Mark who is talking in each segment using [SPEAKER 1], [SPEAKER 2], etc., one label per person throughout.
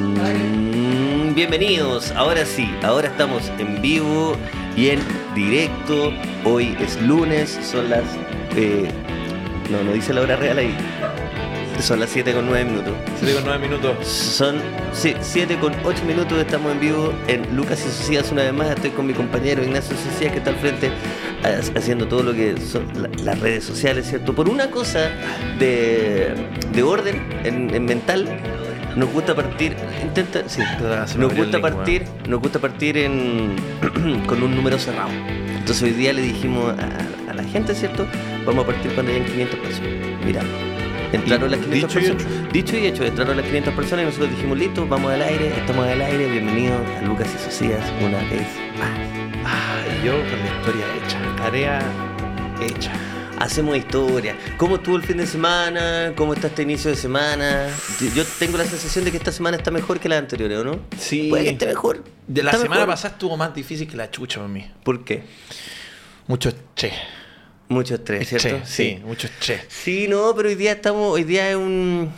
[SPEAKER 1] Mm, Bienvenidos, ahora sí, ahora estamos en vivo y en directo. Hoy es lunes, son las. eh, no, no dice la hora real ahí. Son las 7 con 9 minutos.
[SPEAKER 2] 7 con 9 minutos.
[SPEAKER 1] Son sí, 7 con 8 minutos, estamos en vivo en Lucas y Socias una vez más. Estoy con mi compañero Ignacio Socias que está al frente ha- haciendo todo lo que son la- las redes sociales, ¿cierto? Por una cosa de, de orden en, en mental, nos gusta partir, intenta, sí,
[SPEAKER 2] Ah, se me
[SPEAKER 1] nos
[SPEAKER 2] abrió el
[SPEAKER 1] gusta
[SPEAKER 2] link,
[SPEAKER 1] partir, nos gusta partir en, con un número cerrado. Entonces hoy día le dijimos a, a la gente, ¿cierto? Vamos a partir cuando hayan 500 personas. Mira, entraron
[SPEAKER 2] Y
[SPEAKER 1] las 500
[SPEAKER 2] dicho y
[SPEAKER 1] personas. Dicho y hecho, entraron las 500 personas y nosotros dijimos, listo, vamos al aire, estamos al aire, bienvenidos a Lucas y Socias una vez más.
[SPEAKER 2] Ah, y yo con la historia hecha. Tarea hecha.
[SPEAKER 1] Hacemos historia. ¿Cómo estuvo el fin de semana? ¿Cómo está este inicio de semana? Yo- Yo tengo la sensación de que esta semana está mejor que la anterior, ¿o no?
[SPEAKER 2] Sí.
[SPEAKER 1] Puede que esté mejor.
[SPEAKER 2] De la
[SPEAKER 1] Está
[SPEAKER 2] semana
[SPEAKER 1] mejor.
[SPEAKER 2] pasada estuvo más difícil que la chucha para mí.
[SPEAKER 1] ¿Por qué?
[SPEAKER 2] Mucho che.
[SPEAKER 1] Mucho estrés, ¿cierto?
[SPEAKER 2] Che, sí, mucho che.
[SPEAKER 1] Sí, no, pero hoy día estamos, hoy día es un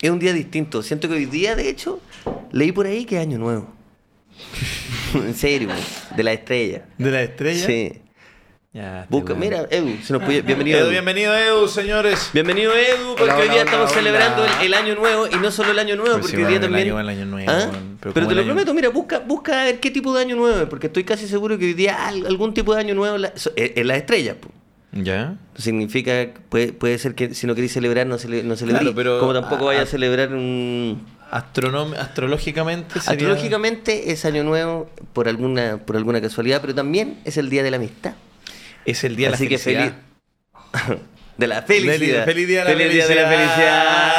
[SPEAKER 1] es un día distinto. Siento que hoy día, de hecho, leí por ahí que es año nuevo. en serio, de la estrella.
[SPEAKER 2] ¿De la estrella?
[SPEAKER 1] Sí.
[SPEAKER 2] Ya, este
[SPEAKER 1] Busca,
[SPEAKER 2] weón.
[SPEAKER 1] mira, Edu, se nos puede, bienvenido.
[SPEAKER 2] Edu,
[SPEAKER 1] Edu.
[SPEAKER 2] bienvenido, Edu, señores.
[SPEAKER 1] Bienvenido Edu, porque
[SPEAKER 2] Hola,
[SPEAKER 1] hoy
[SPEAKER 2] hola,
[SPEAKER 1] día
[SPEAKER 2] hola,
[SPEAKER 1] estamos
[SPEAKER 2] hola.
[SPEAKER 1] celebrando el, el año nuevo y no solo el año nuevo,
[SPEAKER 2] Pero
[SPEAKER 1] porque
[SPEAKER 2] si
[SPEAKER 1] hoy día
[SPEAKER 2] va el
[SPEAKER 1] también.
[SPEAKER 2] año, el año nuevo,
[SPEAKER 1] ¿Ah?
[SPEAKER 2] bueno,
[SPEAKER 1] Pero,
[SPEAKER 2] pero
[SPEAKER 1] te
[SPEAKER 2] como
[SPEAKER 1] lo
[SPEAKER 2] el año-
[SPEAKER 1] prometo, mira, busca, busca a ver qué tipo de año nuevo es, porque estoy casi seguro que hoy día al- algún tipo de año nuevo la- so- eh, es, es la estrella. po.
[SPEAKER 2] ¿Ya?
[SPEAKER 1] Significa, puede, puede ser que si no queréis celebrar, no, cele, no celebréis.
[SPEAKER 2] Claro, pero-
[SPEAKER 1] Como tampoco
[SPEAKER 2] ah,
[SPEAKER 1] vaya a
[SPEAKER 2] ah.
[SPEAKER 1] celebrar un.
[SPEAKER 2] Astronom astrológicamente sería...
[SPEAKER 1] Astrológicamente es año nuevo por alguna, por alguna casualidad, pero también es el día de la amistad.
[SPEAKER 2] Es el día de la
[SPEAKER 1] Así que
[SPEAKER 2] felicidad.
[SPEAKER 1] feliz. De la felicidad.
[SPEAKER 2] Feliz- feliz día de la
[SPEAKER 1] Feliz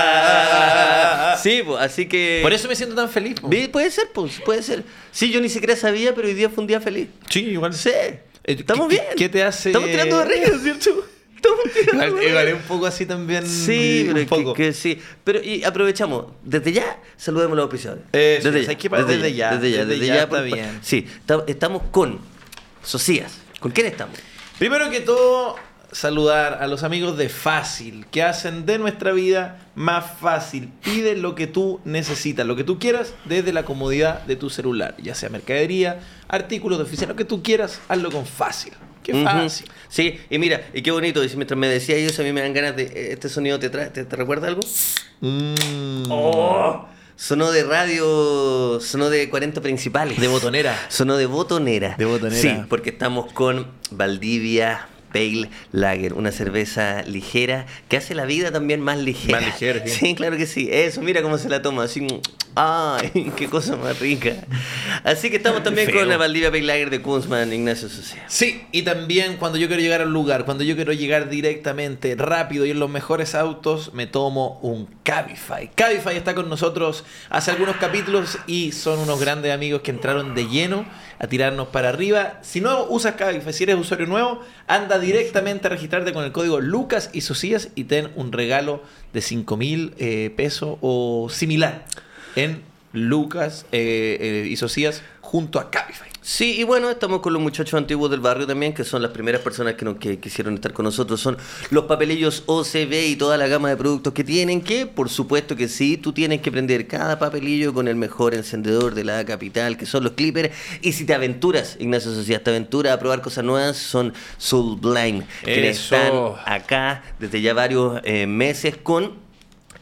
[SPEAKER 2] felicidad.
[SPEAKER 1] Sí, po, así que.
[SPEAKER 2] Por eso me siento tan feliz. po.
[SPEAKER 1] Ve, Puede ser, pues, puede ser. Sí, yo ni siquiera sabía, pero hoy día fue un día feliz.
[SPEAKER 2] Sí, igual.
[SPEAKER 1] Sí. Estamos
[SPEAKER 2] Eh, ¿qué-
[SPEAKER 1] bien.
[SPEAKER 2] qué te hace-
[SPEAKER 1] Estamos tirando de redes, ¿cierto? Estamos tirando
[SPEAKER 2] Igual,
[SPEAKER 1] de
[SPEAKER 2] igual es
[SPEAKER 1] redes.
[SPEAKER 2] un poco así también.
[SPEAKER 1] Sí,
[SPEAKER 2] un
[SPEAKER 1] pero que-
[SPEAKER 2] poco.
[SPEAKER 1] Que, sí. Pero y aprovechamos, desde ya, saludemos a los auspiciadores.
[SPEAKER 2] Eh, sí, o sea, hay que parar desde ya,
[SPEAKER 1] Desde ya, desde, ya,
[SPEAKER 2] está
[SPEAKER 1] por-
[SPEAKER 2] bien.
[SPEAKER 1] Sí, ta- estamos con Socias. ¿Con quién estamos?
[SPEAKER 2] Primero que todo, saludar a los amigos de Fácil, que hacen de nuestra vida más fácil. Pide lo que tú necesitas, lo que tú quieras, desde la comodidad de tu celular. Ya sea mercadería, artículos de oficina, lo que tú quieras, hazlo con Fácil. Qué
[SPEAKER 1] Ujú.
[SPEAKER 2] fácil.
[SPEAKER 1] Sí, y mira, y qué bonito. y mientras me decía ellos, a mí me dan ganas de. eh, ¿Este sonido te, trae, te, te recuerda algo?
[SPEAKER 2] Mm.
[SPEAKER 1] Sonó de radio, sonó de 40 principales.
[SPEAKER 2] De botonera.
[SPEAKER 1] Sonó de botonera.
[SPEAKER 2] De botonera.
[SPEAKER 1] Sí, porque estamos con Valdivia Pale Lager, una cerveza ligera que hace la vida también más ligera.
[SPEAKER 2] Más ligera, sí.
[SPEAKER 1] claro que sí. Eso, mira cómo se la toma. Así, mm, ay, qué cosa más rica. Así que estamos también
[SPEAKER 2] Feo.
[SPEAKER 1] con la Valdivia Pale Lager de Kunzman, Ignacio Socia.
[SPEAKER 2] Sí, y también cuando yo quiero llegar a un lugar, cuando yo quiero llegar directamente, rápido y en los mejores autos, me tomo un Cabify. Cabify está con nosotros hace algunos capítulos y son unos grandes amigos que entraron de lleno a tirarnos para arriba. Si no usas Cabify, si eres usuario nuevo, anda directamente a registrarte con el código Lucas y Socias y ten un regalo de 5 mil eh, pesos o similar en Lucas eh, eh, y Socias junto a Cabify.
[SPEAKER 1] Sí, y bueno, estamos con los muchachos antiguos del barrio también, que son las primeras personas que, nos, que quisieron estar con nosotros. Son los papelillos OCB y toda la gama de productos que tienen, que por supuesto que sí, tú tienes que prender cada papelillo con el mejor encendedor de la capital, que son los clippers. Y si te aventuras, Ignacio Sociedad, te aventuras a probar cosas nuevas, son Soul Blind, que
[SPEAKER 2] Eso.
[SPEAKER 1] están acá desde ya varios eh, meses con...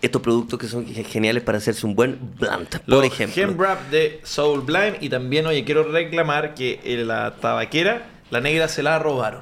[SPEAKER 1] Estos productos que son geniales para hacerse un buen blunt, por
[SPEAKER 2] Los
[SPEAKER 1] ejemplo.
[SPEAKER 2] Hem Wrap de Soul Blind. Y también, oye, quiero reclamar que eh, la tabaquera, la negra, se la robaron.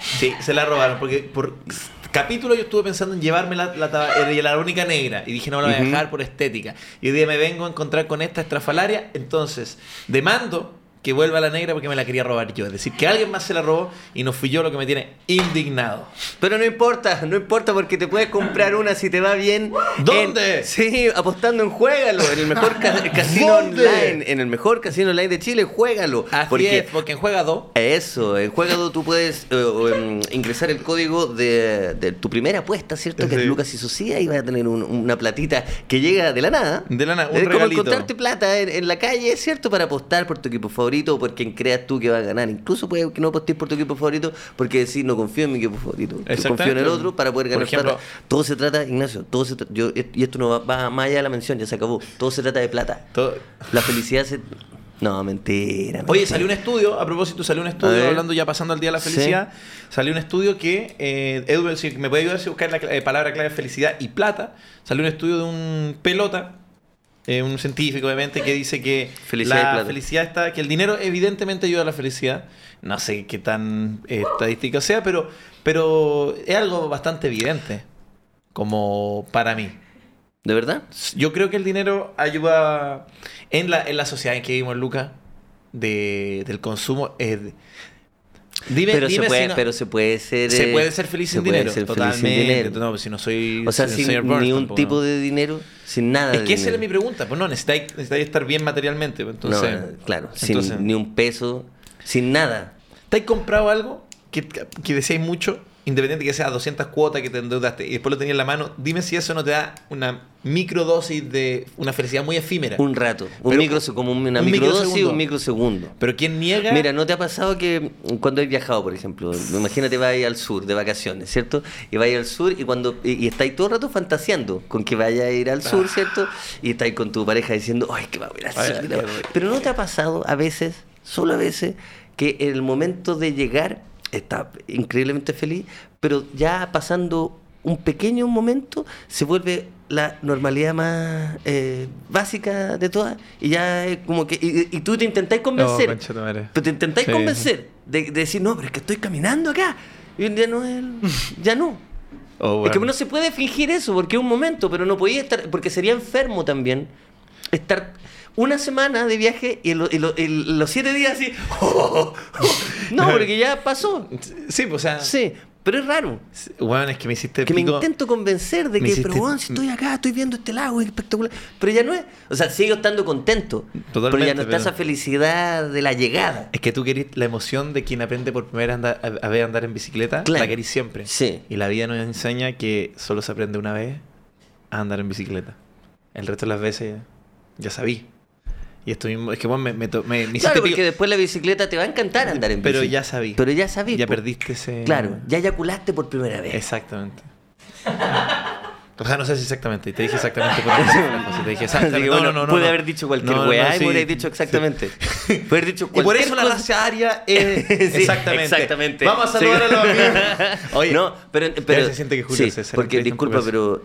[SPEAKER 2] Sí, se la robaron. Porque por s- capítulo yo estuve pensando en llevarme la, la, taba- eh, la única negra. Y dije, no la voy a
[SPEAKER 1] Ujú.
[SPEAKER 2] dejar por estética. Y hoy día me vengo a encontrar con esta estrafalaria. Entonces, demando que vuelva la negra porque me la quería robar yo. Es decir, que alguien más se la robó y no fui yo lo que me tiene indignado.
[SPEAKER 1] Pero no importa, no importa porque te puedes comprar una si te va bien.
[SPEAKER 2] ¿Dónde?
[SPEAKER 1] En- sí, apostando en Juégalo, en el mejor ca- casino
[SPEAKER 2] ¿Dónde?
[SPEAKER 1] online, en el mejor casino online de Chile, Juégalo.
[SPEAKER 2] Así
[SPEAKER 1] porque
[SPEAKER 2] es, porque en Juega 2
[SPEAKER 1] eso, en Juégalo tú puedes eh, o, em, ingresar el código de, de tu primera apuesta, ¿cierto? Que es
[SPEAKER 2] Sí.
[SPEAKER 1] Lucas y Socia y vas a tener un- una platita que llega de la nada.
[SPEAKER 2] De la nada, un
[SPEAKER 1] Es como
[SPEAKER 2] regalito.
[SPEAKER 1] encontrarte plata en, en la calle, ¿cierto? Para apostar por tu equipo favorito o por quien creas tú que va a ganar. Incluso puede que no apostes por tu equipo favorito porque decís, no confío en mi equipo favorito. Yo Confío en el
[SPEAKER 2] Exactamente.
[SPEAKER 1] otro para poder
[SPEAKER 2] Por
[SPEAKER 1] ganar
[SPEAKER 2] ejemplo-
[SPEAKER 1] plata. Todo se trata, Ignacio, todo se tra- yo- y esto no va, va más allá de la mención, ya se acabó. Todo se trata de plata.
[SPEAKER 2] Todo-
[SPEAKER 1] La felicidad se... No, mentira.
[SPEAKER 2] Oye,
[SPEAKER 1] mentira.
[SPEAKER 2] salió un estudio, a propósito, salió un
[SPEAKER 1] A
[SPEAKER 2] estudio,
[SPEAKER 1] ver.
[SPEAKER 2] hablando ya pasando al Día de la
[SPEAKER 1] Sí.
[SPEAKER 2] Felicidad, salió un estudio que, eh, Edu, si me puede ayudar si buscar la cla- eh, palabra clave felicidad y plata, salió un estudio de un pelota, eh, un científico obviamente, que dice que
[SPEAKER 1] Felicidad y
[SPEAKER 2] la
[SPEAKER 1] plata.
[SPEAKER 2] felicidad está, que el dinero evidentemente ayuda a la felicidad, no sé qué tan eh, estadística sea, pero, pero es algo bastante evidente, como para mí.
[SPEAKER 1] ¿De verdad?
[SPEAKER 2] Yo creo que el dinero ayuda en la, en la sociedad en que vivimos, Luca, de, del consumo. eh, de- dime,
[SPEAKER 1] pero,
[SPEAKER 2] dime
[SPEAKER 1] se puede,
[SPEAKER 2] si no-
[SPEAKER 1] pero se puede ser...
[SPEAKER 2] se
[SPEAKER 1] eh,
[SPEAKER 2] puede ser feliz
[SPEAKER 1] se
[SPEAKER 2] sin
[SPEAKER 1] puede
[SPEAKER 2] dinero.
[SPEAKER 1] ser feliz sin
[SPEAKER 2] totalmente.
[SPEAKER 1] dinero.
[SPEAKER 2] No, pues si no soy.
[SPEAKER 1] O sea,
[SPEAKER 2] si no
[SPEAKER 1] sin
[SPEAKER 2] soy Bert
[SPEAKER 1] ni un
[SPEAKER 2] tampoco,
[SPEAKER 1] tipo
[SPEAKER 2] ¿no?
[SPEAKER 1] de dinero, sin nada.
[SPEAKER 2] Es
[SPEAKER 1] de
[SPEAKER 2] que esa
[SPEAKER 1] dinero.
[SPEAKER 2] era mi pregunta. Pues no, necesitáis, necesitáis estar bien materialmente. pues,
[SPEAKER 1] No,
[SPEAKER 2] Entonces,
[SPEAKER 1] eh, claro,
[SPEAKER 2] entonces,
[SPEAKER 1] sin ni un peso, sin nada.
[SPEAKER 2] ¿Te has comprado algo que, que deseáis mucho, independiente que sea 200 cuotas que te endeudaste y después lo tenías en la mano? Dime si eso no te da una microdosis de una felicidad muy efímera.
[SPEAKER 1] Un rato, un
[SPEAKER 2] Pero-
[SPEAKER 1] micro, como una
[SPEAKER 2] un
[SPEAKER 1] microdosis y
[SPEAKER 2] microsegundo.
[SPEAKER 1] un microsegundo.
[SPEAKER 2] Pero quien niega.
[SPEAKER 1] Mira, ¿no te ha pasado que cuando has viajado, por ejemplo, imagínate vais al sur de vacaciones, ¿cierto? Y vais al sur y cuando y, y estáis todo el rato fantaseando con que vaya a ir al sur, ¿cierto? Y estáis con tu pareja diciendo, ¡ay, que va a ir al
[SPEAKER 2] Ay,
[SPEAKER 1] sur!
[SPEAKER 2] ay,
[SPEAKER 1] que va".
[SPEAKER 2] ay, ay.
[SPEAKER 1] Pero ¿no te ha pasado a veces, solo a veces, que en el momento de llegar estás increíblemente feliz, pero ya pasando un pequeño momento se vuelve la normalidad más eh, básica de todas y ya es como que y, y tú te intentás convencer
[SPEAKER 2] Oh, concha tu madre.
[SPEAKER 1] pero te intentáis
[SPEAKER 2] Sí.
[SPEAKER 1] convencer de, de decir, no, pero es que estoy caminando acá. Y un día no es. el- Ya no.
[SPEAKER 2] Oh,
[SPEAKER 1] Es que
[SPEAKER 2] bueno.
[SPEAKER 1] no se puede fingir eso porque es un momento, pero no podía estar. Porque sería enfermo también estar una semana de viaje y, lo- y lo- y los siete días así. No, porque ya pasó.
[SPEAKER 2] Sí, pues, o sea.
[SPEAKER 1] Sí, pero es raro.
[SPEAKER 2] sí, Weón, es que me hiciste
[SPEAKER 1] Que me
[SPEAKER 2] pico.
[SPEAKER 1] intento convencer de
[SPEAKER 2] me
[SPEAKER 1] que,
[SPEAKER 2] hiciste-
[SPEAKER 1] pero bueno, si estoy acá, estoy viendo este lago, es espectacular. Pero ya no es. O sea, sigo estando contento. pero ya
[SPEAKER 2] Totalmente,
[SPEAKER 1] no está
[SPEAKER 2] pero-
[SPEAKER 1] esa felicidad de la llegada.
[SPEAKER 2] Es que tú querés la emoción de quien aprende por primera anda- a, a ver andar en bicicleta.
[SPEAKER 1] Claro.
[SPEAKER 2] La querés siempre.
[SPEAKER 1] Sí.
[SPEAKER 2] Y la vida nos enseña que solo se aprende una vez a andar en bicicleta. El resto de las veces ya, ya sabí. Y esto mismo. Es que, weón, me, me, to- me- me hiciste
[SPEAKER 1] Claro,
[SPEAKER 2] pico.
[SPEAKER 1] porque después la bicicleta te va a encantar andar en bici.
[SPEAKER 2] Pero ya sabí.
[SPEAKER 1] Pero ya sabí.
[SPEAKER 2] Ya
[SPEAKER 1] po.
[SPEAKER 2] perdiste ese.
[SPEAKER 1] Claro, ya eyaculaste por primera vez.
[SPEAKER 2] Exactamente. O sea, no sé si exactamente. Te dije exactamente por qué. Te dije exactamente.
[SPEAKER 1] Así que,
[SPEAKER 2] No,
[SPEAKER 1] bueno,
[SPEAKER 2] no, no, no,
[SPEAKER 1] pude
[SPEAKER 2] no.
[SPEAKER 1] haber dicho cualquier
[SPEAKER 2] No, no,
[SPEAKER 1] weá y
[SPEAKER 2] sí.
[SPEAKER 1] me hubierais dicho exactamente. Pude haber dicho
[SPEAKER 2] Y por
[SPEAKER 1] cualquier
[SPEAKER 2] eso la
[SPEAKER 1] cosa.
[SPEAKER 2] raza aria es.
[SPEAKER 1] Sí,
[SPEAKER 2] exactamente.
[SPEAKER 1] exactamente.
[SPEAKER 2] Vamos a saludar
[SPEAKER 1] Sí.
[SPEAKER 2] a los amigos. Oye,
[SPEAKER 1] no, pero, pero
[SPEAKER 2] se siente que Julio
[SPEAKER 1] sí,
[SPEAKER 2] César
[SPEAKER 1] porque
[SPEAKER 2] entrevista un
[SPEAKER 1] disculpa,
[SPEAKER 2] poco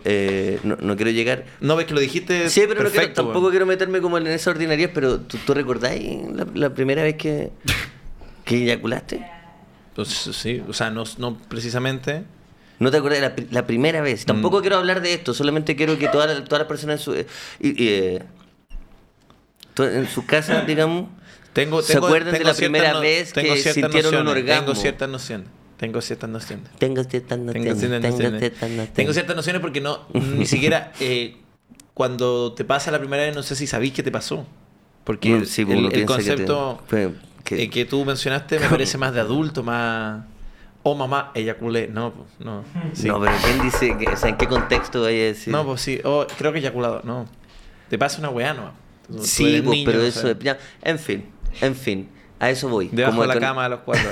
[SPEAKER 1] pero eh, no, no quiero llegar.
[SPEAKER 2] no ves que lo dijiste.
[SPEAKER 1] Sí, pero no quiero-
[SPEAKER 2] perfecto,
[SPEAKER 1] tampoco
[SPEAKER 2] weón.
[SPEAKER 1] quiero meterme como en esa ordinariedad, pero ¿tú, tú recordáis la, la primera vez que, que eyaculaste?
[SPEAKER 2] Pues, sí, o sea, no, no precisamente.
[SPEAKER 1] No te acordás, la, pri- la primera
[SPEAKER 2] Mm.
[SPEAKER 1] vez. Tampoco quiero hablar de esto, solamente quiero que todas las todas las personas en su, eh, y- y, eh, to- en su casa, digamos,
[SPEAKER 2] Tengo, tengo,
[SPEAKER 1] ¿Se acuerdan de
[SPEAKER 2] tengo
[SPEAKER 1] la
[SPEAKER 2] ciertas
[SPEAKER 1] primera
[SPEAKER 2] no-
[SPEAKER 1] vez
[SPEAKER 2] tengo
[SPEAKER 1] que
[SPEAKER 2] ciertas
[SPEAKER 1] sintieron un
[SPEAKER 2] nociones,
[SPEAKER 1] orgasmo?
[SPEAKER 2] Tengo ciertas nociones. Tengo ciertas nociones.
[SPEAKER 1] tengo ciertas nociones.
[SPEAKER 2] Tengo ciertas nociones. Tengo ciertas nociones porque no, ni siquiera eh, cuando te pasa la primera vez no sé si sabís qué te pasó. Porque
[SPEAKER 1] No,
[SPEAKER 2] el-
[SPEAKER 1] sí,
[SPEAKER 2] el,
[SPEAKER 1] uno
[SPEAKER 2] el
[SPEAKER 1] piensa que te-
[SPEAKER 2] concepto
[SPEAKER 1] fue- que-
[SPEAKER 2] eh, que tú mencionaste me parece más de adulto, más... Oh, mamá, eyaculé. No, po, no. sí.
[SPEAKER 1] No, pero ¿quién dice? Que, o sea, ¿en qué contexto vaya a decir?
[SPEAKER 2] No, pues sí. Oh, creo que eyaculado. No. Te pasa una weá, no. Tú- tú
[SPEAKER 1] Sí,
[SPEAKER 2] eres
[SPEAKER 1] pues,
[SPEAKER 2] niño,
[SPEAKER 1] pero
[SPEAKER 2] no
[SPEAKER 1] eso...
[SPEAKER 2] sabes.
[SPEAKER 1] es- ya, en fin, en fin, a eso voy.
[SPEAKER 2] Debajo
[SPEAKER 1] como
[SPEAKER 2] de la
[SPEAKER 1] con-
[SPEAKER 2] cama a los cuatro.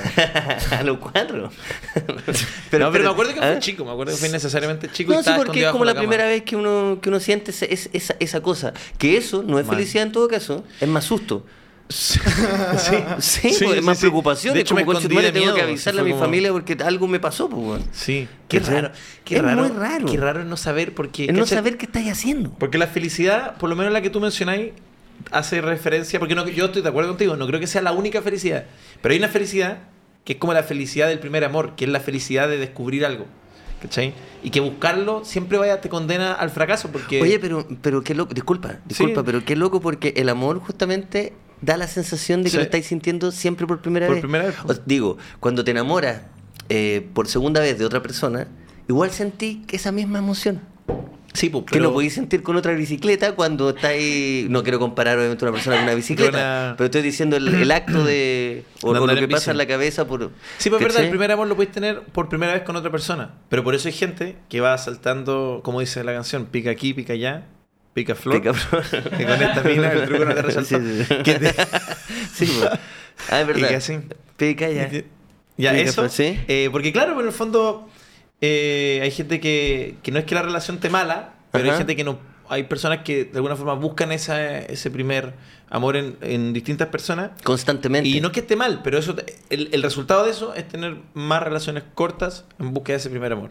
[SPEAKER 1] a los cuatro. pero,
[SPEAKER 2] pero, no, pero
[SPEAKER 1] espérate,
[SPEAKER 2] me acuerdo que fue
[SPEAKER 1] ¿ah?
[SPEAKER 2] chico. Me acuerdo que fue necesariamente chico. y
[SPEAKER 1] no, sí,
[SPEAKER 2] estaba
[SPEAKER 1] porque
[SPEAKER 2] escondido
[SPEAKER 1] es
[SPEAKER 2] bajo
[SPEAKER 1] como la,
[SPEAKER 2] cama.
[SPEAKER 1] primera vez que uno, que uno siente esa, es- esa, esa cosa. Que eso no es
[SPEAKER 2] Mal.
[SPEAKER 1] felicidad en todo caso, es más susto.
[SPEAKER 2] Sí, Ah.
[SPEAKER 1] Sí, pues, es más preocupación.
[SPEAKER 2] De
[SPEAKER 1] es
[SPEAKER 2] hecho,
[SPEAKER 1] como,
[SPEAKER 2] me
[SPEAKER 1] "Conchetumare,
[SPEAKER 2] escondí de
[SPEAKER 1] tengo que
[SPEAKER 2] miedo,
[SPEAKER 1] avisarle
[SPEAKER 2] sí,
[SPEAKER 1] a
[SPEAKER 2] fue
[SPEAKER 1] mi
[SPEAKER 2] como-
[SPEAKER 1] familia porque algo me pasó, pues, weón.
[SPEAKER 2] Sí. Qué
[SPEAKER 1] Es
[SPEAKER 2] raro.
[SPEAKER 1] raro.
[SPEAKER 2] Qué
[SPEAKER 1] Es
[SPEAKER 2] raro.
[SPEAKER 1] muy raro.
[SPEAKER 2] Qué raro no saber porque...
[SPEAKER 1] Es no
[SPEAKER 2] ¿cachai?
[SPEAKER 1] saber qué estáis haciendo.
[SPEAKER 2] Porque la felicidad, por lo menos la que tú mencionáis, hace referencia... Porque no, yo estoy de acuerdo contigo. No creo que sea la única felicidad. Pero hay una felicidad que es como la felicidad del primer amor. Que es la felicidad de descubrir algo. ¿Cachai? Y que buscarlo siempre vaya te condena al fracaso porque...
[SPEAKER 1] Oye, pero, pero qué loco, disculpa, disculpa,
[SPEAKER 2] Sí.
[SPEAKER 1] pero qué loco porque el amor justamente da la sensación de que
[SPEAKER 2] Sí.
[SPEAKER 1] lo estáis sintiendo siempre por primera
[SPEAKER 2] Por
[SPEAKER 1] vez.
[SPEAKER 2] primera vez. pues.
[SPEAKER 1] O- digo, cuando te enamoras eh, por segunda vez de otra persona, igual sentí que esa misma emoción.
[SPEAKER 2] sí, pues,
[SPEAKER 1] Que
[SPEAKER 2] pero-
[SPEAKER 1] lo podéis sentir con otra bicicleta cuando estáis. No quiero comparar obviamente una persona con una bicicleta,
[SPEAKER 2] una-
[SPEAKER 1] pero estoy diciendo el, el acto de. o, o
[SPEAKER 2] De
[SPEAKER 1] lo
[SPEAKER 2] andar
[SPEAKER 1] que
[SPEAKER 2] en bici.
[SPEAKER 1] pasa en la cabeza por.
[SPEAKER 2] Sí, pues es verdad,
[SPEAKER 1] ¿cachai?
[SPEAKER 2] el primer amor lo puedes tener por primera vez con otra persona. Pero por eso hay gente que va saltando, como dice la canción, pica aquí, pica allá, Pica flor.
[SPEAKER 1] Pica flor.
[SPEAKER 2] Que con esta mina el truco no te resaltó.
[SPEAKER 1] Sí, sí.
[SPEAKER 2] Que te-
[SPEAKER 1] Sí, po. Ah, es verdad.
[SPEAKER 2] Y que así.
[SPEAKER 1] Pica ya.
[SPEAKER 2] Ya,
[SPEAKER 1] Pica
[SPEAKER 2] eso.
[SPEAKER 1] flor, sí.
[SPEAKER 2] eh, porque claro, pero en el fondo eh, hay gente que, que no es que la relación te mala, pero hay
[SPEAKER 1] Ajá.
[SPEAKER 2] gente que no... Hay personas que de alguna forma buscan esa, ese primer amor en, en distintas personas.
[SPEAKER 1] Constantemente.
[SPEAKER 2] Y no es que esté mal, pero eso te- el, el resultado de eso es tener más relaciones cortas en búsqueda de ese primer amor.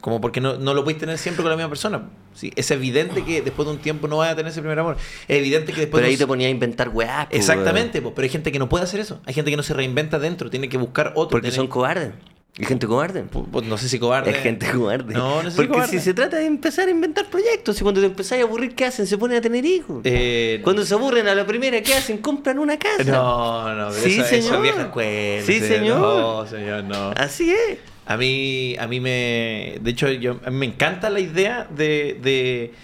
[SPEAKER 2] Como porque no, no lo puedes tener siempre con la misma persona. Sí, es evidente que después de un tiempo no vas a tener ese primer amor. Es evidente que después...
[SPEAKER 1] Pero ahí
[SPEAKER 2] no-
[SPEAKER 1] te ponía a inventar pues, weá. po,
[SPEAKER 2] Exactamente, po, pero hay gente que no puede hacer eso. Hay gente que no se reinventa dentro, tiene que buscar otro.
[SPEAKER 1] weón. Porque
[SPEAKER 2] tiene-
[SPEAKER 1] son cobardes. Hay gente cobarde.
[SPEAKER 2] po- po- No sé si cobarde.
[SPEAKER 1] Es gente cobarde.
[SPEAKER 2] No, no sé si
[SPEAKER 1] Porque
[SPEAKER 2] cobarde.
[SPEAKER 1] si se trata de empezar a inventar proyectos, y cuando te empezás a aburrir, ¿qué hacen? Se ponen a tener hijos.
[SPEAKER 2] Eh,
[SPEAKER 1] Cuando se aburren a la primera, ¿qué hacen? Compran una casa.
[SPEAKER 2] No, no, pero
[SPEAKER 1] Sí,
[SPEAKER 2] eso, eso
[SPEAKER 1] señor.
[SPEAKER 2] es vieja escuela,
[SPEAKER 1] Sí, señor.
[SPEAKER 2] No, señor, no.
[SPEAKER 1] Así es.
[SPEAKER 2] A mí, a mí me. De hecho, yo, a mí me encanta la idea de. de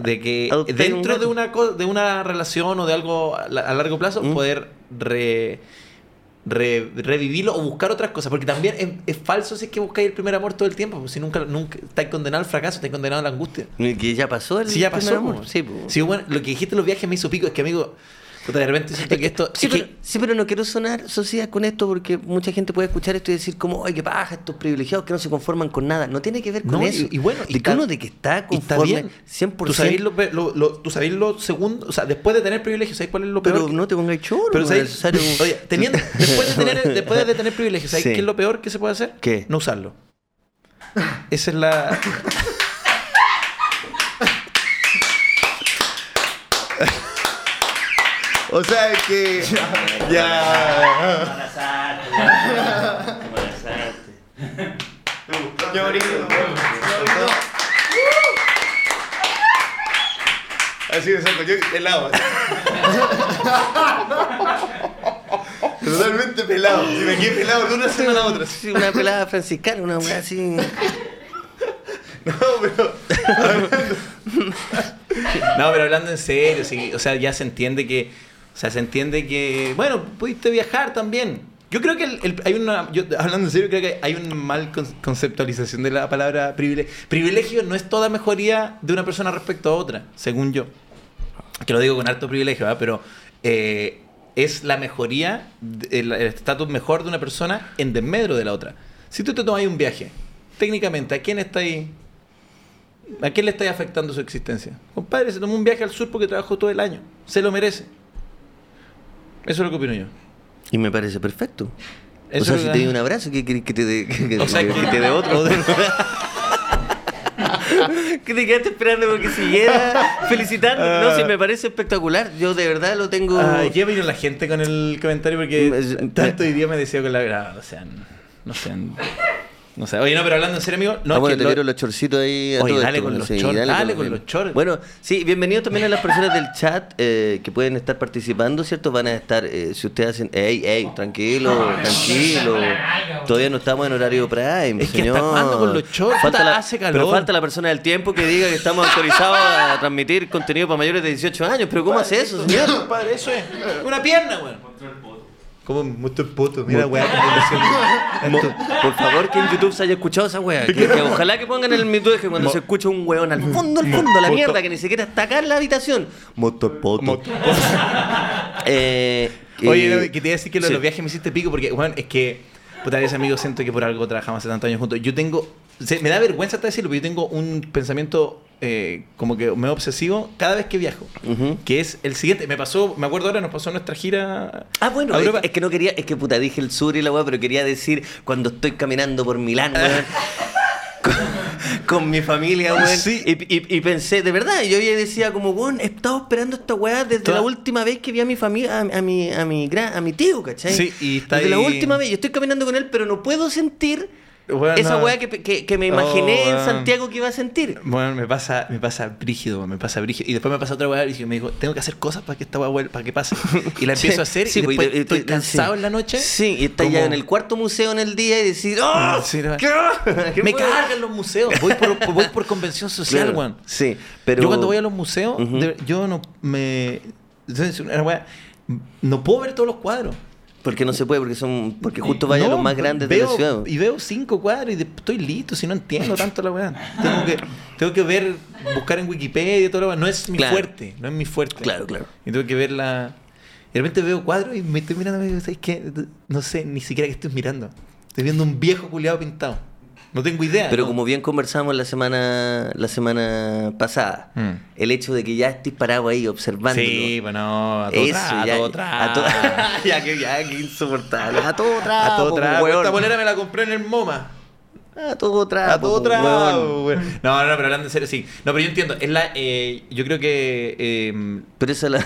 [SPEAKER 2] de que
[SPEAKER 1] Adoptar un
[SPEAKER 2] dentro
[SPEAKER 1] gato.
[SPEAKER 2] de una co- de una relación o de algo a, la- a largo plazo
[SPEAKER 1] ¿Mm?
[SPEAKER 2] poder re- re- revivirlo o buscar otras cosas porque también es, es falso si es que buscáis el primer amor todo el tiempo pues si nunca nunca estáis condenado al fracaso estáis condenado a la angustia
[SPEAKER 1] Y Que ya pasó el
[SPEAKER 2] si ya
[SPEAKER 1] primer
[SPEAKER 2] pasó
[SPEAKER 1] amor.
[SPEAKER 2] po.
[SPEAKER 1] Sí, pues. po.
[SPEAKER 2] Sí, bueno, lo que dijiste en los viajes me hizo pico es que amigo puta, de repente siento que esto
[SPEAKER 1] Sí,
[SPEAKER 2] es
[SPEAKER 1] pero,
[SPEAKER 2] que-
[SPEAKER 1] sí, pero no quiero sonar sociedad con esto porque mucha gente puede escuchar esto y decir como, ay, qué paja, estos privilegiados que no se conforman con nada. No tiene que ver con
[SPEAKER 2] No, y-
[SPEAKER 1] eso.
[SPEAKER 2] y bueno,
[SPEAKER 1] de
[SPEAKER 2] y
[SPEAKER 1] que
[SPEAKER 2] está-
[SPEAKER 1] uno de que está
[SPEAKER 2] Y está
[SPEAKER 1] conforme
[SPEAKER 2] bien.
[SPEAKER 1] 100%.
[SPEAKER 2] Tú sabés lo, pe- lo- lo- tú sabés lo segundo, o sea, después de tener privilegios, ¿sabes cuál es lo peor?
[SPEAKER 1] pero no te pongas choro.
[SPEAKER 2] Pero
[SPEAKER 1] weón,
[SPEAKER 2] ¿sabes?
[SPEAKER 1] Saro.
[SPEAKER 2] Oye, teniendo, después, de tener, después de tener privilegios, ¿sabes
[SPEAKER 1] Sí.
[SPEAKER 2] qué es lo peor que se puede hacer?
[SPEAKER 1] ¿Qué?
[SPEAKER 2] No usarlo. Esa es la.
[SPEAKER 3] O sea que. Ya. Qué bonito. Así de saco Ah, yo pelado. Totalmente pelado. Si me quedé pelado de una semana a otra.
[SPEAKER 1] Sí, una pelada franciscana, una weá así.
[SPEAKER 3] No, pero.
[SPEAKER 2] No, pero hablando en serio, sí, o sea, ya se entiende que. O sea, se entiende que. Bueno, pudiste viajar también. Yo creo que el- el- hay una. yo, hablando en serio, creo que hay una mal con- conceptualización de la palabra privilegio. Privilegio no es toda mejoría de una persona respecto a otra, según yo. Que lo digo con harto privilegio, ¿verdad? Pero eh, es la mejoría, de- el el estatus mejor de una persona en desmedro de la otra. Si tú te tomas un viaje, técnicamente, ¿a quién está ahí? ¿A quién le estáis afectando su existencia? Compadre, se tomó un viaje al sur porque trabajó todo el año. Se lo merece. Eso es lo que opino yo.
[SPEAKER 1] Y me parece perfecto.
[SPEAKER 2] Eso
[SPEAKER 1] o sea,
[SPEAKER 2] es
[SPEAKER 1] si
[SPEAKER 2] verdad.
[SPEAKER 1] te doy un abrazo, ¿qué querés que te dé? Que,
[SPEAKER 2] O sea,
[SPEAKER 1] que-
[SPEAKER 2] que-
[SPEAKER 1] que te dé otro. que te quedaste esperando porque siguiera felicitando. No, si me parece espectacular. Yo de verdad lo tengo.
[SPEAKER 2] Ah, ya vino la gente con el comentario porque
[SPEAKER 1] Mm, Es-
[SPEAKER 2] tanto hoy día me decía con la grabada. O sea, no sean. No sé. Oye, no, pero hablando en serio, amigo. No,
[SPEAKER 1] ah,
[SPEAKER 2] es
[SPEAKER 1] bueno,
[SPEAKER 2] que
[SPEAKER 1] te
[SPEAKER 2] lo-
[SPEAKER 1] vieron los chorcitos ahí. a
[SPEAKER 2] Oye,
[SPEAKER 1] todo
[SPEAKER 2] dale
[SPEAKER 1] esto,
[SPEAKER 2] con
[SPEAKER 1] bueno,
[SPEAKER 2] los shorts, dale con los shorts.
[SPEAKER 1] Bueno, sí, bienvenidos también a las personas del chat eh, que pueden estar participando, ¿cierto? Van a estar, eh, si ustedes hacen, ey, ey, tranquilo, tranquilo. Todavía no estamos en horario prime,
[SPEAKER 2] Es que
[SPEAKER 1] señor.
[SPEAKER 2] está jugando con los shorts, puta, hace calor.
[SPEAKER 1] Pero falta la persona del tiempo que diga que estamos autorizados a transmitir contenido para mayores de 18 años. Pero ¿cómo hace eso, señor?
[SPEAKER 2] Mira, compadre, eso es. Una pierna, weón.
[SPEAKER 3] ¿Cómo mucho poto? Mira, weá.
[SPEAKER 1] Mo- Por favor, que en YouTube se haya escuchado esa wea. Que, que ojalá que pongan el mito que cuando se escucha un weón al fondo, al fondo, la mierda, que ni siquiera está acá en la habitación. Motopoto. Eh, que-
[SPEAKER 2] Oye, no, que te iba a decir que lo de los
[SPEAKER 1] sí.
[SPEAKER 2] viajes me hiciste pico porque, bueno, es que, puta vez, amigo, siento que por algo trabajamos hace tantos años juntos. Yo tengo, se- me da vergüenza hasta decirlo, pero yo tengo un pensamiento eh, como que me obsesivo cada vez que viajo.
[SPEAKER 1] Ujú.
[SPEAKER 2] Que es el siguiente, me pasó, me acuerdo ahora, nos pasó nuestra gira.
[SPEAKER 1] Ah, bueno,
[SPEAKER 2] a
[SPEAKER 1] es,
[SPEAKER 2] Europa.
[SPEAKER 1] es que no quería, es que puta, dije el sur y la weá, pero quería decir cuando estoy caminando por Milán, weón. con- Con mi familia, weón.
[SPEAKER 2] Ah. Sí.
[SPEAKER 1] Y, y- y pensé, de verdad, yo ya decía como, weón, he estado esperando esta weá desde
[SPEAKER 2] Toda-
[SPEAKER 1] la última vez que vi a mi familia, a, a mi, a mi gran, a mi tío, ¿cachai?
[SPEAKER 2] Sí, y está
[SPEAKER 1] Desde la
[SPEAKER 2] ahí-
[SPEAKER 1] última vez, yo estoy caminando con él, pero no puedo sentir
[SPEAKER 2] Weón,
[SPEAKER 1] esa
[SPEAKER 2] no.
[SPEAKER 1] weá que, que- que me imaginé
[SPEAKER 2] Oh,
[SPEAKER 1] en
[SPEAKER 2] weón.
[SPEAKER 1] Santiago que iba a sentir.
[SPEAKER 2] Bueno, me pasa, me pasa brígido, me pasa brígido. Y después me pasa otra weá y me dijo, tengo que hacer cosas para que esta weá vuel- para que pase. Y la empiezo a hacer
[SPEAKER 1] Sí,
[SPEAKER 2] y
[SPEAKER 1] pues,
[SPEAKER 2] después
[SPEAKER 1] y- y-
[SPEAKER 2] estoy
[SPEAKER 1] sí.
[SPEAKER 2] cansado en la noche.
[SPEAKER 1] Sí, y estás ya
[SPEAKER 2] Como- Ah,
[SPEAKER 1] en el cuarto museo en el día y decir, ¡Oh!
[SPEAKER 2] Sí, no.
[SPEAKER 1] ¿Qué?
[SPEAKER 2] Me
[SPEAKER 1] fue?
[SPEAKER 2] cargan los museos. Voy por, por- voy por convención social,
[SPEAKER 1] Claro,
[SPEAKER 2] weón.
[SPEAKER 1] sí, pero-
[SPEAKER 2] Yo cuando voy a los museos,
[SPEAKER 1] Ujú.
[SPEAKER 2] de- yo no me. es una weá, No puedo ver todos los cuadros.
[SPEAKER 1] Porque no se puede, porque son porque justo vaya
[SPEAKER 2] Eh, No,
[SPEAKER 1] los más grandes de
[SPEAKER 2] veo-
[SPEAKER 1] la ciudad.
[SPEAKER 2] Y veo cinco cuadros y de- estoy listo, si no entiendo tanto la weá. Tengo que, tengo que ver, buscar en Wikipedia y todo lo No es mi
[SPEAKER 1] Claro.
[SPEAKER 2] fuerte, no es mi fuerte.
[SPEAKER 1] Claro, claro.
[SPEAKER 2] Y tengo que ver la... Y de repente veo cuadros y me estoy mirando y digo, ¿sabes qué? No sé ni siquiera qué estoy mirando. Estoy viendo un viejo culiado pintado. No tengo idea.
[SPEAKER 1] Pero
[SPEAKER 2] ¿no?
[SPEAKER 1] como bien conversamos la semana la semana pasada,
[SPEAKER 2] Mm.
[SPEAKER 1] el hecho de que ya estés parado ahí observándolo.
[SPEAKER 2] Sí, bueno, a todo
[SPEAKER 1] Eso,
[SPEAKER 2] tra-
[SPEAKER 1] ya,
[SPEAKER 2] a todo
[SPEAKER 1] a todo-
[SPEAKER 2] tra-
[SPEAKER 1] ya que ya que insoportable. A todo trapo,
[SPEAKER 2] A todo
[SPEAKER 1] Ah, po,
[SPEAKER 2] trago.
[SPEAKER 1] weón.
[SPEAKER 2] Esta bolera me la compré en el MoMA.
[SPEAKER 1] A todo trapo,
[SPEAKER 2] A todo
[SPEAKER 1] po, weón.
[SPEAKER 2] trago, weón. No, no, no, pero hablando en serio, sí. No, pero yo entiendo. Es la, eh, yo creo que... eh,
[SPEAKER 1] Pero esa la,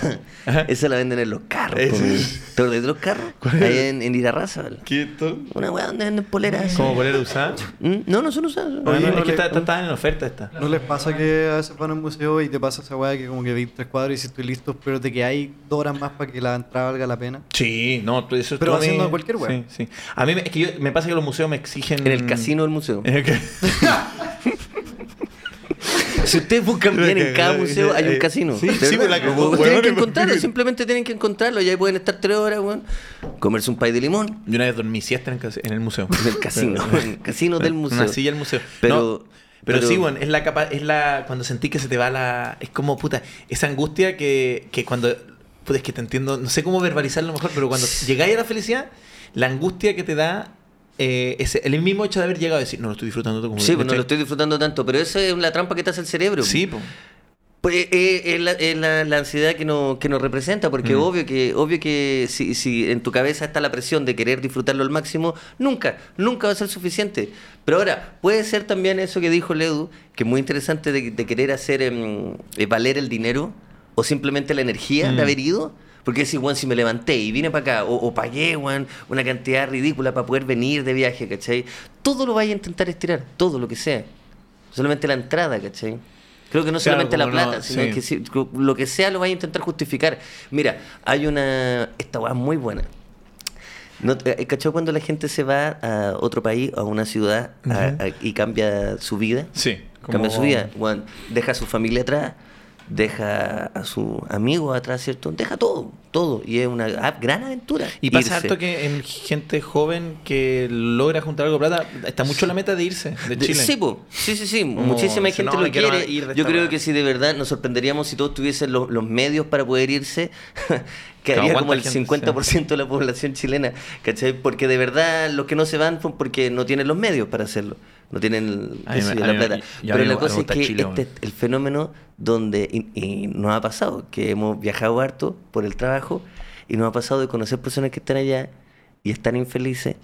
[SPEAKER 2] Ajá.
[SPEAKER 1] esa la venden en los carros.
[SPEAKER 2] Eso
[SPEAKER 1] po, weón.
[SPEAKER 2] es.
[SPEAKER 1] ¿Te acordás de los carros?
[SPEAKER 2] ¿Cuál
[SPEAKER 1] Ahí
[SPEAKER 2] era?
[SPEAKER 1] en, en Irarraza, ¿vale?
[SPEAKER 3] Quieto.
[SPEAKER 1] Una weá donde venden poleras.
[SPEAKER 2] ¿Cómo bolera usada?
[SPEAKER 1] ¿Mm? No, no son usados.
[SPEAKER 2] No,
[SPEAKER 4] Oye,
[SPEAKER 2] no,
[SPEAKER 4] no
[SPEAKER 2] es que
[SPEAKER 4] le-
[SPEAKER 2] está, está- está en oferta esta.
[SPEAKER 4] ¿No les pasa que a veces van a un museo y te pasa esa weá que como que veis tres cuadros y si estoy listo, pero te hay dos horas más para que la entrada valga la pena?
[SPEAKER 2] Sí, no, tú- eso
[SPEAKER 4] Pero
[SPEAKER 2] tú a mí-
[SPEAKER 4] haciendo cualquier wea.
[SPEAKER 2] Sí, sí. A mí me- es que yo, me pasa que los museos me exigen.
[SPEAKER 1] En el casino del museo.
[SPEAKER 2] En el ca-
[SPEAKER 1] Si ustedes buscan bien en cada museo hay
[SPEAKER 2] eh,
[SPEAKER 1] un casino.
[SPEAKER 3] Sí,
[SPEAKER 1] De
[SPEAKER 3] sí,
[SPEAKER 2] pues,
[SPEAKER 1] verdad.
[SPEAKER 3] la cagó,
[SPEAKER 1] Como-
[SPEAKER 3] weón,
[SPEAKER 1] tienen que
[SPEAKER 3] me
[SPEAKER 1] encontrarlo,
[SPEAKER 3] escriben.
[SPEAKER 1] simplemente tienen que encontrarlo. Y ahí pueden estar tres horas, weón. Comerse un pay de limón
[SPEAKER 2] Yo una vez dormí siesta en el, cas- en el museo.
[SPEAKER 1] en el casino. en el casino del museo.
[SPEAKER 2] Una silla del museo.
[SPEAKER 1] Pero-
[SPEAKER 2] No, pero,
[SPEAKER 1] pero-
[SPEAKER 2] sí, bueno, es la capa, es la. Cuando sentí que se te va la. Es como puta. Esa angustia que, que cuando. Puta, es que te entiendo. No sé cómo verbalizarlo mejor, pero cuando llegáis a la felicidad, la angustia que te da. eh, ese- el mismo hecho de haber llegado a decir, no lo estoy disfrutando todo como
[SPEAKER 1] Sí, pues no
[SPEAKER 2] ¿cachai?
[SPEAKER 1] lo estoy disfrutando tanto, pero esa es la trampa que te hace el cerebro.
[SPEAKER 2] Sí, pues.
[SPEAKER 1] Pues eh, eh, es, la, es la- la ansiedad que, no- que nos representa, porque
[SPEAKER 2] Mm.
[SPEAKER 1] obvio que, obvio que si, si en tu cabeza está la presión de querer disfrutarlo al máximo, nunca, nunca va a ser suficiente. Pero ahora, puede ser también eso que dijo Ledu, que es muy interesante de, de querer hacer em, eh, valer el dinero o simplemente la energía
[SPEAKER 2] Mm.
[SPEAKER 1] de haber ido. Porque decís, weón, si me levanté y vine para acá, o, o pagué, weón, una cantidad ridícula para poder venir de viaje, ¿cachai? Todo lo vaya a intentar estirar, todo lo que sea. Solamente la entrada, ¿cachai? Creo que no
[SPEAKER 2] Claro,
[SPEAKER 1] solamente la
[SPEAKER 2] como no,
[SPEAKER 1] plata, sino
[SPEAKER 2] sí.
[SPEAKER 1] que si- lo que sea lo vas a intentar justificar. Mira, hay una. Esta weá es muy buena. ¿No, te- eh, ¿Cachó cuando la gente se va a otro país, a una ciudad, a-
[SPEAKER 2] Ujú.
[SPEAKER 1] a- y cambia su vida?
[SPEAKER 2] Sí,
[SPEAKER 1] Cambia
[SPEAKER 2] como-
[SPEAKER 1] su vida. Weón, deja a su familia atrás, deja a su amigo atrás, ¿cierto? Deja todo, todo. Y es una ah, gran aventura.
[SPEAKER 2] Y pasa
[SPEAKER 1] irse.
[SPEAKER 2] harto que en gente joven que logra juntar algo de plata, está mucho la meta de irse de
[SPEAKER 1] De-
[SPEAKER 2] Chile.
[SPEAKER 1] Sí, po. sí, sí, sí.
[SPEAKER 2] Como
[SPEAKER 1] Muchísima
[SPEAKER 2] dice,
[SPEAKER 1] gente
[SPEAKER 2] "No,
[SPEAKER 1] lo
[SPEAKER 2] me quiero
[SPEAKER 1] quiere.
[SPEAKER 2] ir de
[SPEAKER 1] Yo
[SPEAKER 2] esta
[SPEAKER 1] creo
[SPEAKER 2] weá".
[SPEAKER 1] que si de verdad nos sorprenderíamos si todos tuviesen los, los medios para poder irse, que
[SPEAKER 2] Claro,
[SPEAKER 1] habría
[SPEAKER 2] ¿cuánta
[SPEAKER 1] como el
[SPEAKER 2] gente?
[SPEAKER 1] 50% de la población chilena, ¿cachai? Porque de verdad los que no se van son porque no tienen los medios para hacerlo. No tienen
[SPEAKER 2] A
[SPEAKER 1] qué
[SPEAKER 2] mí me-
[SPEAKER 1] sé yo,
[SPEAKER 2] a mí
[SPEAKER 1] la
[SPEAKER 2] me-
[SPEAKER 1] plata.
[SPEAKER 2] y a
[SPEAKER 1] Pero
[SPEAKER 2] mí
[SPEAKER 1] la
[SPEAKER 2] me
[SPEAKER 1] cosa es
[SPEAKER 2] gusta
[SPEAKER 1] que
[SPEAKER 2] Chile,
[SPEAKER 1] este es
[SPEAKER 2] weón.
[SPEAKER 1] el fenómeno donde y- y nos ha pasado, que hemos viajado harto por el trabajo y nos ha pasado de conocer personas que están allá y están infelices,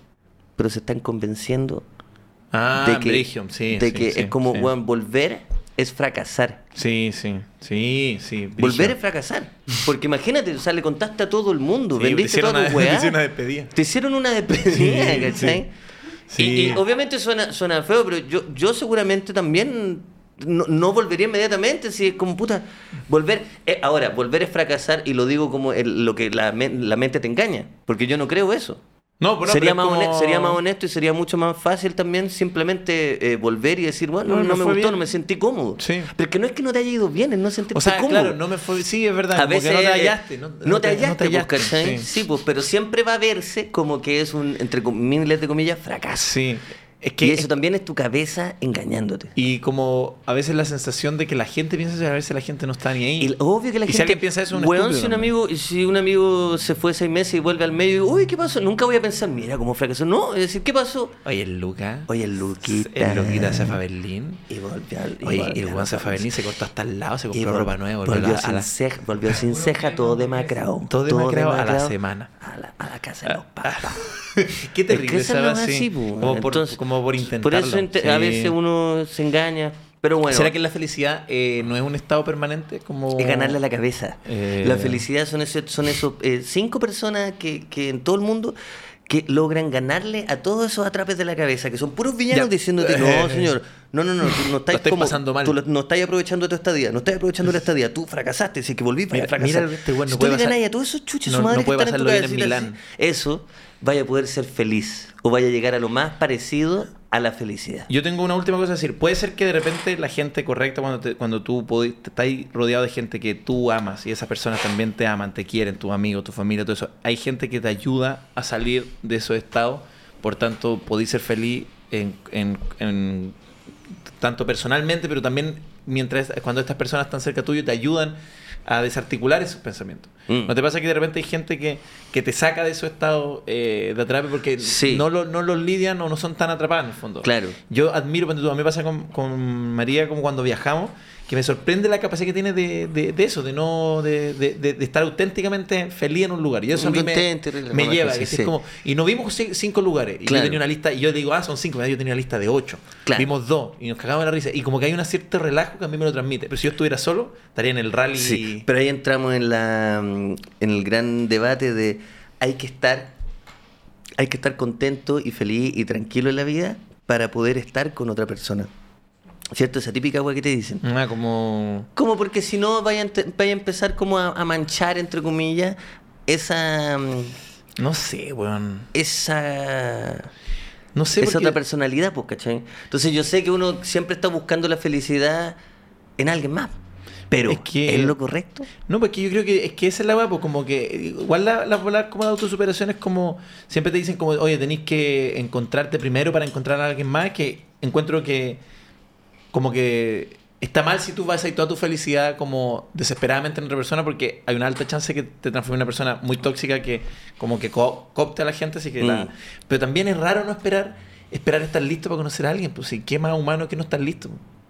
[SPEAKER 1] pero se están convenciendo
[SPEAKER 2] Ah,
[SPEAKER 1] de que,
[SPEAKER 2] Brígido, sí.
[SPEAKER 1] de
[SPEAKER 2] sí,
[SPEAKER 1] que
[SPEAKER 2] sí,
[SPEAKER 1] es como,
[SPEAKER 2] sí.
[SPEAKER 1] weón, volver es fracasar.
[SPEAKER 2] Sí, sí, sí, sí.
[SPEAKER 1] Volver es
[SPEAKER 2] brígido.
[SPEAKER 1] fracasar. Porque imagínate, o sea, le contaste a todo el mundo,
[SPEAKER 2] Sí, te
[SPEAKER 1] vendiste
[SPEAKER 2] hicieron
[SPEAKER 1] toda
[SPEAKER 2] una-
[SPEAKER 1] tu
[SPEAKER 2] te
[SPEAKER 1] weá.
[SPEAKER 2] hicieron una despedida.
[SPEAKER 1] Te hicieron una despedida,
[SPEAKER 2] Sí,
[SPEAKER 1] ¿cachai? Y,
[SPEAKER 2] sí.
[SPEAKER 1] y
[SPEAKER 2] Sí.
[SPEAKER 1] obviamente suena, suena feo, pero yo, yo seguramente también no, no volvería inmediatamente. Si es como puta, volver. eh, ahora, volver es fracasar y lo digo como el- lo que la, men- la mente te engaña. Porque yo no creo eso.
[SPEAKER 2] No, pero no,
[SPEAKER 1] sería,
[SPEAKER 2] pero
[SPEAKER 1] más
[SPEAKER 2] es como-
[SPEAKER 1] honesto, sería más honesto y sería mucho más fácil también simplemente eh, volver y decir, bueno,
[SPEAKER 2] Bueno,
[SPEAKER 1] no,
[SPEAKER 2] me
[SPEAKER 1] me
[SPEAKER 2] fue
[SPEAKER 1] gustó,
[SPEAKER 2] bien.
[SPEAKER 1] no me sentí cómodo.
[SPEAKER 2] Sí.
[SPEAKER 1] Pero que no es que no te haya ido bien, es no sentirte
[SPEAKER 2] O sea,
[SPEAKER 1] cómodo.
[SPEAKER 2] claro, no me fue. Sí, es verdad.
[SPEAKER 1] a
[SPEAKER 2] como que
[SPEAKER 1] veces
[SPEAKER 2] no te hallaste. No,
[SPEAKER 1] no te hallaste, pues, ¿cachai?
[SPEAKER 2] sí.
[SPEAKER 1] Sí, pues, pero siempre va a verse como que es un, entre com- miles de comillas, fracaso.
[SPEAKER 2] Sí. Es que
[SPEAKER 1] y eso también es tu cabeza engañándote.
[SPEAKER 2] Y como a veces la sensación de que la gente piensa eso y a veces la gente no está ni ahí.
[SPEAKER 1] Y el- obvio que la
[SPEAKER 2] Y
[SPEAKER 1] gente.
[SPEAKER 2] si alguien piensa eso, es un
[SPEAKER 1] Weón,
[SPEAKER 2] estúpido
[SPEAKER 1] si un,
[SPEAKER 2] también.
[SPEAKER 1] amigo, si un amigo se fue seis meses y vuelve al medio y digo, uy, ¿qué pasó? Nunca voy a pensar, mira cómo fracasó. No, es decir, ¿qué pasó?
[SPEAKER 2] Oye, el Luca.
[SPEAKER 1] Oye, el Luquita.
[SPEAKER 2] El Luquita se fue a Berlín.
[SPEAKER 1] Y volvió al. y
[SPEAKER 2] Oye,
[SPEAKER 1] volvió
[SPEAKER 2] el
[SPEAKER 1] al-
[SPEAKER 2] Juan se fue a Berlín, se cortó hasta el lado, se
[SPEAKER 1] Y
[SPEAKER 2] compró
[SPEAKER 1] vol-
[SPEAKER 2] ropa nueva, volvió,
[SPEAKER 1] volvió,
[SPEAKER 2] a, la-
[SPEAKER 1] sin
[SPEAKER 2] a la,
[SPEAKER 1] ceja, volvió sin ceja, todo demacrado.
[SPEAKER 2] Todo demacrado a la
[SPEAKER 1] demacrado,
[SPEAKER 2] semana. Ah,
[SPEAKER 1] A la, a la casa de los papás.
[SPEAKER 2] Qué terrible
[SPEAKER 1] Es que esa
[SPEAKER 2] esa
[SPEAKER 1] no es
[SPEAKER 2] así,
[SPEAKER 1] así, po,
[SPEAKER 2] como, por,
[SPEAKER 1] entonces,
[SPEAKER 2] como por intentarlo.
[SPEAKER 1] Por eso inte- a
[SPEAKER 2] Sí.
[SPEAKER 1] veces uno se engaña. Pero bueno,
[SPEAKER 2] ¿Será que la felicidad eh, no es un estado permanente? Como...
[SPEAKER 1] es ganarle la cabeza.
[SPEAKER 2] Eh.
[SPEAKER 1] La felicidad son esos son esos, eh, cinco personas que, que en todo el mundo que logran ganarle a todos esos atrapes de la cabeza, que son puros villanos
[SPEAKER 2] Ya.
[SPEAKER 1] diciéndote, no, señor, no, no, no, tú no estás
[SPEAKER 2] estáis
[SPEAKER 1] como-
[SPEAKER 2] pasando mal.
[SPEAKER 1] tú lo- no estás aprovechando tu estadía, no estás aprovechando la estadía, tú fracasaste, si es que volviste
[SPEAKER 2] Mira,
[SPEAKER 1] a fracasar.
[SPEAKER 2] mira, este weón no
[SPEAKER 1] si tú
[SPEAKER 2] puede
[SPEAKER 1] le
[SPEAKER 2] pasar-
[SPEAKER 1] ganas a todos esos chuches,
[SPEAKER 2] no-
[SPEAKER 1] su madre
[SPEAKER 2] no
[SPEAKER 1] que
[SPEAKER 2] puede
[SPEAKER 1] están en tu
[SPEAKER 2] pasarlo bien en
[SPEAKER 1] cabecita,
[SPEAKER 2] Milán.
[SPEAKER 1] así, eso, vaya a poder ser feliz o vaya a llegar a lo más parecido a la felicidad.
[SPEAKER 2] Yo tengo una última cosa a decir. Puede ser que de repente la gente correcta, cuando, te- cuando tú podi- te estás rodeado de gente que tú amas y esas personas también te aman, te quieren, tus amigos, tu familia, todo eso, hay gente que te ayuda a salir de esos estados. Por tanto, podéis ser feliz en- en- en tanto personalmente, pero también mientras cuando estas personas están cerca tuyo te ayudan a desarticular esos pensamientos.
[SPEAKER 1] Mm.
[SPEAKER 2] ¿No te pasa que de repente hay gente que, que te saca de su estado eh, de atrape porque
[SPEAKER 1] Sí.
[SPEAKER 2] no, lo- no los lidian o no son tan atrapados en el fondo?
[SPEAKER 1] Claro.
[SPEAKER 2] Yo admiro, ponte tú, a mí me pasa con, con María como cuando viajamos, que me sorprende la capacidad que tiene de, de- de eso, de no de, de- de- de estar auténticamente feliz en un lugar. Y eso a mí me,
[SPEAKER 1] Contento y relax-
[SPEAKER 2] me
[SPEAKER 1] no,
[SPEAKER 2] lleva.
[SPEAKER 1] sí,
[SPEAKER 2] que es
[SPEAKER 1] sí.
[SPEAKER 2] como- y nos vimos ci- cinco lugares. Y
[SPEAKER 1] Claro.
[SPEAKER 2] yo tenía una lista, y yo digo, ah, son cinco, ¿verdad? yo tenía una lista de ocho.
[SPEAKER 1] Claro.
[SPEAKER 2] Vimos dos y nos cagamos la risa. Y como que hay un cierto relajo que a mí me lo transmite. Pero si yo estuviera solo, estaría en el rally.
[SPEAKER 1] Sí, pero ahí entramos en la mm, en el gran debate de hay que estar hay que estar contento y feliz y tranquilo en la vida para poder estar con otra persona. ¿Cierto? Esa típica agua que te dicen.
[SPEAKER 2] Ah, como.
[SPEAKER 1] Como porque si no vaya a, ent- vaya a empezar como a, a manchar entre comillas esa mm,
[SPEAKER 2] No sé, weón.
[SPEAKER 1] esa
[SPEAKER 2] No sé.
[SPEAKER 1] esa
[SPEAKER 2] porque-
[SPEAKER 1] otra personalidad, pues, ¿cachai? Entonces yo sé que uno siempre está buscando la felicidad en alguien más. Pero
[SPEAKER 2] Es
[SPEAKER 1] es,
[SPEAKER 2] que-
[SPEAKER 1] lo correcto.
[SPEAKER 2] No, porque yo creo que es que esa es la weá, pues como que igual la, la bola como de autosuperación es como, siempre te dicen como, oye, tenéis que encontrarte primero para encontrar a alguien más, que encuentro que como que está mal si tú vas a ir toda tu felicidad como desesperadamente en otra persona porque hay una alta chance que te transforme en una persona muy tóxica que como que co- copta a la gente, así que la-
[SPEAKER 1] Mm.
[SPEAKER 2] Pero también es raro no esperar, esperar estar listo para conocer a alguien, pues si qué más humano que no estar listo.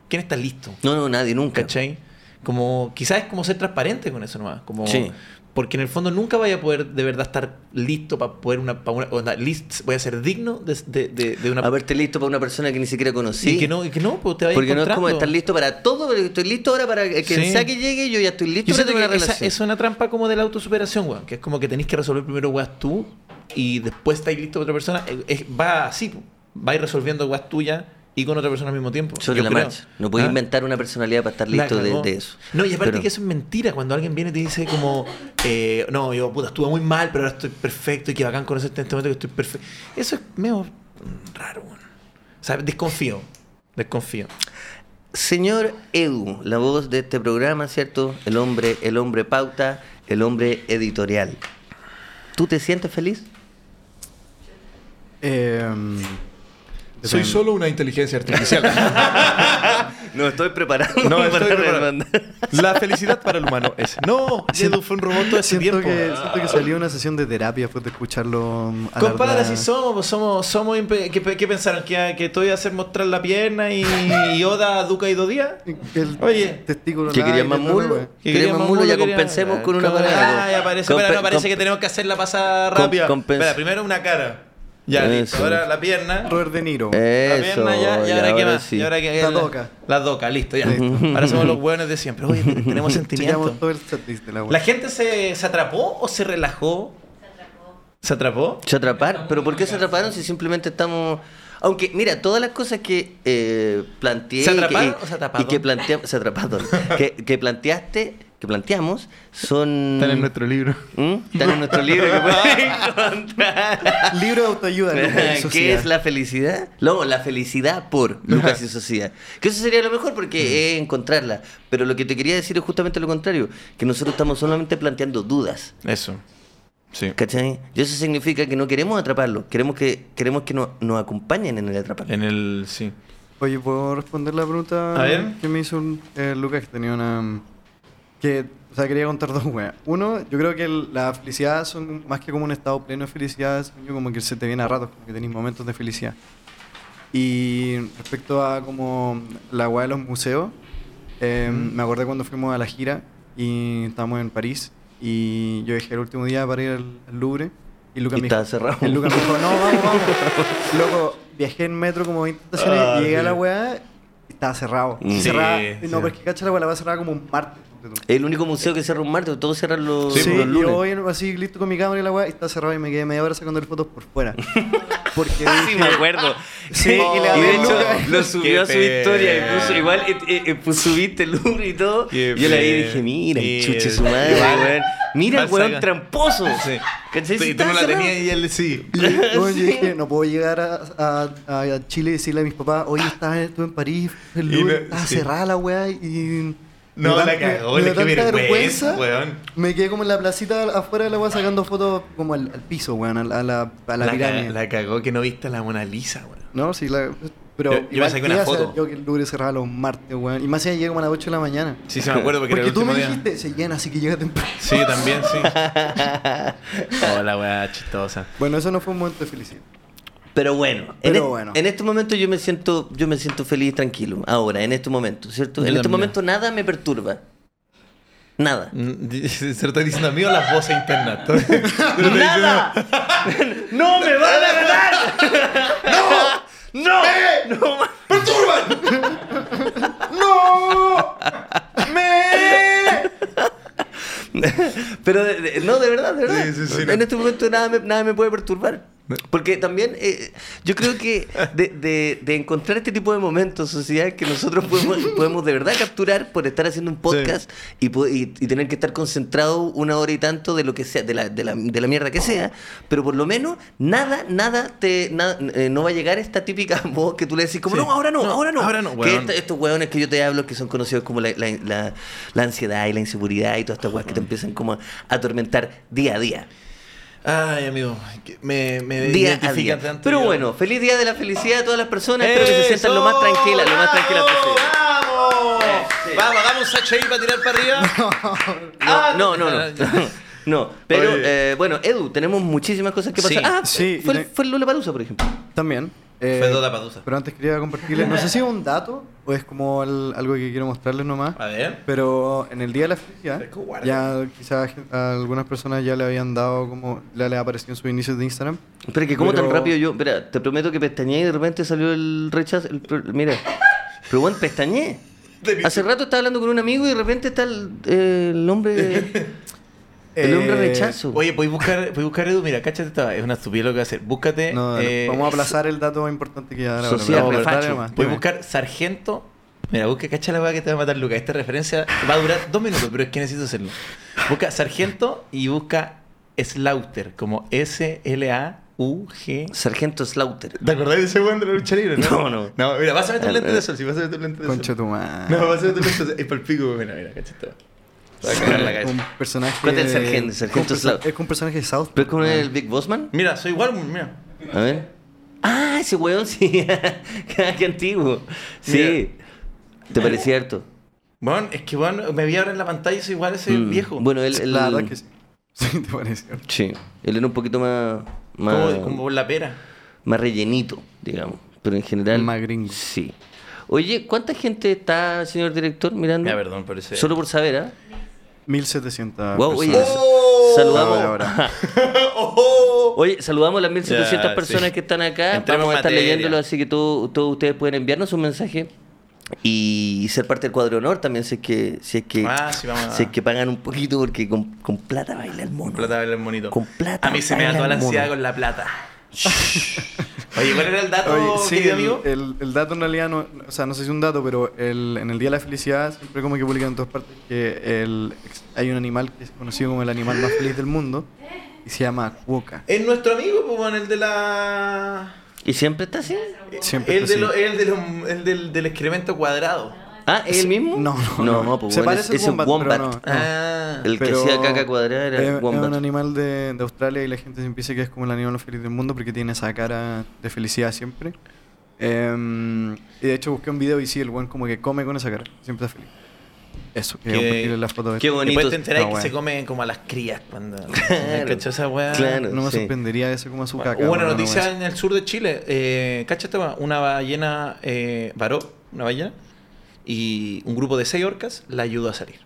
[SPEAKER 2] ¿Quién está listo?
[SPEAKER 1] No, no, nadie, nunca.
[SPEAKER 2] ¿Cachai? Como, quizás es como ser transparente con eso nomás. Como,
[SPEAKER 1] Sí.
[SPEAKER 2] Porque en el fondo nunca vaya a poder de verdad estar listo para poder una. pa' una onda, list- voy a ser digno de, de- de- de una.
[SPEAKER 1] A verte listo para una persona que ni siquiera conocí.
[SPEAKER 2] y que no, y que no, pues te vaya
[SPEAKER 1] Porque no es
[SPEAKER 2] encontrando.
[SPEAKER 1] como estar listo para todo, pero estoy listo ahora para que
[SPEAKER 2] Sí.
[SPEAKER 1] el saque llegue, yo ya estoy listo
[SPEAKER 2] Yo
[SPEAKER 1] para
[SPEAKER 2] siento
[SPEAKER 1] tener una
[SPEAKER 2] que esa-
[SPEAKER 1] relación.
[SPEAKER 2] es una trampa como de la autosuperación, weón. Que es como que tenés que resolver primero weas tú y después estáis listo para otra persona. eh, Es- es- va así, po. va a ir resolviendo weas tuyas y con otra persona al mismo tiempo.
[SPEAKER 1] Sobre
[SPEAKER 2] yo
[SPEAKER 1] la
[SPEAKER 2] creo.
[SPEAKER 1] marcha. No puedes
[SPEAKER 2] ¿Ah?
[SPEAKER 1] inventar una personalidad para estar
[SPEAKER 2] La
[SPEAKER 1] listo de,
[SPEAKER 2] cagó.
[SPEAKER 1] de eso.
[SPEAKER 2] No, y aparte
[SPEAKER 1] Pero-
[SPEAKER 2] que eso es mentira. Cuando alguien viene y te dice como, eh, no, yo puta, estuve muy mal, pero ahora estoy perfecto y que bacán conocerte en este momento que estoy perfecto. Eso es medio raro, weón. O sea, desconfío. Desconfío.
[SPEAKER 1] Señor Edu, la voz de este programa, ¿cierto? El hombre, el hombre pauta, el hombre editorial. ¿Tú te sientes feliz?
[SPEAKER 4] Em,
[SPEAKER 3] Soy
[SPEAKER 4] depende.
[SPEAKER 3] solo una inteligencia artificial.
[SPEAKER 1] No estoy preparado.
[SPEAKER 3] No, estoy
[SPEAKER 1] para
[SPEAKER 3] preparado.
[SPEAKER 1] demandar.
[SPEAKER 3] La felicidad para el humano es. No,
[SPEAKER 2] Edu fue un robot todo ese
[SPEAKER 4] Siento
[SPEAKER 2] tiempo.
[SPEAKER 4] que, siento que salió una sesión de terapia después de escucharlo. mm, alardar.
[SPEAKER 2] Compadre, así somos, pues, somos, somos impe- ¿qué, pe- qué pensaron? ¿Que, que estoy a hacer mostrar la pierna y, y Oda Duca y dos días?
[SPEAKER 4] El
[SPEAKER 2] Oye.
[SPEAKER 4] testículo
[SPEAKER 1] ¿Que
[SPEAKER 4] al aire,
[SPEAKER 1] querías más
[SPEAKER 4] toda la
[SPEAKER 1] mulo?
[SPEAKER 4] wea.
[SPEAKER 2] ¿Que
[SPEAKER 1] ¿Querías más mulo? Ya
[SPEAKER 2] querían-
[SPEAKER 1] compensemos con una
[SPEAKER 2] Cámara.
[SPEAKER 1] parada.
[SPEAKER 2] Ah, ya parece,
[SPEAKER 1] Compe-
[SPEAKER 2] pero no, parece
[SPEAKER 1] comp-
[SPEAKER 2] que tenemos que hacer la pasada rápida.
[SPEAKER 1] Com- compensa-
[SPEAKER 2] Espera, primero una cara. Ya,
[SPEAKER 1] Eso.
[SPEAKER 2] listo. Ahora la pierna.
[SPEAKER 4] Robert De Niro.
[SPEAKER 1] Eh,
[SPEAKER 2] La
[SPEAKER 1] Eso.
[SPEAKER 2] pierna ya, y
[SPEAKER 1] ya,
[SPEAKER 2] ahora qué
[SPEAKER 1] ahora
[SPEAKER 2] más.
[SPEAKER 1] sí.
[SPEAKER 2] Y ahora qué
[SPEAKER 4] La
[SPEAKER 2] la-
[SPEAKER 4] doca.
[SPEAKER 2] La doca, listo, ya.
[SPEAKER 4] Listo.
[SPEAKER 2] Ahora somos los buenos de siempre. Oye, tenemos sentimiento.
[SPEAKER 4] Chequeamos todo el setlist de la wea.
[SPEAKER 2] ¿La gente se, se atrapó o se relajó? Se atrapó.
[SPEAKER 1] ¿Se atraparon? ¿Pero por qué se atraparon si simplemente estamos...? Aunque, mira, todas las cosas que eh, planteé...
[SPEAKER 2] ¿Se
[SPEAKER 1] y que-
[SPEAKER 2] atraparon
[SPEAKER 1] y-
[SPEAKER 2] o se atraparon?
[SPEAKER 1] Y que, plantea, se atraparon. que, que planteaste, que planteamos, son...
[SPEAKER 3] libro.
[SPEAKER 1] ¿Mm? Están en nuestro libro que pueden encontrar.
[SPEAKER 4] Libro de autoayuda. Lucas y
[SPEAKER 1] ¿Qué
[SPEAKER 4] Sociedad.
[SPEAKER 1] es la felicidad? No, la felicidad por Lucas y Sociedad. Que eso sería lo mejor porque es encontrarla. Pero lo que te quería decir es justamente lo contrario. Que nosotros estamos solamente planteando dudas.
[SPEAKER 2] Eso. Sí.
[SPEAKER 1] ¿Cachai? Y eso significa que no queremos atraparlo, queremos que, queremos que no- nos acompañen en el atrapar.
[SPEAKER 2] el. Sí.
[SPEAKER 4] Oye, ¿puedo responder la pregunta
[SPEAKER 2] A ver.
[SPEAKER 4] que me hizo eh, Lucas? Que tenía una. Que, o sea, quería contar dos weas. Uno, yo creo que el- la felicidad son más que como un estado pleno de felicidad, según yo, como que se te viene a ratos, como que tenés momentos de felicidad. Y respecto a como la wea de los museos, eh, me acordé cuando fuimos a la gira y estábamos en París y yo dije el último día para ir al, al Louvre. Y Lucas
[SPEAKER 1] Y
[SPEAKER 4] me dijo-
[SPEAKER 1] estaba cerrado.
[SPEAKER 4] el Lucas me dijo, no, vamos, vamos. Loco, viajé en metro como 20 estaciones, llegué a la weá y estaba cerrado.
[SPEAKER 1] Sí,
[SPEAKER 4] cerrada.
[SPEAKER 2] Ah, Mm. sí.
[SPEAKER 4] No, pero es que cacha la weá, la weá cerrada como un martes. ponte tú.
[SPEAKER 1] El único museo que cierra un martes, todos cierran los,
[SPEAKER 2] pues,
[SPEAKER 4] Sí,
[SPEAKER 1] los
[SPEAKER 4] yo
[SPEAKER 1] lunes.
[SPEAKER 4] voy así listo con mi cámara y la weá, y está cerrado y me quedé media hora sacando fotos por fuera. Porque
[SPEAKER 1] Sí,
[SPEAKER 4] dije,
[SPEAKER 1] me acuerdo.
[SPEAKER 4] Sí, y le
[SPEAKER 1] y de
[SPEAKER 4] hablé
[SPEAKER 1] hecho
[SPEAKER 4] Lucas.
[SPEAKER 1] lo subió a su
[SPEAKER 2] Qué pena.
[SPEAKER 1] historia. Y puso, igual eh, eh, eh, puso- subiste el Louvre y todo.
[SPEAKER 2] Qué
[SPEAKER 1] yo la vi y
[SPEAKER 2] pena.
[SPEAKER 1] dije, mira, el
[SPEAKER 2] Mira.
[SPEAKER 1] chuche su madre,
[SPEAKER 2] Igual.
[SPEAKER 1] weón. Mira, el
[SPEAKER 2] Mal
[SPEAKER 1] weón
[SPEAKER 2] saca.
[SPEAKER 1] tramposo.
[SPEAKER 2] Sí.
[SPEAKER 1] ¿Cachai? Si
[SPEAKER 2] Sí, tú no
[SPEAKER 1] está
[SPEAKER 2] la
[SPEAKER 1] cerrado.
[SPEAKER 2] tenías y él sí.
[SPEAKER 4] no, yo
[SPEAKER 1] Sí.
[SPEAKER 4] dije, no puedo llegar a, a- a Chile y decirle a mis papás, oye, estás, estuve en París, el
[SPEAKER 2] Y
[SPEAKER 4] Louvre,
[SPEAKER 2] no-
[SPEAKER 4] estaba
[SPEAKER 2] sí.
[SPEAKER 4] cerrada la weá y...
[SPEAKER 2] No,
[SPEAKER 4] me da-
[SPEAKER 2] la cagó,
[SPEAKER 4] me
[SPEAKER 2] le
[SPEAKER 4] da
[SPEAKER 2] qué
[SPEAKER 4] tanta
[SPEAKER 2] vergüenza, weón.
[SPEAKER 4] Me quedé como en la placita afuera de la weá sacando fotos como al, al piso, weón, a la, a la, a la
[SPEAKER 2] La,
[SPEAKER 4] pirámide.
[SPEAKER 2] ca- la cagó que no viste la Mona Lisa, weón.
[SPEAKER 4] No, sí, la... Pero
[SPEAKER 2] Yo- yo me
[SPEAKER 4] igual
[SPEAKER 2] saqué
[SPEAKER 4] ¿qué
[SPEAKER 2] una
[SPEAKER 4] iba a saber
[SPEAKER 2] foto.
[SPEAKER 4] Yo que el Louvre cerraba los martes, weón. Y más allá llegué como a las 8 de la mañana.
[SPEAKER 2] Sí, se me acuerdo porque, era
[SPEAKER 4] Porque
[SPEAKER 2] el
[SPEAKER 4] tú me
[SPEAKER 2] último día.
[SPEAKER 4] dijiste, se llena, así que llega temprano.
[SPEAKER 2] Sí, también, sí. Hola, weá, chistosa.
[SPEAKER 4] Bueno, eso no fue un momento de felicidad.
[SPEAKER 1] Pero bueno, en,
[SPEAKER 4] Pero
[SPEAKER 1] est-
[SPEAKER 4] bueno.
[SPEAKER 1] en este momento yo me siento yo me siento feliz, tranquilo. Ahora, en este momento, ¿cierto?
[SPEAKER 2] Yo
[SPEAKER 1] En este
[SPEAKER 2] también.
[SPEAKER 1] momento nada me perturba. Nada.
[SPEAKER 2] Mm, Se lo está diciendo a mí o las voces internas.
[SPEAKER 1] ¡Nada! ¡No me van a ganar! ¡No! ¡No! ¡No! ma-
[SPEAKER 2] ¡No! ¡Me!
[SPEAKER 1] Pero de- de- no, de verdad, de verdad.
[SPEAKER 2] Sí, sí, sí,
[SPEAKER 1] en
[SPEAKER 2] no.
[SPEAKER 1] este momento nada me, nada me puede perturbar. Porque también eh, yo creo que de, de- de encontrar este tipo de momentos, sociedad, que nosotros podemos, podemos de verdad capturar por estar haciendo un podcast y po- y, y tener que estar concentrado una hora y tanto de lo que sea, de la, de la, de la mierda que sea, pero por lo menos nada, nada te na- eh, no va a llegar esta típica voz que tú le decís como,
[SPEAKER 2] Sí.
[SPEAKER 1] no, ahora no,
[SPEAKER 2] No,
[SPEAKER 1] ahora no.
[SPEAKER 2] ahora no,
[SPEAKER 1] Que
[SPEAKER 2] weón.
[SPEAKER 1] esta- estos hueones que yo te hablo que son conocidos como la, la, la- la ansiedad y la inseguridad y todas estas hueas que te empiezan como a atormentar día a día.
[SPEAKER 2] Ay, amigo, que me, me
[SPEAKER 1] Día a
[SPEAKER 2] identifica
[SPEAKER 1] día.
[SPEAKER 2] tanto
[SPEAKER 1] Pero
[SPEAKER 2] yo.
[SPEAKER 1] bueno, feliz día de la felicidad a todas las personas. Espero que se sientan lo más
[SPEAKER 2] ¡Eso! ¡Ah!
[SPEAKER 1] tranquilas, lo más tranquilas
[SPEAKER 2] ¡Bravo!
[SPEAKER 1] posible.
[SPEAKER 2] ¡Vamos!
[SPEAKER 1] Sí.
[SPEAKER 2] Vamos, hagamos un sache ahí para tirar para arriba. Ah,
[SPEAKER 1] No, no, no. no. No, pero
[SPEAKER 2] Oye.
[SPEAKER 1] eh, bueno, Edu, tenemos muchísimas cosas que pasar.
[SPEAKER 2] Sí.
[SPEAKER 1] ah,
[SPEAKER 4] Sí,
[SPEAKER 1] fue,
[SPEAKER 4] y
[SPEAKER 1] el-
[SPEAKER 4] le-
[SPEAKER 1] fue el Lola Palusa, por ejemplo.
[SPEAKER 4] También. eh,
[SPEAKER 2] Fue Dota Padusa.
[SPEAKER 4] Pero antes quería compartirles, no sé si es un dato o es como al- algo que quiero mostrarles nomás.
[SPEAKER 2] A ver.
[SPEAKER 4] Pero en el día de la felicidad,
[SPEAKER 2] Fresco, guarda.
[SPEAKER 4] ya quizás a algunas personas ya le habían dado como, ya le apareció en sus inicios de Instagram.
[SPEAKER 1] Espera, que como tan
[SPEAKER 4] Pero-
[SPEAKER 1] rápido yo. Espera, te prometo que pestañeé y de repente salió el rechazo. el pro- mira, pero bueno, pestañeé. Hace rato estaba hablando con un amigo y de repente está el, eh, el hombre. El hombre
[SPEAKER 4] Eh,
[SPEAKER 1] rechazo.
[SPEAKER 2] Oye, ¿puedes buscar, ¿puedes buscar Edu? Mira, cáchate, esta- es una estupidez lo que va a hacer. Búscate.
[SPEAKER 4] No, no,
[SPEAKER 2] eh,
[SPEAKER 4] vamos a aplazar el dato más importante que ya era.
[SPEAKER 1] Social
[SPEAKER 4] pero- pero
[SPEAKER 1] refacho.
[SPEAKER 4] dale nomás,
[SPEAKER 2] Puedes
[SPEAKER 4] dime.
[SPEAKER 2] buscar Sargento. Mira, busca, cacha la weá que te va a matar Lucas. Esta referencia va a durar dos minutos, pero es que necesito hacerlo. Busca Sargento y busca Slaughter, como S-L-A-U-G.
[SPEAKER 1] Sargento Slaughter.
[SPEAKER 2] ¿Te acordás de ese weón de la lucha libre?
[SPEAKER 1] No,
[SPEAKER 2] No,
[SPEAKER 1] no.
[SPEAKER 2] No, mira, vas a meter lente de sol, sí, vas a meter lente de sol.
[SPEAKER 4] Concha tu madre.
[SPEAKER 2] No, vas a meter lente de sol. Es para el pico, mira, mira, cacha esto. Te va a cagar la
[SPEAKER 4] un
[SPEAKER 2] cabeza.
[SPEAKER 4] personaje.
[SPEAKER 1] ¿Cuál es el sargento? El sargento
[SPEAKER 4] es un
[SPEAKER 1] Slaughter.
[SPEAKER 4] perso- Es un personaje de South. eh,
[SPEAKER 1] ¿Pero es como
[SPEAKER 4] Park,
[SPEAKER 1] el Big Bossman?
[SPEAKER 2] Mira, soy Warburg, mira.
[SPEAKER 1] A ver. Ah, ese weón sí. Qué antiguo. Sí. ¿Te parecía harto?
[SPEAKER 2] Bueno, es que bueno, me vi ahora en la pantalla y soy igual a ese
[SPEAKER 1] Mm.
[SPEAKER 2] viejo.
[SPEAKER 1] Bueno, él.
[SPEAKER 4] weón.
[SPEAKER 1] él-
[SPEAKER 4] La verdad que sí. Sí, te pareció.
[SPEAKER 1] Sí. Él era un poquito más. más
[SPEAKER 2] como, como la pera.
[SPEAKER 1] más rellenito, digamos. Pero en general.
[SPEAKER 4] Más gringo.
[SPEAKER 1] Sí. Oye, ¿cuánta gente está, señor director, mirando?
[SPEAKER 2] Mira, perdón, por ese.
[SPEAKER 1] Solo por saber, ¿ah?
[SPEAKER 2] Ah, pues
[SPEAKER 4] 1700.
[SPEAKER 1] Wow, oye,
[SPEAKER 4] personas.
[SPEAKER 2] ¡Oh!
[SPEAKER 1] saludamos.
[SPEAKER 4] Ahora, ahora.
[SPEAKER 2] ¡Oh!
[SPEAKER 1] Oye, saludamos a las 1700
[SPEAKER 2] Ya,
[SPEAKER 1] personas
[SPEAKER 2] sí.
[SPEAKER 1] que están acá.
[SPEAKER 2] Entremos
[SPEAKER 1] Vamos a
[SPEAKER 2] en
[SPEAKER 1] estar
[SPEAKER 2] materia.
[SPEAKER 1] leyéndolo, así que todo- todos ustedes pueden enviarnos un mensaje y ser parte del cuadro de honor también si es que si es que
[SPEAKER 2] Ah, sí, vamos a-
[SPEAKER 1] si es que pagan un poquito porque con, con plata baila el mono.
[SPEAKER 2] Plata baila el monito.
[SPEAKER 1] Con plata
[SPEAKER 2] A mí se me da
[SPEAKER 1] baila
[SPEAKER 2] toda la
[SPEAKER 1] el mono.
[SPEAKER 2] ansiedad con la plata. Oye, ¿cuál era el dato,
[SPEAKER 4] Oye, sí, el,
[SPEAKER 2] querido
[SPEAKER 4] eh,
[SPEAKER 2] amigo?
[SPEAKER 4] El, el dato en realidad, no, o sea, no sé si es un dato, pero el, en el Día de la Felicidad siempre como que publican en todas partes que el, hay un animal que es conocido como el animal más feliz del mundo y se llama cuoca.
[SPEAKER 2] Es nuestro amigo, pues, bueno, el de la.
[SPEAKER 1] ¿Y siempre está así?
[SPEAKER 4] Siempre
[SPEAKER 2] El,
[SPEAKER 4] está
[SPEAKER 2] de
[SPEAKER 4] así.
[SPEAKER 2] lo- el, de lo- el del, del excremento cuadrado.
[SPEAKER 1] Ah, ¿es el mismo?
[SPEAKER 4] No, no, no.
[SPEAKER 1] pues,
[SPEAKER 4] Se
[SPEAKER 1] bueno,
[SPEAKER 4] parece al
[SPEAKER 1] es, es un
[SPEAKER 4] wombat, pero
[SPEAKER 1] wombat.
[SPEAKER 4] no.
[SPEAKER 2] Ah.
[SPEAKER 1] El que hacía caca cuadrada era
[SPEAKER 4] es-
[SPEAKER 1] el
[SPEAKER 4] es
[SPEAKER 1] wombat.
[SPEAKER 4] un animal de, de Australia y la gente siempre dice que es como el animal más feliz del mundo porque tiene esa cara de felicidad siempre. Em, y de hecho busqué un video y sí, el buen como que come con esa cara. Siempre está feliz. Eso,
[SPEAKER 2] Qué-
[SPEAKER 4] quería compartirle la foto. de-
[SPEAKER 1] qué bonito.
[SPEAKER 2] Después te enteras
[SPEAKER 4] No,
[SPEAKER 2] que
[SPEAKER 4] bueno.
[SPEAKER 2] se comen como a las crías cuando.
[SPEAKER 1] Claro.
[SPEAKER 2] ¿Cachó esa weá?
[SPEAKER 1] Claro.
[SPEAKER 4] No me
[SPEAKER 1] Sí.
[SPEAKER 4] sorprendería eso como su caca.
[SPEAKER 2] Hubo una
[SPEAKER 4] bueno, no
[SPEAKER 2] noticia
[SPEAKER 4] me-
[SPEAKER 2] en el sur de Chile. Eh, cáchate, va, una ballena eh, varó, una ballena, y un grupo de seis orcas la ayudó a salir.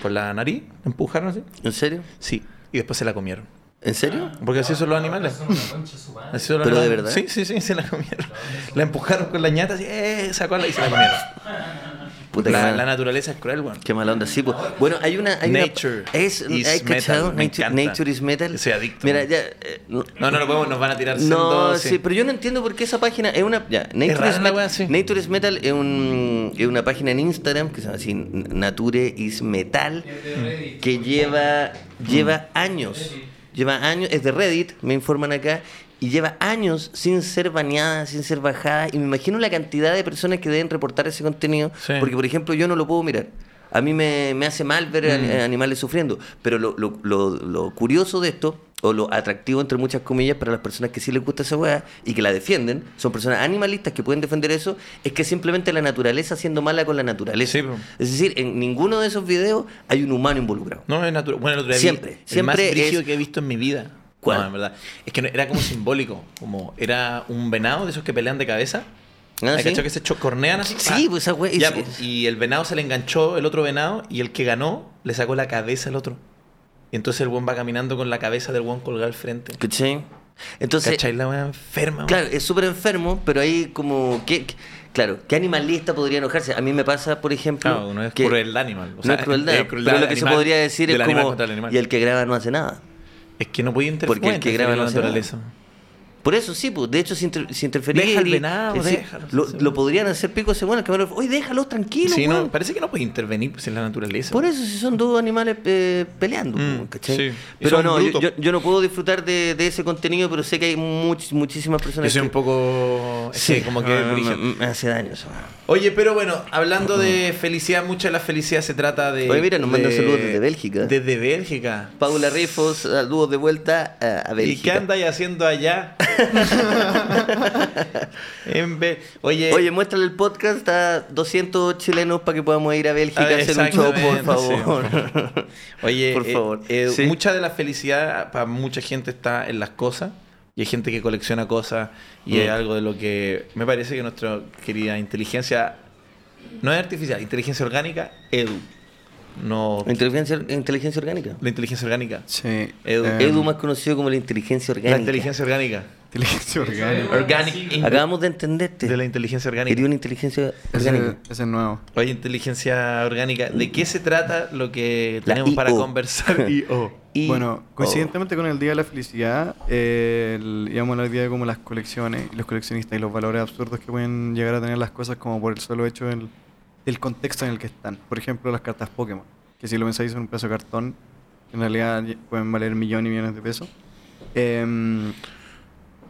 [SPEAKER 2] Con la nariz, la empujaron así.
[SPEAKER 1] ¿En serio?
[SPEAKER 2] Sí, y después se la comieron.
[SPEAKER 1] ¿En serio?
[SPEAKER 2] Porque así son los animales. Así son los
[SPEAKER 1] ¿Pero de
[SPEAKER 2] animales.
[SPEAKER 1] verdad?
[SPEAKER 2] Sí, sí, sí, se la comieron. La empujaron con la ñata, así, eh, sacó la y se la comieron.
[SPEAKER 1] Puta que
[SPEAKER 2] la,
[SPEAKER 1] mal.
[SPEAKER 2] la naturaleza es cruel, weón.
[SPEAKER 1] Qué mala onda, sí. pues. Bueno, hay una. Hay
[SPEAKER 2] Nature
[SPEAKER 1] una, es,
[SPEAKER 2] is
[SPEAKER 1] ¿hay cachado?
[SPEAKER 2] metal, me
[SPEAKER 1] Nature,
[SPEAKER 2] encanta.
[SPEAKER 1] Nature is metal.
[SPEAKER 2] Soy adicto.
[SPEAKER 1] Mira, ya. eh, no,
[SPEAKER 2] No, no lo podemos, nos van a tirar
[SPEAKER 1] no,
[SPEAKER 2] siendo-
[SPEAKER 1] sí. pero yo no entiendo por qué esa página es una. Ya, Nature,
[SPEAKER 2] rara
[SPEAKER 1] is
[SPEAKER 2] la
[SPEAKER 1] Metal,
[SPEAKER 2] wea, sí.
[SPEAKER 1] Nature is Metal es, un- es una página en Instagram que se llama así Nature is Metal que lleva, lleva años. Lleva años, es de Reddit, me informan acá, y lleva años sin ser baneada, sin ser bajada. Y me imagino la cantidad de personas que deben reportar ese contenido,
[SPEAKER 2] Sí.
[SPEAKER 1] porque por ejemplo yo no lo puedo mirar. A mí me, me hace mal ver a-
[SPEAKER 2] Mm.
[SPEAKER 1] a animales sufriendo, pero lo, lo- lo- lo curioso de esto, o lo atractivo entre muchas comillas para las personas que sí les gusta esa weá y que la defienden, son personas animalistas que pueden defender eso, es que simplemente la naturaleza haciendo mala con la naturaleza.
[SPEAKER 2] Sí, po.
[SPEAKER 1] es decir, en ninguno de esos videos hay un humano involucrado.
[SPEAKER 2] No, es natural. Bueno, el otro día vi
[SPEAKER 1] Siempre,
[SPEAKER 2] el
[SPEAKER 1] siempre
[SPEAKER 2] más brígido
[SPEAKER 1] es-
[SPEAKER 2] que he visto en mi vida.
[SPEAKER 1] ¿Cuál?
[SPEAKER 2] No, en verdad. Es que no- era como simbólico. Como era un venado de esos que pelean de cabeza.
[SPEAKER 1] Ah,
[SPEAKER 2] ¿Hay
[SPEAKER 1] ¿sí?
[SPEAKER 2] cachado que se cho- cornean así?
[SPEAKER 1] Sí, pues, esa wea es-
[SPEAKER 2] Ya, pues, y el venado se le enganchó el otro venado y el que ganó le sacó la cabeza al otro. Y entonces el buen va caminando con la cabeza del buen colgada al frente.
[SPEAKER 1] ¿Cachai? Entonces,
[SPEAKER 2] ¿Cachai? La wea enferma. wea.
[SPEAKER 1] claro, es súper enfermo, pero ahí como que, que- claro, ¿qué animalista podría enojarse? A mí me pasa, por ejemplo,
[SPEAKER 2] Claro, no es
[SPEAKER 1] que
[SPEAKER 2] crueldad animal. O
[SPEAKER 1] no
[SPEAKER 2] sea,
[SPEAKER 1] es crueldad,
[SPEAKER 2] es crueldad
[SPEAKER 1] pero lo que se
[SPEAKER 2] animal,
[SPEAKER 1] podría decir
[SPEAKER 2] del
[SPEAKER 1] es
[SPEAKER 2] animal
[SPEAKER 1] como
[SPEAKER 2] contra el animal.
[SPEAKER 1] y el que graba no hace nada.
[SPEAKER 2] Es que no podía interferir
[SPEAKER 1] Porque el que graba
[SPEAKER 2] en la
[SPEAKER 1] no hace nada.
[SPEAKER 2] naturaleza.
[SPEAKER 1] Por eso sí, pues, de hecho si, inter- si interfería
[SPEAKER 2] Deja al
[SPEAKER 1] y-
[SPEAKER 2] venado,
[SPEAKER 1] es decir,
[SPEAKER 2] pues, déjalo,
[SPEAKER 1] lo,
[SPEAKER 2] sí, sí.
[SPEAKER 1] lo podrían hacer pico ese bueno, el camarón, oye, déjalo tranquilo,
[SPEAKER 2] Sí,
[SPEAKER 1] weón".
[SPEAKER 2] no, parece que no puede intervenir pues, en la naturaleza.
[SPEAKER 1] Por eso si son dos animales eh, peleando,
[SPEAKER 2] Mm,
[SPEAKER 1] po, ¿cachai?
[SPEAKER 2] sí. Y
[SPEAKER 1] Pero
[SPEAKER 2] son
[SPEAKER 1] no, yo,
[SPEAKER 2] brutos.
[SPEAKER 1] yo- yo no puedo disfrutar de, de ese contenido, pero sé que hay much- muchísimas
[SPEAKER 2] Yo
[SPEAKER 1] personas
[SPEAKER 2] soy
[SPEAKER 1] que
[SPEAKER 2] un poco. Sí, como que.
[SPEAKER 1] ah, me,
[SPEAKER 2] brillo.
[SPEAKER 1] me hace daño eso.
[SPEAKER 2] Oye, pero bueno, hablando de felicidad, mucha de la felicidad se trata de.
[SPEAKER 1] Mm. Oye, mira, nos mandan
[SPEAKER 2] de-
[SPEAKER 1] saludos desde Bélgica.
[SPEAKER 2] Desde Bélgica.
[SPEAKER 1] Paula Rifos, a dúos de vuelta eh, a, a
[SPEAKER 2] ¿Y qué
[SPEAKER 1] Bélgica.
[SPEAKER 2] andáis haciendo allá? En Bé- Oye,
[SPEAKER 1] Oye, muéstrale el podcast a 200 chilenos para que podamos ir a Bélgica
[SPEAKER 2] Ah,
[SPEAKER 1] a hacer un show, por
[SPEAKER 2] exactamente,
[SPEAKER 1] favor.
[SPEAKER 2] oye,
[SPEAKER 1] por
[SPEAKER 2] eh,
[SPEAKER 1] favor.
[SPEAKER 2] eh,
[SPEAKER 1] Sí.
[SPEAKER 2] mucha de la felicidad para mucha gente está en las cosas. Y hay gente que colecciona cosas. Y
[SPEAKER 1] Mm.
[SPEAKER 2] es algo de lo que me parece que nuestra querida inteligencia. No es artificial, inteligencia orgánica, edu. No.
[SPEAKER 1] inteligencia, inteligencia orgánica.
[SPEAKER 2] La inteligencia orgánica.
[SPEAKER 4] Sí.
[SPEAKER 2] Edu-
[SPEAKER 4] eh,
[SPEAKER 1] Edu más conocido como la inteligencia orgánica.
[SPEAKER 2] La inteligencia orgánica.
[SPEAKER 4] Inteligencia orgánica.
[SPEAKER 2] Organic.
[SPEAKER 1] Acabamos de entenderte.
[SPEAKER 2] De la inteligencia
[SPEAKER 1] Quería
[SPEAKER 2] orgánica.
[SPEAKER 1] una inteligencia
[SPEAKER 4] Ese,
[SPEAKER 1] orgánica.
[SPEAKER 4] ese es nuevo.
[SPEAKER 2] Oye, inteligencia orgánica. ¿De qué se trata lo que
[SPEAKER 1] La
[SPEAKER 2] tenemos para
[SPEAKER 1] IO.
[SPEAKER 2] conversar? IO.
[SPEAKER 1] Y-
[SPEAKER 4] Bueno,
[SPEAKER 1] oh.
[SPEAKER 4] coincidentemente con el Día de la Felicidad, eh, el- íbamos a hablar hoy día de como las colecciones, y los coleccionistas y los valores absurdos que pueden llegar a tener las cosas como por el solo hecho del, del contexto en el que están. Por ejemplo, las cartas Pokémon, que si lo pensáis son un pedazo de cartón, que en realidad ye- pueden valer millones y millones de pesos. Em,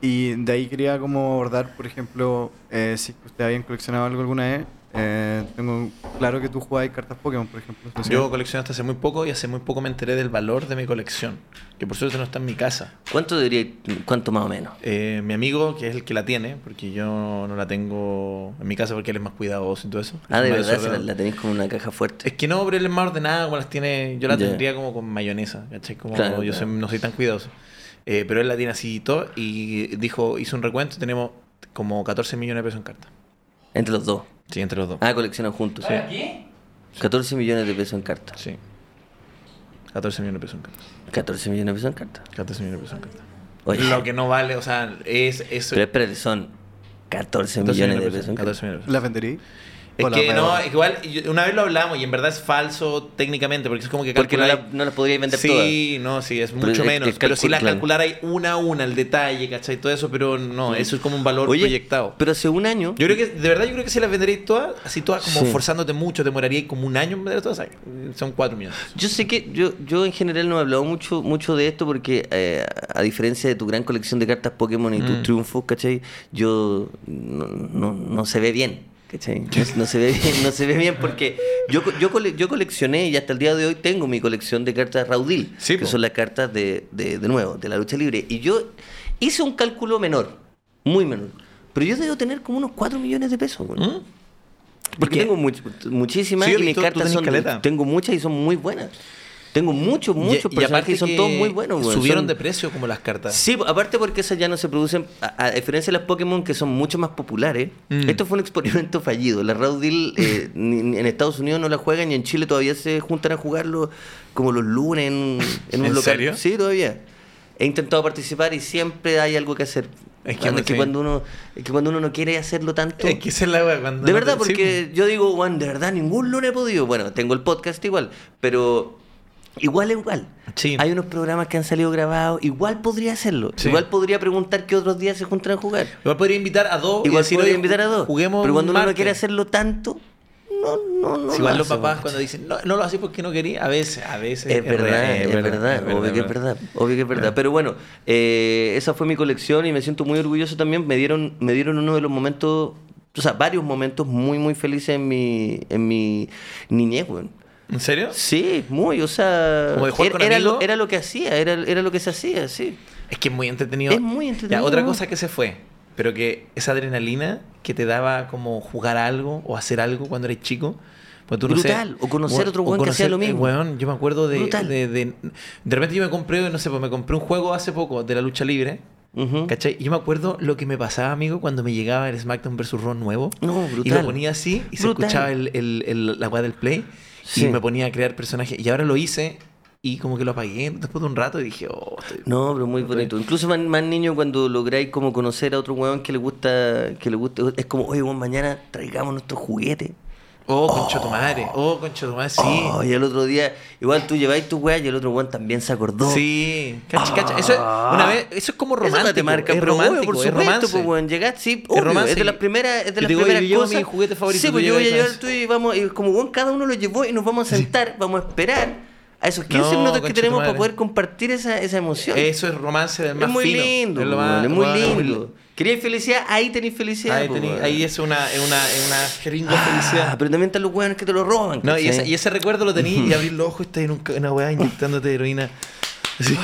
[SPEAKER 4] y de ahí quería como abordar, por ejemplo, eh, si ustedes habían coleccionado algo alguna vez. eh, tengo claro que tú jugabas cartas Pokémon, por ejemplo. ¿no es
[SPEAKER 2] Yo
[SPEAKER 4] cierto?
[SPEAKER 2] coleccioné hasta hace muy poco y hace muy poco me enteré del valor de mi colección. Que por suerte no está en mi casa.
[SPEAKER 1] ¿Cuánto diría, cuánto más o menos?
[SPEAKER 2] Eh, mi amigo, que es el que la tiene, porque yo no la tengo en mi casa porque él es más cuidadoso y todo eso.
[SPEAKER 1] Ah,
[SPEAKER 2] Es
[SPEAKER 1] de
[SPEAKER 2] más
[SPEAKER 1] verdad, se la,
[SPEAKER 2] desordenado.
[SPEAKER 1] la tenéis como una caja fuerte.
[SPEAKER 2] Es que no, pero él es más ordenado, como las tiene. Yo la
[SPEAKER 1] Ya.
[SPEAKER 2] tendría como con mayonesa, ¿cachai? Como
[SPEAKER 1] Claro,
[SPEAKER 2] yo soy-
[SPEAKER 1] claro.
[SPEAKER 2] no soy tan cuidadoso. Eh, pero él la tiene así y todo. Y dijo, hizo un recuento y tenemos como 14 millones de pesos en cartas.
[SPEAKER 1] Entre los dos.
[SPEAKER 2] Sí, entre los dos.
[SPEAKER 1] Ah, coleccionan juntos.
[SPEAKER 5] qué?
[SPEAKER 1] 14 millones de pesos en cartas.
[SPEAKER 2] Sí. 14 millones de pesos en cartas.
[SPEAKER 1] 14 millones de pesos en cartas.
[SPEAKER 2] 14 millones de pesos en cartas.
[SPEAKER 1] Oye,
[SPEAKER 2] Lo que no vale, o sea, es eso.
[SPEAKER 1] pero espérate, son 14
[SPEAKER 2] 14
[SPEAKER 1] millones de pesos en cartas.
[SPEAKER 2] 14 millones de pesos.
[SPEAKER 4] ¿La venderí?
[SPEAKER 2] Es
[SPEAKER 4] ¿O la
[SPEAKER 2] que no,
[SPEAKER 4] guardarí?
[SPEAKER 2] es igual, yo- una vez lo hablamos y en verdad es falso técnicamente, porque es como que
[SPEAKER 1] Porque no, la,
[SPEAKER 2] calculáis-
[SPEAKER 1] no las podríais vender todas.
[SPEAKER 2] Sí, no, sí, es
[SPEAKER 1] Pero
[SPEAKER 2] mucho
[SPEAKER 1] es-
[SPEAKER 2] menos.
[SPEAKER 1] es
[SPEAKER 2] pero si
[SPEAKER 1] calcul-
[SPEAKER 2] la
[SPEAKER 1] claro.
[SPEAKER 2] calcular hay una a una, el detalle, ¿cachai? Todo eso, pero no, eso es como un valor
[SPEAKER 1] Oye,
[SPEAKER 2] proyectado.
[SPEAKER 1] Pero hace un año.
[SPEAKER 2] Yo creo que, de verdad, yo creo que si las venderéis todas, así todas
[SPEAKER 1] Sí.
[SPEAKER 2] como forzándote mucho, te demoraría como un año en vender todas, ¿sabes? son cuatro millones.
[SPEAKER 1] Yo sé que yo, yo en general no he hablado mucho, mucho de esto porque eh, a diferencia de tu gran colección de cartas Pokémon y
[SPEAKER 2] Mm.
[SPEAKER 1] tus triunfos, ¿cachai? Yo no, no, no se ve bien. ¿Cachai? No, no se ve bien, no se ve bien porque yo, co- yo, cole- yo coleccioné y hasta el día de hoy tengo mi colección de cartas Raudil,
[SPEAKER 2] Sí,
[SPEAKER 1] que
[SPEAKER 2] po.
[SPEAKER 1] son las cartas de, de, de nuevo, de la lucha libre. Y yo hice un cálculo menor, muy menor, pero yo debo tener como unos 4 millones de pesos. güey.
[SPEAKER 2] ¿Mm?
[SPEAKER 1] Porque
[SPEAKER 2] ¿Qué?
[SPEAKER 1] tengo much- muchísimas
[SPEAKER 2] Sí, yo
[SPEAKER 1] y
[SPEAKER 2] he
[SPEAKER 1] mis
[SPEAKER 2] visto, tú
[SPEAKER 1] cartas
[SPEAKER 2] tenés
[SPEAKER 1] son.
[SPEAKER 2] caleta.
[SPEAKER 1] Tengo muchas y son muy buenas. Tengo muchos, muchos
[SPEAKER 2] Y- y
[SPEAKER 1] personajes
[SPEAKER 2] aparte
[SPEAKER 1] y son
[SPEAKER 2] que
[SPEAKER 1] todos muy buenos, güey.
[SPEAKER 2] Subieron
[SPEAKER 1] Son-
[SPEAKER 2] de precio como las cartas.
[SPEAKER 1] Sí, aparte porque esas ya no se producen, a, a diferencia de las Pokémon que son mucho más populares.
[SPEAKER 2] Mm.
[SPEAKER 1] Esto fue un experimento fallido. La Raudil eh, ni- ni en Estados Unidos no la juegan y en Chile todavía se juntan a jugarlo como los lunes en, en un
[SPEAKER 2] ¿En
[SPEAKER 1] local.
[SPEAKER 2] serio?
[SPEAKER 1] Sí, todavía. He intentado participar y siempre hay algo que hacer.
[SPEAKER 2] Es que
[SPEAKER 1] Bueno,
[SPEAKER 2] no
[SPEAKER 1] es que
[SPEAKER 2] sé.
[SPEAKER 1] cuando uno es que cuando uno no quiere hacerlo tanto.
[SPEAKER 2] Es que esa es la wea, cuando
[SPEAKER 1] de
[SPEAKER 2] no
[SPEAKER 1] verdad,
[SPEAKER 2] te- sí, pues.
[SPEAKER 1] porque yo digo, Juan, de verdad, ningún lunes he podido. Bueno, tengo el podcast igual, pero igual es igual.
[SPEAKER 2] Sí.
[SPEAKER 1] Hay unos programas que han salido grabados, igual podría hacerlo.
[SPEAKER 2] Sí.
[SPEAKER 1] Igual podría preguntar qué otros días se juntan a jugar.
[SPEAKER 2] Igual podría invitar a dos. Oh, y
[SPEAKER 1] Igual
[SPEAKER 2] decir,
[SPEAKER 1] podría
[SPEAKER 2] "Oye,
[SPEAKER 1] invitar a dos.
[SPEAKER 2] Juguemos
[SPEAKER 1] pero cuando
[SPEAKER 2] un
[SPEAKER 1] uno no
[SPEAKER 2] martes".
[SPEAKER 1] quiere hacerlo tanto, no, no, no.
[SPEAKER 2] Si
[SPEAKER 1] lo
[SPEAKER 2] igual los
[SPEAKER 1] hace,
[SPEAKER 2] papás
[SPEAKER 1] po.
[SPEAKER 2] cuando dicen, no, no lo haces porque no quería, a veces, a veces.
[SPEAKER 1] Es verdad,
[SPEAKER 2] real,
[SPEAKER 1] es verdad, obvio que es verdad, obvio que es verdad. Pero bueno, eh, esa fue mi colección y me siento muy orgulloso también. Me dieron, me dieron uno de los momentos, o sea, varios momentos muy, muy felices en mi, en mi niñez, weón.
[SPEAKER 2] ¿En serio?
[SPEAKER 1] Sí, muy, o sea, er,
[SPEAKER 2] Como de jugar con
[SPEAKER 1] era, era lo,
[SPEAKER 2] amigos.
[SPEAKER 1] era lo que hacía, era, era lo que se hacía, sí.
[SPEAKER 2] Es que es muy entretenido.
[SPEAKER 1] Es muy entretenido.
[SPEAKER 2] otra cosa que se fue, pero que esa adrenalina que te daba como jugar algo o hacer algo cuando eres chico. pues tú no sé-
[SPEAKER 1] Brutal. O conocer otro
[SPEAKER 2] o
[SPEAKER 1] weón que hacía lo
[SPEAKER 2] conocer- eh,
[SPEAKER 1] mismo.
[SPEAKER 2] weón, yo me acuerdo de,
[SPEAKER 1] Brutal.
[SPEAKER 2] de, de. de repente yo me compré, no sé, pues me compré un juego hace poco de la lucha libre.
[SPEAKER 1] Ujú.
[SPEAKER 2] ¿Cachai? Yo me acuerdo lo que me pasaba, amigo, cuando me llegaba el SmackDown vs. Raw nuevo.
[SPEAKER 1] No,
[SPEAKER 2] Y lo
[SPEAKER 1] brutal.
[SPEAKER 2] ponía así y se
[SPEAKER 1] Brutal.
[SPEAKER 2] escuchaba el, el- el- la weá del play.
[SPEAKER 1] Sí.
[SPEAKER 2] Y me ponía a crear personajes. Y ahora lo hice y como que lo apagué después de un rato y dije, oh, estoy-
[SPEAKER 1] No, pero muy bonito. Incluso más, más niño cuando lográis como conocer a otro weón que le gusta, que le gusta, es como, oye, weón, mañana traigamos nuestros juguetes.
[SPEAKER 2] oh, concho tu madre, oh, concho tu madre, sí.
[SPEAKER 1] Oh, y el otro día, igual tú lleváis tu weá y el otro weón también se acordó.
[SPEAKER 2] Sí, cacha, cacha. Eso es, una vez, eso es como
[SPEAKER 1] Ah. Eso
[SPEAKER 2] romántico.
[SPEAKER 1] te marca,
[SPEAKER 2] es
[SPEAKER 1] pero obvio,
[SPEAKER 2] romántico,
[SPEAKER 1] por
[SPEAKER 2] es
[SPEAKER 1] supuesto,
[SPEAKER 2] romance.
[SPEAKER 1] pues, weón. Llegaste, sí, obvio,
[SPEAKER 2] romance.
[SPEAKER 1] es de las primeras, es de
[SPEAKER 2] Yo
[SPEAKER 1] las
[SPEAKER 2] te digo,
[SPEAKER 1] primeras
[SPEAKER 2] yo llevo
[SPEAKER 1] cosas.
[SPEAKER 2] mi juguete favorito,
[SPEAKER 1] Sí,
[SPEAKER 2] tú
[SPEAKER 1] pues yo
[SPEAKER 2] llevas
[SPEAKER 1] voy a
[SPEAKER 2] esa
[SPEAKER 1] llevar
[SPEAKER 2] vez.
[SPEAKER 1] tú y vamos, y como weón, cada uno lo llevó y nos vamos a sentar, vamos a esperar a esos 15
[SPEAKER 2] No,
[SPEAKER 1] minutos que
[SPEAKER 2] concha
[SPEAKER 1] tenemos
[SPEAKER 2] tu madre.
[SPEAKER 1] para poder compartir esa, esa emoción.
[SPEAKER 2] Eso es romance del
[SPEAKER 1] es
[SPEAKER 2] más
[SPEAKER 1] muy
[SPEAKER 2] fino.
[SPEAKER 1] lindo,
[SPEAKER 2] lo
[SPEAKER 1] weón,
[SPEAKER 2] más-
[SPEAKER 1] es muy
[SPEAKER 2] weón,
[SPEAKER 1] lindo. Queríais felicidad, ahí tenéis felicidad.
[SPEAKER 2] Ahí,
[SPEAKER 1] po,
[SPEAKER 2] tení-
[SPEAKER 1] weón.
[SPEAKER 2] ahí es una, es una, es una jeringa de
[SPEAKER 1] Ah,
[SPEAKER 2] felicidad.
[SPEAKER 1] pero también están los weones que te lo roban.
[SPEAKER 2] No, y
[SPEAKER 1] ¿cachai?
[SPEAKER 2] ese, y ese recuerdo lo tení y abrir los ojos y estás en un ca- una weá inyectándote heroína. Así,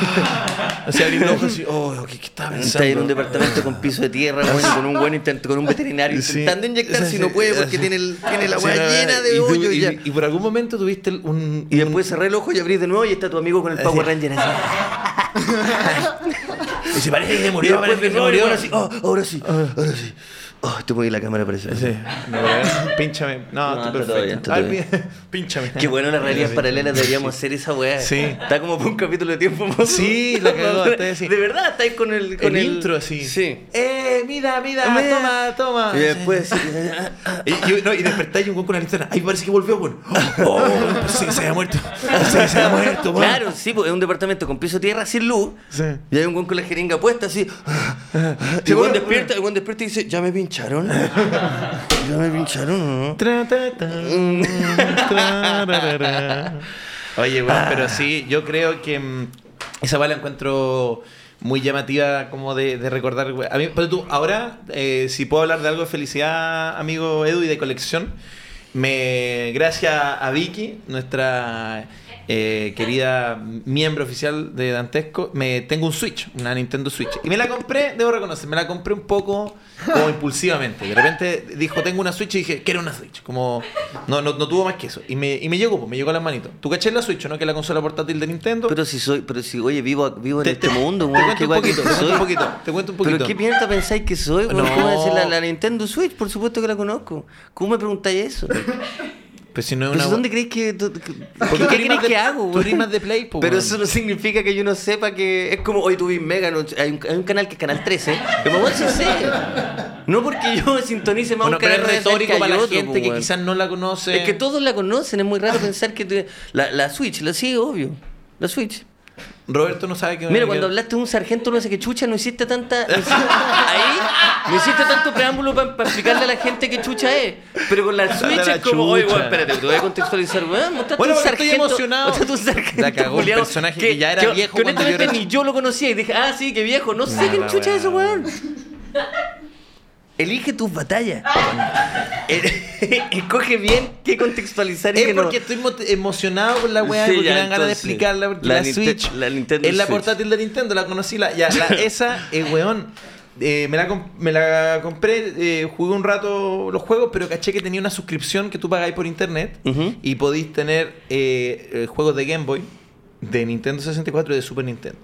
[SPEAKER 2] así abrir los ojos y, oh, ¿qué, qué estaba
[SPEAKER 1] Está
[SPEAKER 2] pensando?
[SPEAKER 1] en un departamento con piso de tierra, weón, y con un buen intento, con un veterinario
[SPEAKER 2] Sí.
[SPEAKER 1] intentando inyectar si no puede porque tiene, el- tiene la
[SPEAKER 2] Sí,
[SPEAKER 1] weá
[SPEAKER 2] no,
[SPEAKER 1] llena
[SPEAKER 2] y
[SPEAKER 1] de
[SPEAKER 2] tú-
[SPEAKER 1] hoyo
[SPEAKER 2] y,
[SPEAKER 1] y ya.
[SPEAKER 2] y por algún momento tuviste el- un...
[SPEAKER 1] Y después cerré el ojo y abrí de nuevo y está tu amigo con el Power
[SPEAKER 2] Así.
[SPEAKER 1] Ranger así.
[SPEAKER 2] y se parece que se
[SPEAKER 1] Y
[SPEAKER 2] Ah, murió,
[SPEAKER 1] después
[SPEAKER 2] parece que
[SPEAKER 1] de
[SPEAKER 2] se
[SPEAKER 1] nuevo, y
[SPEAKER 2] murió. Ah.
[SPEAKER 1] ahora sí, oh, ahora sí, ahora sí. Oh, te voy a ir la cámara para eso.
[SPEAKER 2] Sí. No, weón, pínchame. No,
[SPEAKER 1] No,
[SPEAKER 2] estoy
[SPEAKER 1] está todo bien,
[SPEAKER 2] perfecto.
[SPEAKER 1] está todo
[SPEAKER 2] Ay,
[SPEAKER 1] bien.
[SPEAKER 2] pí- Pínchame.
[SPEAKER 1] Qué bueno las realidades paralelas, deberíamos hacer esa weá.
[SPEAKER 2] Sí.
[SPEAKER 1] Está como por un capítulo de tiempo. mozo.
[SPEAKER 2] Sí, la cagó, está así.
[SPEAKER 1] De verdad, está ahí con el... Con
[SPEAKER 2] El intro así.
[SPEAKER 1] Sí.
[SPEAKER 2] Eh, mira, mira,
[SPEAKER 1] Mira.
[SPEAKER 2] toma, toma.
[SPEAKER 1] Y después...
[SPEAKER 2] Y, y, no, y despertáis y un weón con la linterna. Ay, parece que volvió, weón. Oh, weón, parece que se había muerto. Parece que se había muerto, weón.
[SPEAKER 1] Claro, sí, porque es un departamento con piso de tierra sin luz.
[SPEAKER 2] Sí.
[SPEAKER 1] Y hay un weón con la jeringa puesta así. Y el weón despierta, el weón despierta y dice, ¿ya me pincharon? ¿Ya me pincharon o no?
[SPEAKER 2] Tra, ta, ta, tra, ra, ra, ra. Oye, weón, pero sí, yo creo que mm, esa bala encuentro muy llamativa como de, de recordar. we- A mí, pero tú, ahora, eh, si puedo hablar de algo de felicidad, amigo Edu, y de colección, me gracias a Vicky, nuestra eh, querida miembro oficial de Dantesco, me tengo un Switch, una Nintendo Switch. Y me la compré, debo reconocer, me la compré un poco como impulsivamente. De repente dijo, tengo una Switch y dije, quiero una Switch. Como, no, no, no tuvo más que eso. Y me, y me llegó, pues, me llegó a las manitos. ¿Tú caché la Switch, no? Que es la consola portátil de Nintendo.
[SPEAKER 1] Pero si soy, pero si, oye, vivo, vivo en
[SPEAKER 2] Te-
[SPEAKER 1] este
[SPEAKER 2] te-
[SPEAKER 1] mundo,
[SPEAKER 2] te
[SPEAKER 1] weón.
[SPEAKER 2] cuento
[SPEAKER 1] qué
[SPEAKER 2] un
[SPEAKER 1] guay que
[SPEAKER 2] poquito, te cuento un
[SPEAKER 1] soy.
[SPEAKER 2] poquito, te cuento un poquito.
[SPEAKER 1] Pero qué mierda pensáis que soy, weón. ¿Cómo
[SPEAKER 2] No.
[SPEAKER 1] voy a decir la, la Nintendo Switch? Por supuesto que la conozco. ¿Cómo me preguntáis eso?
[SPEAKER 2] Pues si no es
[SPEAKER 1] Pero
[SPEAKER 2] una-
[SPEAKER 1] si ¿Dónde creéis que.? do- que-
[SPEAKER 2] tú
[SPEAKER 1] ¿Qué
[SPEAKER 2] eres
[SPEAKER 1] creéis
[SPEAKER 2] más de-
[SPEAKER 1] que hago,
[SPEAKER 2] tú eres
[SPEAKER 1] weón?
[SPEAKER 2] más de Play, po,
[SPEAKER 1] Pero
[SPEAKER 2] weón.
[SPEAKER 1] eso no significa que yo no sepa que. Es como hoy tuve Mega. no- Hay, un, hay un canal que es Canal 13. Pero weón, sí sé. No porque yo sintonice más
[SPEAKER 2] Bueno,
[SPEAKER 1] un
[SPEAKER 2] pero
[SPEAKER 1] canal
[SPEAKER 2] es
[SPEAKER 1] de
[SPEAKER 2] retórico
[SPEAKER 1] cerca y
[SPEAKER 2] para la
[SPEAKER 1] otro,
[SPEAKER 2] gente
[SPEAKER 1] po,
[SPEAKER 2] que
[SPEAKER 1] weón.
[SPEAKER 2] quizás no la conoce.
[SPEAKER 1] Es que todos la conocen. Es muy raro pensar que. te- La, la Switch, la sí, obvio. La Switch.
[SPEAKER 2] Roberto no sabe que...
[SPEAKER 1] Mira, cuando hablaste de un sargento, no sé qué chucha, no hiciste tanta. no hiciste- ahí no hiciste tanto preámbulo para explicarle a la gente qué chucha es. Pero con la Switch
[SPEAKER 2] la
[SPEAKER 1] es como, oye,
[SPEAKER 2] chucha".
[SPEAKER 1] weón, espérate, te voy a contextualizar, weón. Mostraste
[SPEAKER 2] Bueno,
[SPEAKER 1] un
[SPEAKER 2] porque estoy
[SPEAKER 1] sargento.
[SPEAKER 2] emocionado.
[SPEAKER 1] mostraste un sargento.
[SPEAKER 2] La cagó el
[SPEAKER 1] culiao
[SPEAKER 2] personaje que ya era viejo
[SPEAKER 1] Que
[SPEAKER 2] cuando yo era
[SPEAKER 1] honestamente
[SPEAKER 2] chico.
[SPEAKER 1] ni yo lo conocía y dije, ah, sí, qué viejo. No sé
[SPEAKER 2] Nah,
[SPEAKER 1] qué
[SPEAKER 2] la
[SPEAKER 1] chucha es eso,
[SPEAKER 2] weá.
[SPEAKER 1] weón. Elige tus batallas. Eh, Escoge bien qué contextualizar y
[SPEAKER 2] Es
[SPEAKER 1] qué no.
[SPEAKER 2] porque estoy mo- emocionado con la weá,
[SPEAKER 1] Sí,
[SPEAKER 2] porque
[SPEAKER 1] ya,
[SPEAKER 2] me dan ganas de
[SPEAKER 1] entonces,
[SPEAKER 2] explicarla, porque
[SPEAKER 1] la
[SPEAKER 2] la,
[SPEAKER 1] Ninte-
[SPEAKER 2] Switch
[SPEAKER 1] la Nintendo
[SPEAKER 2] es la
[SPEAKER 1] Switch.
[SPEAKER 2] portátil de Nintendo, la conocí, la, ya, la- esa, eh, weón, eh, me, la com- me la compré, eh, jugué un rato los juegos, pero caché que tenía una suscripción que tú pagáis por internet
[SPEAKER 1] Ujú.
[SPEAKER 2] y podéis tener eh, eh, juegos de Game Boy, de Nintendo 64 y de Super Nintendo.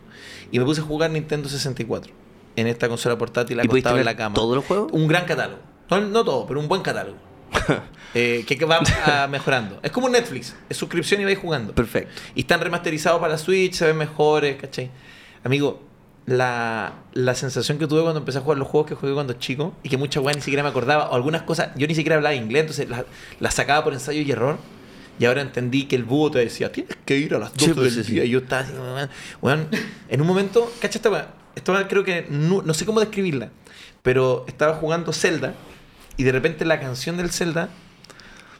[SPEAKER 2] Y me puse a jugar Nintendo 64 en esta consola portátil
[SPEAKER 1] ¿Y podéis
[SPEAKER 2] acostado en
[SPEAKER 1] tener
[SPEAKER 2] la cama.
[SPEAKER 1] todos los juegos?
[SPEAKER 2] Un gran catálogo. No, no todo, pero un buen catálogo. Eh, que que va ah, mejorando. Es como un Netflix. Es suscripción y vais jugando.
[SPEAKER 1] Perfecto.
[SPEAKER 2] Y están remasterizados para la Switch, se ven mejores, ¿cachai? Amigo, la, la sensación que tuve cuando empecé a jugar los juegos que jugué cuando chico y que muchas weas ni siquiera me acordaba, o algunas cosas, yo ni siquiera hablaba inglés, entonces las las sacaba por ensayo y error. Y ahora entendí que el búho te decía, tienes que ir a las 12
[SPEAKER 1] Sí, pues,
[SPEAKER 2] del
[SPEAKER 1] sí,
[SPEAKER 2] día.
[SPEAKER 1] sí.
[SPEAKER 2] Y yo estaba así, weón. Weón, en un momento, cacha esta wea. Esta wea creo que, no, no sé cómo describirla, pero estaba jugando Zelda y de repente la canción del Zelda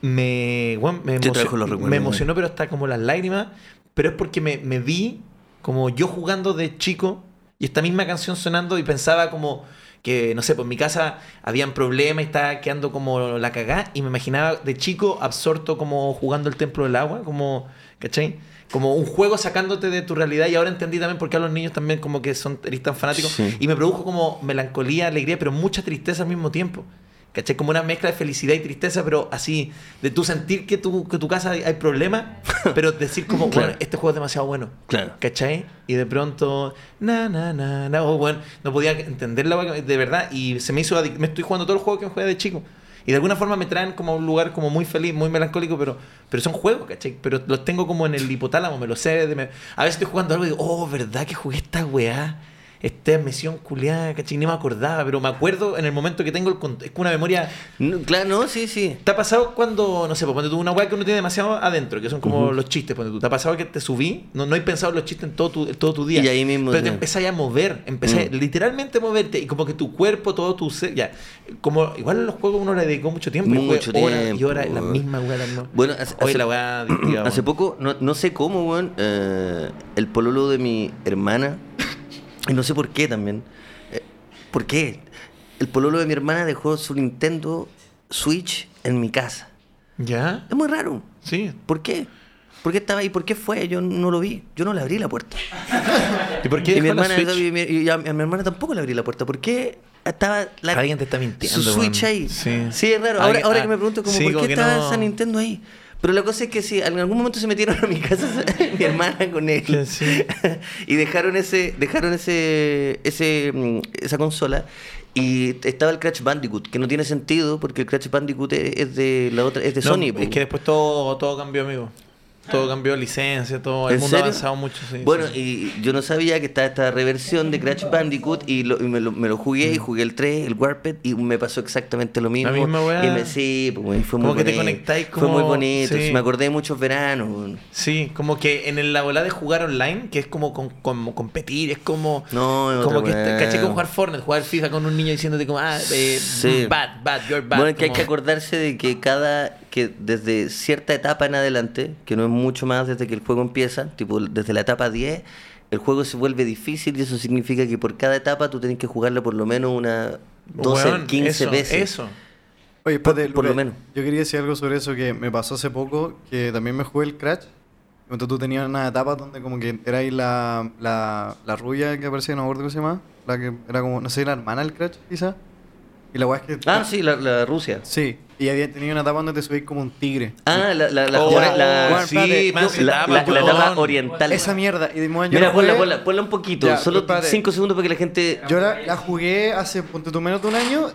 [SPEAKER 2] me, weón, me,
[SPEAKER 1] Te
[SPEAKER 2] emocio-
[SPEAKER 1] trajo los recuerdos,
[SPEAKER 2] me
[SPEAKER 1] weón.
[SPEAKER 2] emocionó, pero hasta como las lágrimas. Pero es porque me, me vi como yo jugando de chico y esta misma canción sonando y pensaba como que, no sé, pues en mi casa habían problemas y estaba quedando como la cagá y me imaginaba de chico absorto como jugando el templo del agua, como, ¿cachai? Como un juego sacándote de tu realidad y ahora entendí también por qué a los niños también como que son eres tan fanáticos
[SPEAKER 1] Sí.
[SPEAKER 2] y me produjo como melancolía, alegría, pero mucha tristeza al mismo tiempo. ¿Cachai? Como una mezcla de felicidad y tristeza, pero así, de tú sentir que tu, que tu casa hay, hay problemas, pero decir como,
[SPEAKER 1] Claro.
[SPEAKER 2] bueno, este juego es demasiado bueno.
[SPEAKER 1] Claro.
[SPEAKER 2] ¿Cachai? Y de pronto, na, na, na, na, oh, bueno, no podía entender la wea que- de verdad y se me hizo, adic- me estoy jugando todo el juego que me juega de chico. Y de alguna forma me traen como a un lugar como muy feliz, muy melancólico, pero, pero son juegos, ¿cachai? Pero los tengo como en el hipotálamo, me lo sé. de me- A veces estoy jugando algo y digo, oh, ¿verdad que jugué esta weá? Esta misión culiada, ¿cachai? Ni me acordaba, pero me acuerdo en el momento que tengo el cont- Es como una memoria
[SPEAKER 1] No, claro, no, sí, sí.
[SPEAKER 2] ¿Te ha pasado cuando, no sé, pues, ponte tú una weá que uno tiene demasiado adentro, que son como los chistes, ponte tú? ¿Te ha pasado que te subí? No, no he pensado en los chistes en todo tu, en todo tu día.
[SPEAKER 1] Y ahí mismo,
[SPEAKER 2] Pero te
[SPEAKER 1] sí.
[SPEAKER 2] empezás a mover, empezás
[SPEAKER 1] Mm.
[SPEAKER 2] literalmente a moverte y como que tu cuerpo, todo tu ser, ya. Como, igual a los juegos uno le dedicó mucho tiempo. yo
[SPEAKER 1] Mucho
[SPEAKER 2] jugué horas
[SPEAKER 1] tiempo,
[SPEAKER 2] Y horas, la
[SPEAKER 1] weón.
[SPEAKER 2] misma weá. la misma-
[SPEAKER 1] Bueno, hace-
[SPEAKER 2] Oye,
[SPEAKER 1] hace-
[SPEAKER 2] la weá adictiva,
[SPEAKER 1] Hace
[SPEAKER 2] weón.
[SPEAKER 1] poco, no, no sé cómo, weón, eh, el pololo de mi hermana, y no sé por qué también, eh, ¿por qué? El pololo de mi hermana dejó su Nintendo Switch en mi casa.
[SPEAKER 2] ¿Ya?
[SPEAKER 1] Es muy raro.
[SPEAKER 2] Sí.
[SPEAKER 1] ¿Por qué? ¿Por qué estaba ahí? ¿Por qué fue? Yo no lo vi. Yo no le abrí la puerta.
[SPEAKER 2] ¿Y por qué
[SPEAKER 1] y mi
[SPEAKER 2] dejó la
[SPEAKER 1] hermana,
[SPEAKER 2] Switch?
[SPEAKER 1] y mi- y a, a mi hermana tampoco le abrí la puerta. ¿Por qué estaba la,
[SPEAKER 2] Alguien te está mintiendo,
[SPEAKER 1] Su Switch
[SPEAKER 2] weón.
[SPEAKER 1] ahí.
[SPEAKER 2] Sí.
[SPEAKER 1] Sí, es raro. Ahora,
[SPEAKER 2] Alguien-
[SPEAKER 1] ahora
[SPEAKER 2] ah,
[SPEAKER 1] que me pregunto, como,
[SPEAKER 2] sí,
[SPEAKER 1] ¿por
[SPEAKER 2] como
[SPEAKER 1] qué
[SPEAKER 2] que
[SPEAKER 1] estaba
[SPEAKER 2] no-
[SPEAKER 1] esa Nintendo ahí? Pero la cosa es que si en algún momento se metieron a mi casa mi hermana con él
[SPEAKER 2] Sí.
[SPEAKER 1] y dejaron ese dejaron ese, ese mm, esa consola y estaba el Crash Bandicoot que no tiene sentido porque el Crash Bandicoot es es de la otra es de
[SPEAKER 2] No,
[SPEAKER 1] Sony. po.
[SPEAKER 2] Es que después todo, todo cambió, amigo. Todo cambió, licencia, todo. El
[SPEAKER 1] ¿En
[SPEAKER 2] mundo ha
[SPEAKER 1] serio?
[SPEAKER 2] avanzado mucho, sí.
[SPEAKER 1] Bueno,
[SPEAKER 2] sí.
[SPEAKER 1] y yo no sabía que estaba esta reversión de Crash Bandicoot y, lo- y me, lo, me lo jugué y
[SPEAKER 2] Mm.
[SPEAKER 1] jugué el 3, el Warped y me pasó exactamente lo mismo.
[SPEAKER 2] misma weá.
[SPEAKER 1] Y me sí, pues, güey, fue
[SPEAKER 2] Como
[SPEAKER 1] muy
[SPEAKER 2] que te
[SPEAKER 1] bonito.
[SPEAKER 2] conectáis
[SPEAKER 1] Fue muy
[SPEAKER 2] como-
[SPEAKER 1] bonito,
[SPEAKER 2] sí.
[SPEAKER 1] me acordé de muchos veranos. güey.
[SPEAKER 2] Sí, como que en el la volada de jugar online, que es como, con- como competir, es como.
[SPEAKER 1] No, es
[SPEAKER 2] como
[SPEAKER 1] otra
[SPEAKER 2] que
[SPEAKER 1] weá.
[SPEAKER 2] está- caché con jugar Fortnite, jugar FIFA con un niño diciéndote como, ah, eh,
[SPEAKER 1] Sí.
[SPEAKER 2] bad, bad, you're bad.
[SPEAKER 1] Bueno, que hay
[SPEAKER 2] como-
[SPEAKER 1] que acordarse de que cada que desde cierta etapa en adelante, que no es mucho más desde que el juego empieza, tipo desde la etapa 10, el juego se vuelve difícil y eso significa que por cada etapa tú tienes que jugarlo por lo menos una 12,
[SPEAKER 2] Weón,
[SPEAKER 1] 15
[SPEAKER 2] eso,
[SPEAKER 1] veces.
[SPEAKER 2] Eso.
[SPEAKER 4] Oye, espérate,
[SPEAKER 1] Por- por
[SPEAKER 4] Lucas,
[SPEAKER 1] lo menos.
[SPEAKER 4] Yo quería decir algo sobre eso que me pasó hace poco, que también me jugué el Crash. Cuando tú tenías unas etapas donde como que era ahí la, la, la rubia que aparecía, no me acuerdo cómo se llama, la que era como, no sé, la hermana del Crash, quizá. Y la weá es que...
[SPEAKER 1] Ah, sí, la, la Rusia.
[SPEAKER 4] Sí, y había tenido una etapa donde te subís como un tigre.
[SPEAKER 1] Ah, la, la, la,
[SPEAKER 2] Oh,
[SPEAKER 1] la, la-
[SPEAKER 4] Juan,
[SPEAKER 2] sí,
[SPEAKER 4] espérate,
[SPEAKER 2] más
[SPEAKER 4] yo-
[SPEAKER 1] la-
[SPEAKER 2] etapa,
[SPEAKER 1] la- la
[SPEAKER 2] weón.
[SPEAKER 1] etapa oriental.
[SPEAKER 4] Esa mierda. Y de modo, yo
[SPEAKER 1] Mira,
[SPEAKER 4] la
[SPEAKER 1] ponla,
[SPEAKER 4] jugué-
[SPEAKER 1] ponla, ponla un poquito,
[SPEAKER 4] Ya,
[SPEAKER 1] solo
[SPEAKER 4] espérate.
[SPEAKER 1] 5 segundos para que la gente...
[SPEAKER 4] Yo la, la jugué hace ponte tú menos de un año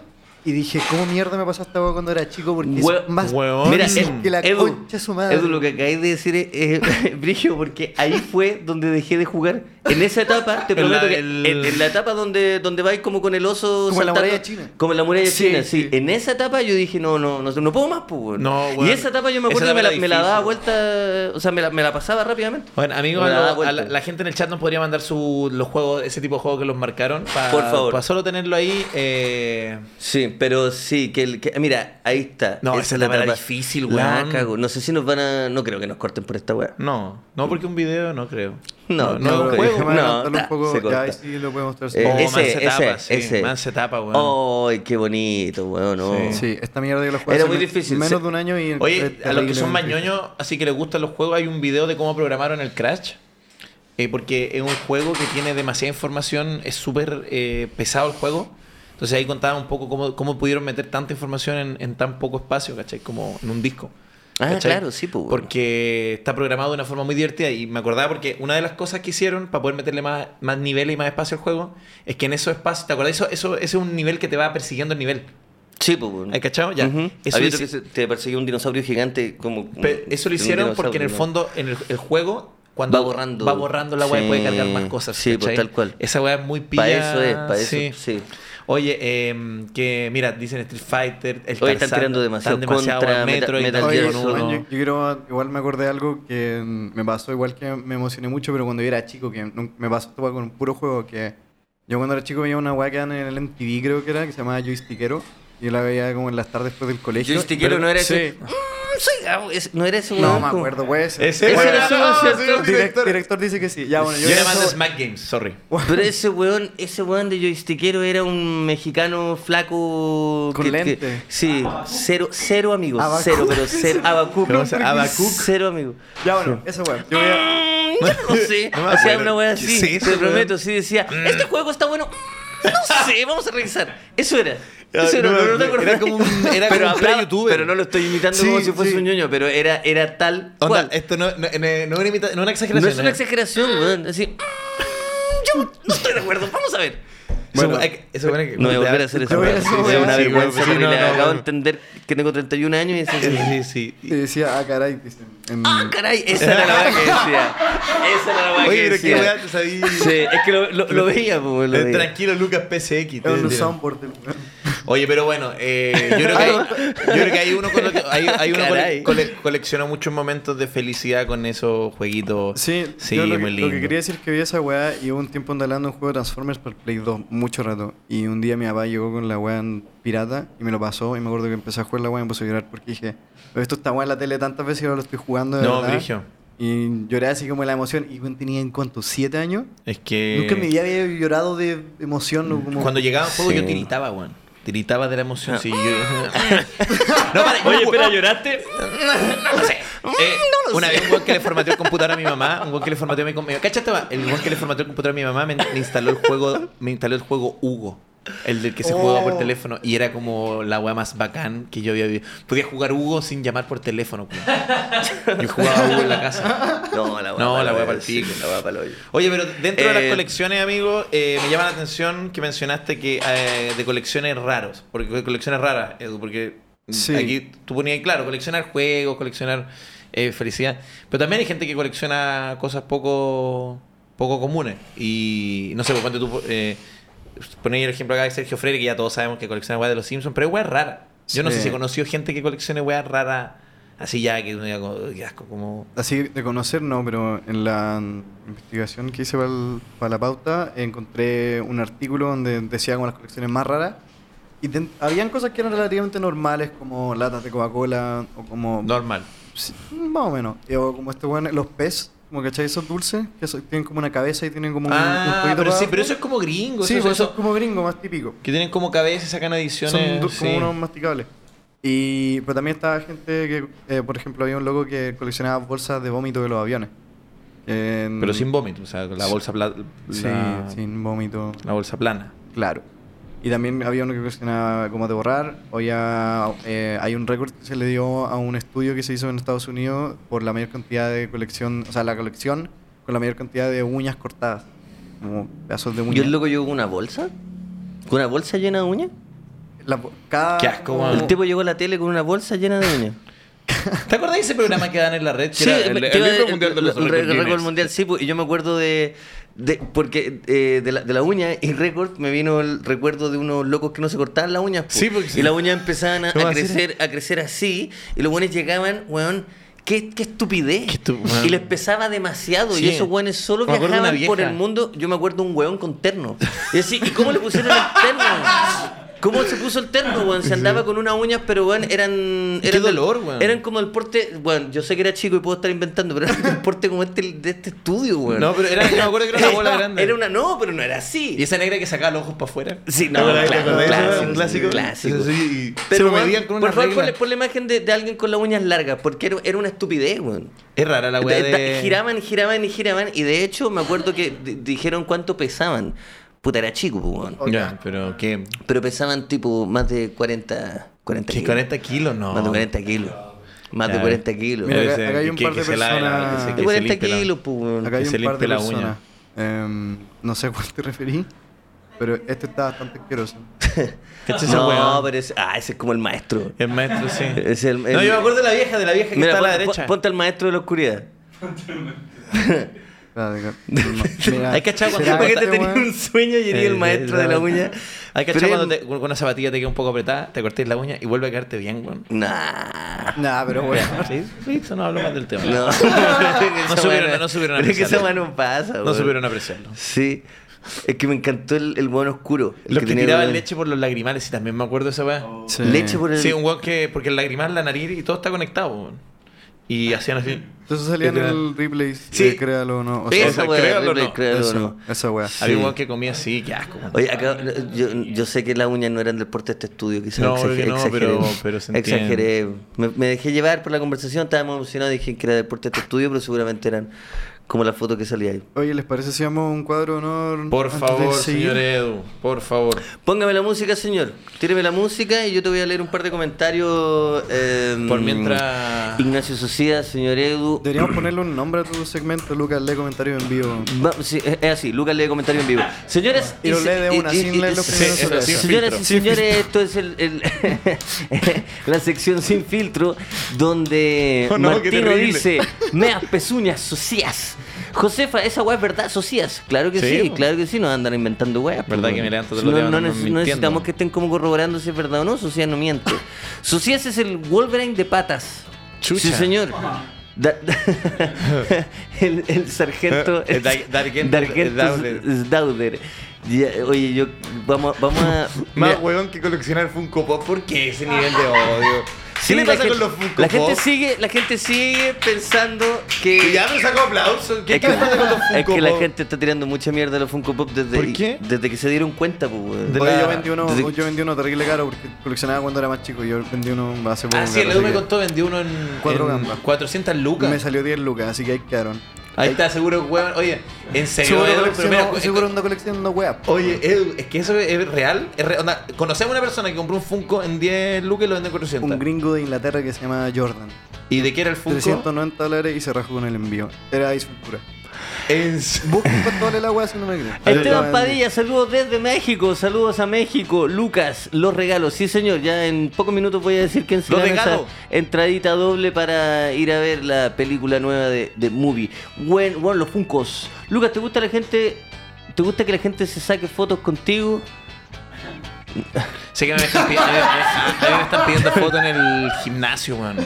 [SPEAKER 4] y dije, ¿cómo mierda me pasó esta hueá cuando era chico? Porque
[SPEAKER 1] Hue-
[SPEAKER 4] es más
[SPEAKER 2] huevón.
[SPEAKER 1] Mira,
[SPEAKER 4] difícil
[SPEAKER 1] Ed-
[SPEAKER 4] que la
[SPEAKER 1] Edu,
[SPEAKER 4] concha de su madre.
[SPEAKER 1] Edu, lo que acabáis de decir es, es brígido, porque ahí fue donde dejé de jugar. En esa etapa, te
[SPEAKER 2] En la
[SPEAKER 1] prometo que
[SPEAKER 2] del-
[SPEAKER 1] en, en la etapa donde, donde vais como con el oso
[SPEAKER 4] Como en
[SPEAKER 1] saltando-
[SPEAKER 4] la muralla china.
[SPEAKER 1] Como en la muralla
[SPEAKER 4] Sí,
[SPEAKER 1] china, sí.
[SPEAKER 4] sí.
[SPEAKER 1] En esa etapa yo dije, no, no, no, no puedo más, pues. weón.
[SPEAKER 2] No,
[SPEAKER 1] y
[SPEAKER 2] weón.
[SPEAKER 1] esa etapa yo me
[SPEAKER 2] Esa
[SPEAKER 1] acuerdo que me
[SPEAKER 2] etapa
[SPEAKER 1] la,
[SPEAKER 2] era
[SPEAKER 1] me la daba
[SPEAKER 2] difícil.
[SPEAKER 1] vuelta, o sea, me la, me la pasaba rápidamente.
[SPEAKER 2] Bueno, amigos,
[SPEAKER 1] Me la
[SPEAKER 2] lo-
[SPEAKER 1] daba
[SPEAKER 2] a
[SPEAKER 1] vuelta.
[SPEAKER 2] la, la gente en el chat nos podría mandar su, los juegos, ese tipo de juegos que los marcaron. Para
[SPEAKER 1] Por favor.
[SPEAKER 2] solo tenerlo ahí. eh,
[SPEAKER 1] Sí, pero sí, que, el, que mira, ahí está.
[SPEAKER 2] No, esa
[SPEAKER 1] es la
[SPEAKER 2] etapa era
[SPEAKER 1] etapa.
[SPEAKER 2] difícil,
[SPEAKER 1] La
[SPEAKER 2] weón.
[SPEAKER 1] cago. No sé si nos van a. No creo que nos corten por esta weá.
[SPEAKER 2] No, no porque un video no creo.
[SPEAKER 1] No, no
[SPEAKER 2] no, es un
[SPEAKER 4] pero
[SPEAKER 1] creo.
[SPEAKER 2] juego.
[SPEAKER 4] déjame
[SPEAKER 1] No,
[SPEAKER 4] adelantarlo
[SPEAKER 1] ta,
[SPEAKER 4] un poco.
[SPEAKER 1] se corta.
[SPEAKER 4] Ya, ahí sí lo puedo mostrar.
[SPEAKER 1] Eh,
[SPEAKER 2] Oh,
[SPEAKER 1] ese,
[SPEAKER 2] man, se tapa,
[SPEAKER 1] ese,
[SPEAKER 2] sí,
[SPEAKER 1] ese. Oh,
[SPEAKER 2] man, se tapa, weón.
[SPEAKER 1] Ay, qué bonito, weón. no.
[SPEAKER 2] Sí.
[SPEAKER 4] Oh, sí, esta mierda que la jugué
[SPEAKER 1] Era
[SPEAKER 4] hace
[SPEAKER 1] muy
[SPEAKER 4] me-
[SPEAKER 1] difícil,
[SPEAKER 4] menos
[SPEAKER 1] se-
[SPEAKER 4] de un año y... fue
[SPEAKER 2] Oye, a los que
[SPEAKER 4] terriblemente
[SPEAKER 2] son más
[SPEAKER 4] difícil.
[SPEAKER 2] ñoños, así que les gustan los juegos, hay un video de cómo programaron el Crash. Eh, porque es un juego que tiene demasiada información, es súper eh, pesado el juego. Entonces ahí contaba un poco cómo, cómo pudieron meter tanta información en, en tan poco espacio, ¿cachai? Como en un disco.
[SPEAKER 1] Ah,
[SPEAKER 2] ¿cachai?
[SPEAKER 1] claro, sí, pues, bueno.
[SPEAKER 2] Porque está programado de una forma muy divertida y me acordaba porque una de las cosas que hicieron para poder meterle más, más niveles y más espacio al juego es que en esos espacios, ¿te acuerdas? Eso, eso, ese es un nivel que te va persiguiendo el nivel.
[SPEAKER 1] Sí, pues, weón.
[SPEAKER 2] ¿Hay cachado? Ya.
[SPEAKER 1] Ujú.
[SPEAKER 2] Eso
[SPEAKER 1] Había
[SPEAKER 2] hice-
[SPEAKER 1] otro que se- te persiguió un dinosaurio gigante como...
[SPEAKER 2] Pe- eso lo
[SPEAKER 1] un
[SPEAKER 2] hicieron porque en el
[SPEAKER 1] dinosaurio,
[SPEAKER 2] fondo, en el, el juego, cuando
[SPEAKER 1] Va borrando.
[SPEAKER 2] va borrando la weá y
[SPEAKER 1] Sí.
[SPEAKER 2] puede cargar más cosas.
[SPEAKER 1] Sí, pues,
[SPEAKER 2] ¿cachai?
[SPEAKER 1] tal cual.
[SPEAKER 2] Esa weá es muy pilla.
[SPEAKER 1] Para eso es, para eso. Sí.
[SPEAKER 2] Oye, eh, que mira, dicen Street Fighter, el
[SPEAKER 1] Hoy están
[SPEAKER 2] Tarzán,
[SPEAKER 1] tirando demasiado
[SPEAKER 2] están demasiado
[SPEAKER 1] contra
[SPEAKER 2] al metro
[SPEAKER 1] Meta-
[SPEAKER 2] y
[SPEAKER 1] Metal
[SPEAKER 2] tal,
[SPEAKER 1] Oye, Gear
[SPEAKER 2] con
[SPEAKER 1] Solid.
[SPEAKER 2] uno.
[SPEAKER 4] yo, yo quiero, igual me acordé de algo que mm, me pasó, igual que me emocioné mucho, pero cuando yo era chico, que nun- me pasó esta weá con un puro juego que yo cuando era chico veía una weá que daban en el MTV, creo que era, que se llamaba Joystickero, y yo la veía como en las tardes después del colegio.
[SPEAKER 1] Joystickero no era
[SPEAKER 4] Sí.
[SPEAKER 1] ese. Uh, Mm, soy Gabo, ese- no era ese
[SPEAKER 4] No
[SPEAKER 1] weón,
[SPEAKER 4] me
[SPEAKER 1] como-
[SPEAKER 4] acuerdo, güey. Ese,
[SPEAKER 2] Ese
[SPEAKER 4] Bueno,
[SPEAKER 2] era
[SPEAKER 4] sí,
[SPEAKER 2] yo,
[SPEAKER 4] sí,
[SPEAKER 2] ¿cierto?
[SPEAKER 4] el director, director dice que sí. Ya, bueno,
[SPEAKER 2] Yo era más de
[SPEAKER 4] eso-
[SPEAKER 2] Smack Games, sorry.
[SPEAKER 1] Pero ese weón, ese weón de joystickero era un mexicano flaco.
[SPEAKER 4] Con lente.
[SPEAKER 1] sí, cero, cero amigos.
[SPEAKER 4] Abacuc.
[SPEAKER 1] Cero, pero cero. Abacuc.
[SPEAKER 2] No, o sea, Abacuc.
[SPEAKER 1] Cero amigos.
[SPEAKER 4] Ya, bueno, esa weá. Yo veía-
[SPEAKER 1] Mm, yo no sé.
[SPEAKER 2] No me
[SPEAKER 1] o sea,
[SPEAKER 2] acuerdo.
[SPEAKER 1] una wea
[SPEAKER 2] ¿Qué
[SPEAKER 1] así.
[SPEAKER 2] es eso,
[SPEAKER 1] te
[SPEAKER 2] weón?
[SPEAKER 1] prometo, sí decía, este juego está bueno. Mm, No sé, vamos a revisar. Eso era. Eso
[SPEAKER 2] Ah,
[SPEAKER 1] era,
[SPEAKER 2] no,
[SPEAKER 1] pero no te
[SPEAKER 2] era
[SPEAKER 1] acordás.
[SPEAKER 2] como un-
[SPEAKER 1] pero
[SPEAKER 2] era como un
[SPEAKER 1] hablaba-
[SPEAKER 2] pre-youtuber.
[SPEAKER 1] Pero no lo estoy imitando
[SPEAKER 4] Sí,
[SPEAKER 1] como si fuese
[SPEAKER 4] sí.
[SPEAKER 1] un ñoño, pero era, era tal
[SPEAKER 2] Onda,
[SPEAKER 1] cual.
[SPEAKER 2] esto no, no, no- no una imita- no una exageración.
[SPEAKER 1] No es una
[SPEAKER 2] ¿eh?
[SPEAKER 1] exageración, weón. Así, mm, yo no estoy de acuerdo, vamos a ver.
[SPEAKER 2] Bueno,
[SPEAKER 4] Bueno,
[SPEAKER 2] hay que- eso bueno que-
[SPEAKER 1] No voy a volver a hacer
[SPEAKER 4] Te
[SPEAKER 1] eso.
[SPEAKER 4] voy a
[SPEAKER 1] Es
[SPEAKER 4] hacer
[SPEAKER 1] una
[SPEAKER 4] eso.
[SPEAKER 1] vergüenza.
[SPEAKER 2] Sí, no,
[SPEAKER 1] terrible.
[SPEAKER 2] no,
[SPEAKER 1] Acabo de
[SPEAKER 2] bueno.
[SPEAKER 1] entender que tengo 31 años y
[SPEAKER 2] Sí,
[SPEAKER 1] decía,
[SPEAKER 2] sí, sí.
[SPEAKER 4] y decía, ah, caray, dicen. en-
[SPEAKER 1] ¡Ah, caray! Esa era la weá que decía. Esa era la weá
[SPEAKER 2] Oye,
[SPEAKER 1] que
[SPEAKER 2] pero qué weá, pues
[SPEAKER 1] decía.
[SPEAKER 2] tú sabí.
[SPEAKER 1] Sí, es que lo, lo, lo veía, pues, lo
[SPEAKER 2] Eh,
[SPEAKER 1] veía.
[SPEAKER 2] Tranquilo, Lucas PCX.
[SPEAKER 4] Era un
[SPEAKER 2] te- te-
[SPEAKER 4] soundboard del weón.
[SPEAKER 2] Oye, pero bueno, eh, yo, creo que hay, yo creo que hay uno, con lo que- hay, hay uno
[SPEAKER 1] Caray.
[SPEAKER 2] cole- cole- coleccionó muchos momentos de felicidad con esos jueguitos.
[SPEAKER 4] Sí,
[SPEAKER 2] sí,
[SPEAKER 4] yo lo,
[SPEAKER 2] muy
[SPEAKER 4] que,
[SPEAKER 2] lindo.
[SPEAKER 4] lo que quería decir es que vi esa weá y hubo un tiempo andando hablando un juego de Transformers para el Play 2, mucho rato. Y un día mi papá llegó con la weá en pirata y me lo pasó. Y me acuerdo que empecé a jugar la weá y me puse a llorar porque dije, "Pero esto está weá en la tele tantas veces y ahora lo estoy jugando. De
[SPEAKER 2] No,
[SPEAKER 4] verdad".
[SPEAKER 2] Brigio.
[SPEAKER 4] Y lloré así como la emoción. ¿Y weón, tenía en cuánto? ¿Siete años?
[SPEAKER 2] Es que.
[SPEAKER 4] Nunca en mi vida había llorado de emoción. o Como...
[SPEAKER 2] Cuando llegaba un juego,
[SPEAKER 1] Sí.
[SPEAKER 2] yo tiritaba, weón. Tiritaba de la emoción.
[SPEAKER 1] Ah.
[SPEAKER 2] Sí, yo... no, para,
[SPEAKER 1] Oye, espera, ¿lloraste?
[SPEAKER 2] Eh, una vez un weón que le formateó el computador a mi mamá, un weón que le formateó a mi computador. ¿Cachaste? va? El weón que le formateó el computador a mi mamá me, me instaló el juego, me instaló el juego Hugo. El del que se jugaba por
[SPEAKER 4] Oh.
[SPEAKER 2] teléfono. Y era como la weá más bacán que yo había vivido. Podía jugar Hugo sin llamar por teléfono, weón. Yo jugaba Hugo en la casa.
[SPEAKER 1] No, la
[SPEAKER 2] No,
[SPEAKER 1] pa'
[SPEAKER 2] la
[SPEAKER 1] lo
[SPEAKER 2] weá
[SPEAKER 1] hoyo,
[SPEAKER 2] pa'l
[SPEAKER 1] sí,
[SPEAKER 2] pico.
[SPEAKER 1] La weá para el hoyo.
[SPEAKER 2] Oye, pero dentro de
[SPEAKER 1] Eh,
[SPEAKER 2] las colecciones, amigo, eh, me llama la atención que mencionaste que eh, de colecciones raros. Porque de colecciones raras, Edu, porque
[SPEAKER 4] Sí.
[SPEAKER 2] aquí tú ponías, claro, coleccionar juegos, coleccionar eh, felicidad. Pero también hay gente que colecciona cosas poco poco comunes. Y no sé, por tú eh, ponéis el ejemplo acá de Sergio Freire, que ya todos sabemos que colecciona weas de los Simpsons, pero es wea rara. Yo no sé
[SPEAKER 4] Sí.
[SPEAKER 2] si he conocido gente que coleccione weas rara así ya que uno diga como, "Uy, qué asco, como
[SPEAKER 4] Así de conocer, no, pero en la mm, investigación que hice para, el- para la pauta encontré un artículo donde decía como las colecciones más raras. Y ten- habían cosas que eran relativamente normales, como latas de Coca-Cola o como.
[SPEAKER 2] normal.
[SPEAKER 4] Sí, más o menos. Eh, O como este bueno, los pez, como cachai esos dulces, que so- tienen como una cabeza y tienen como un- un,
[SPEAKER 2] Ah,
[SPEAKER 4] cuellito
[SPEAKER 2] pero
[SPEAKER 4] para
[SPEAKER 2] sí,
[SPEAKER 4] abajo.
[SPEAKER 2] pero eso es como gringo.
[SPEAKER 4] Sí,
[SPEAKER 2] eso-
[SPEAKER 4] pues
[SPEAKER 2] eso-
[SPEAKER 4] eso es como gringo, más típico.
[SPEAKER 2] Que tienen como cabeza y sacan ediciones.
[SPEAKER 4] Son du-
[SPEAKER 2] sí.
[SPEAKER 4] como unos masticables. Y pero también estaba gente que, eh, por ejemplo, había un loco que coleccionaba bolsas de vómito de los aviones. En-
[SPEAKER 2] Pero sin vómito, o sea, la bolsa, pla-
[SPEAKER 4] Sí,
[SPEAKER 2] la,
[SPEAKER 4] sin vómito.
[SPEAKER 2] la bolsa plana.
[SPEAKER 4] Claro. Y también había uno que coleccionaba gomas de borrar. O ya eh, hay un récord que se le dio a un estudio que se hizo en Estados Unidos por la mayor cantidad de colección, o sea, la colección con la mayor cantidad de uñas cortadas. Como pedazos de uñas.
[SPEAKER 1] ¿Y el loco llegó con una bolsa? ¿Con una bolsa llena de uñas?
[SPEAKER 4] La- cada-
[SPEAKER 2] Qué asco,
[SPEAKER 4] como-
[SPEAKER 2] weón.
[SPEAKER 1] El tipo llegó a la tele con una bolsa llena de uñas.
[SPEAKER 2] ¿Te acordás de ese programa que dan en la red? ¿eh? Que
[SPEAKER 1] Sí,
[SPEAKER 2] era el-
[SPEAKER 1] me-
[SPEAKER 2] el
[SPEAKER 1] te iba-
[SPEAKER 2] libro
[SPEAKER 1] el-
[SPEAKER 2] mundial de
[SPEAKER 1] el-
[SPEAKER 2] los
[SPEAKER 1] el
[SPEAKER 2] récords
[SPEAKER 1] récord
[SPEAKER 2] Guinness.
[SPEAKER 1] mundial, sí, pues, y yo me acuerdo de. de- porque eh, de, la, de la uña y récord me vino el recuerdo de unos locos que no se cortaban las uñas. pues.
[SPEAKER 2] Sí, porque sí.
[SPEAKER 1] Y las uñas empezaban a,
[SPEAKER 2] No,
[SPEAKER 1] a
[SPEAKER 2] así
[SPEAKER 1] crecer, a crecer así, y los buenos llegaban, weón. Qué, qué estupidez.
[SPEAKER 2] Qué estu- weón.
[SPEAKER 1] Y les pesaba demasiado.
[SPEAKER 2] Sí.
[SPEAKER 1] Y esos weones solo
[SPEAKER 2] Me acuerdo de una
[SPEAKER 1] viajaban por
[SPEAKER 2] vieja.
[SPEAKER 1] el mundo. Yo me acuerdo de un weón con terno. Y así, ¿y cómo le pusieron el terno? ¿Cómo se puso el terno, weón? Se andaba con unas uñas, pero weón, eran.
[SPEAKER 2] Qué
[SPEAKER 1] eran del-
[SPEAKER 2] dolor, weón.
[SPEAKER 1] Eran como el porte, bueno, yo sé que era chico y puedo estar inventando, pero era como el porte como este de este estudio, weón.
[SPEAKER 2] No, pero era, yo me acuerdo que era una bola grande.
[SPEAKER 1] Era una no, pero no era así.
[SPEAKER 2] Y esa negra que sacaba los ojos para afuera.
[SPEAKER 1] Sí, no,
[SPEAKER 2] ¿Te acordás?
[SPEAKER 1] claro,
[SPEAKER 2] ¿Te acordás? Eso era
[SPEAKER 1] clásico,
[SPEAKER 2] un clásico.
[SPEAKER 1] clásico.
[SPEAKER 2] Eso sí, y
[SPEAKER 1] pero,
[SPEAKER 2] se lo
[SPEAKER 1] weón,
[SPEAKER 2] medían con una
[SPEAKER 1] por favor,
[SPEAKER 2] regla.
[SPEAKER 1] ponle, ponle la imagen de, de alguien con las uñas largas, porque era, era una estupidez, weón.
[SPEAKER 2] Es rara la weá
[SPEAKER 1] Da- da-
[SPEAKER 2] de...
[SPEAKER 1] Giraban, giraban y giraban, y de hecho me acuerdo que di- dijeron cuánto pesaban. Puta, era chico, pues, weón.
[SPEAKER 2] Ya, pero ¿qué?
[SPEAKER 1] Pero pesaban tipo más de 40, 40
[SPEAKER 2] ¿Qué,
[SPEAKER 1] kilos.
[SPEAKER 2] 40 kilos? No.
[SPEAKER 1] Más de 40 kilos. Más de
[SPEAKER 2] Ya.
[SPEAKER 1] 40 kilos.
[SPEAKER 4] Mira, acá-
[SPEAKER 2] Ese,
[SPEAKER 4] acá hay un
[SPEAKER 2] que-
[SPEAKER 4] par
[SPEAKER 2] que
[SPEAKER 4] de
[SPEAKER 2] se lave la-
[SPEAKER 4] personas-
[SPEAKER 2] que se- que
[SPEAKER 1] De
[SPEAKER 2] se
[SPEAKER 1] 40
[SPEAKER 2] limpie la-
[SPEAKER 1] kilos, pues, weón.
[SPEAKER 4] Acá hay
[SPEAKER 2] que se
[SPEAKER 4] un par de
[SPEAKER 2] limpie la
[SPEAKER 4] personas.
[SPEAKER 2] uña.
[SPEAKER 4] Em, no sé a cuál te referí, pero este está bastante asqueroso.
[SPEAKER 2] Cacha esa
[SPEAKER 1] no,
[SPEAKER 2] weá.
[SPEAKER 1] pero ese, ah, ese es como el maestro.
[SPEAKER 2] El maestro, sí.
[SPEAKER 1] Es el-
[SPEAKER 2] No,
[SPEAKER 1] el-
[SPEAKER 2] yo me acuerdo de la vieja, de la vieja que
[SPEAKER 1] Mira,
[SPEAKER 2] está a la
[SPEAKER 1] pon- pon-
[SPEAKER 2] derecha.
[SPEAKER 1] ponte al maestro de la oscuridad.
[SPEAKER 4] Espérate, calma. Mira,
[SPEAKER 1] ¿Hay cachado cuando
[SPEAKER 4] ¿será
[SPEAKER 1] imagínate
[SPEAKER 4] este
[SPEAKER 1] tener
[SPEAKER 4] weón?
[SPEAKER 1] un sueño y eres
[SPEAKER 2] Eh,
[SPEAKER 1] el maestro de la
[SPEAKER 2] verdad.
[SPEAKER 1] uña?
[SPEAKER 2] Hay que cachar
[SPEAKER 1] Pero-
[SPEAKER 2] cuando te- con una zapatilla te queda un poco apretada, te cortes la uña y vuelve a quedarte bien, weón.
[SPEAKER 1] Nah.
[SPEAKER 4] Nah, pero bueno.
[SPEAKER 2] Sí, sí, eso no hablo más del tema.
[SPEAKER 1] No,
[SPEAKER 2] No subieron- no subieron a
[SPEAKER 1] Pero es que
[SPEAKER 2] pisarlo.
[SPEAKER 1] esa mano no pasa,
[SPEAKER 2] No
[SPEAKER 1] weón.
[SPEAKER 2] supieron apreciarlo.
[SPEAKER 1] Sí. Es que me encantó el, el buen oscuro. El
[SPEAKER 2] Los que, Oh. tiraban
[SPEAKER 1] el-
[SPEAKER 2] leche por los lagrimales, sí, también me acuerdo de esa weá.
[SPEAKER 4] Sí.
[SPEAKER 1] Leche por el.
[SPEAKER 2] Sí, un weón que. Porque el lagrimal, la nariz y todo está conectado, weón. Y hacían así.
[SPEAKER 4] Entonces salía en
[SPEAKER 2] Literal.
[SPEAKER 4] el replay.
[SPEAKER 2] Sí.
[SPEAKER 4] Sí. Créalo o no. O sea,
[SPEAKER 1] Esa
[SPEAKER 2] Eso,
[SPEAKER 1] weá,
[SPEAKER 2] créalo o
[SPEAKER 1] Ripley,
[SPEAKER 2] no.
[SPEAKER 1] créalo o
[SPEAKER 4] eso,
[SPEAKER 1] no.
[SPEAKER 4] Esa weá.
[SPEAKER 2] Había un
[SPEAKER 1] Sí.
[SPEAKER 2] weón que comía así, qué asco. weón.
[SPEAKER 1] Oye, acá, eh, yo, yo sé que las uñas no eran del porte de este estudio, quizás
[SPEAKER 2] Ah, No,
[SPEAKER 1] exageré.
[SPEAKER 2] creo que no,
[SPEAKER 1] exageré.
[SPEAKER 2] pero- pero se entiende.
[SPEAKER 1] Exageré. Me, me dejé llevar por la conversación, estaba muy emocionado, dije que era del porte de este estudio, pero seguramente eran como la foto que salía ahí.
[SPEAKER 4] Oye, ¿les parece si hacemos un cuadro de honor?
[SPEAKER 2] Por
[SPEAKER 4] antes de
[SPEAKER 2] favor,
[SPEAKER 4] seguir?
[SPEAKER 2] señor Edu, por favor.
[SPEAKER 1] Póngame la música, señor. Tíreme la música y yo te voy a leer un par de comentarios. eh,
[SPEAKER 2] Por mientras.
[SPEAKER 1] Ignacio Sucía, señor Edu.
[SPEAKER 4] Deberíamos ponerle un nombre a tu segmento, Lucas. Lee comentarios en vivo.
[SPEAKER 1] Va- sí, es es así, Lucas lee comentario en vivo. Señores,
[SPEAKER 4] Y lo lee de
[SPEAKER 1] se-
[SPEAKER 4] una, sin leer los
[SPEAKER 1] se-
[SPEAKER 4] primeros
[SPEAKER 1] se-
[SPEAKER 2] oraciones.
[SPEAKER 1] Señores y
[SPEAKER 2] Sin
[SPEAKER 1] señores, esto es el, el- la sección sin filtro donde
[SPEAKER 3] Oh, no, qué
[SPEAKER 1] Martino
[SPEAKER 3] terrible.
[SPEAKER 1] dice, meas pezuñas socias. Josefa, esa weá es verdad, socias. Claro que sí,
[SPEAKER 2] Sí, po.
[SPEAKER 1] claro que sí, nos andan inventando weas.
[SPEAKER 2] Verdad
[SPEAKER 1] po.
[SPEAKER 2] que me levanto todos
[SPEAKER 1] no,
[SPEAKER 2] los días,
[SPEAKER 1] no
[SPEAKER 2] no
[SPEAKER 1] neces-
[SPEAKER 2] mintiendo.
[SPEAKER 1] necesitamos que estén como corroborando si es verdad o no, socias no miente. socias es el Wolverine de patas.
[SPEAKER 2] Chucha.
[SPEAKER 1] Sí, señor. Da- el, el sargento
[SPEAKER 2] Eh, Dar- Dargento-
[SPEAKER 1] Dargento
[SPEAKER 2] Dauder.
[SPEAKER 1] Dauder. Ya, oye, yo vamos, vamos a.
[SPEAKER 3] Más
[SPEAKER 1] mira, Ah.
[SPEAKER 3] huevón que coleccionar Funko Pop. ¿Por qué ese nivel de odio?
[SPEAKER 1] sí,
[SPEAKER 3] ¿Qué le
[SPEAKER 1] la
[SPEAKER 3] pasa
[SPEAKER 1] gente-
[SPEAKER 3] con los Funko
[SPEAKER 1] la
[SPEAKER 3] Pop?
[SPEAKER 1] gente sigue, la gente sigue pensando que.
[SPEAKER 3] Que Pues ya me sacó aplausos. ¿Qué
[SPEAKER 1] es
[SPEAKER 3] qué
[SPEAKER 1] que,
[SPEAKER 3] le pasa con los
[SPEAKER 1] es
[SPEAKER 3] Funko
[SPEAKER 1] que la
[SPEAKER 3] Pop?
[SPEAKER 1] gente está tirando mucha mierda a los Funko Pop desde,
[SPEAKER 3] ¿Por qué?
[SPEAKER 1] desde que se dieron cuenta, pues, weón.
[SPEAKER 2] De
[SPEAKER 4] Oye,
[SPEAKER 2] la-
[SPEAKER 4] yo vendí uno,
[SPEAKER 1] de-
[SPEAKER 4] yo vendí uno terrible caro porque coleccionaba cuando era más chico. Yo vendí uno hace poco.
[SPEAKER 2] Ah, sí, el
[SPEAKER 4] caro,
[SPEAKER 2] Edu me
[SPEAKER 4] así que
[SPEAKER 2] contó, vendió uno en,
[SPEAKER 4] Cuatro
[SPEAKER 2] en
[SPEAKER 4] gambas.
[SPEAKER 2] 400 lucas.
[SPEAKER 4] Me salió 10 lucas, así que ahí quedaron.
[SPEAKER 2] Ahí está, seguro, weón. Oye, en serio,
[SPEAKER 4] Seguro,
[SPEAKER 2] Edu, pero mira,
[SPEAKER 4] colecciono-
[SPEAKER 2] cu-
[SPEAKER 4] seguro ando coleccionando weas.
[SPEAKER 2] Oye, eh, Edu, es que eso es, es real. Es re- onda, conocemos a una persona que compró un Funko en 10 lucas y lo vende en 400.
[SPEAKER 4] Un gringo de Inglaterra que se llama Jordan.
[SPEAKER 2] ¿Y de qué era el Funko?
[SPEAKER 4] 390 dólares y se rajó con el envío. Era Ice Ventura.
[SPEAKER 2] En serio.
[SPEAKER 4] Busquen cuánto vale la wea si no me
[SPEAKER 2] Este
[SPEAKER 4] creen.
[SPEAKER 1] Esteban Padilla, saludos desde México, saludos a México. Lucas, los regalos, sí señor, ya en pocos minutos voy a decir quién se
[SPEAKER 2] Los
[SPEAKER 1] gana esa
[SPEAKER 2] regalos.
[SPEAKER 1] entradita doble para ir a ver la película nueva de, de Movie. Bueno, bueno, los Funcos. Lucas, ¿te gusta la gente? ¿Te gusta que la gente se saque fotos contigo?
[SPEAKER 2] Sé que a mí me están, pi- a mí- a mí me están pidiendo fotos en el gimnasio, mano.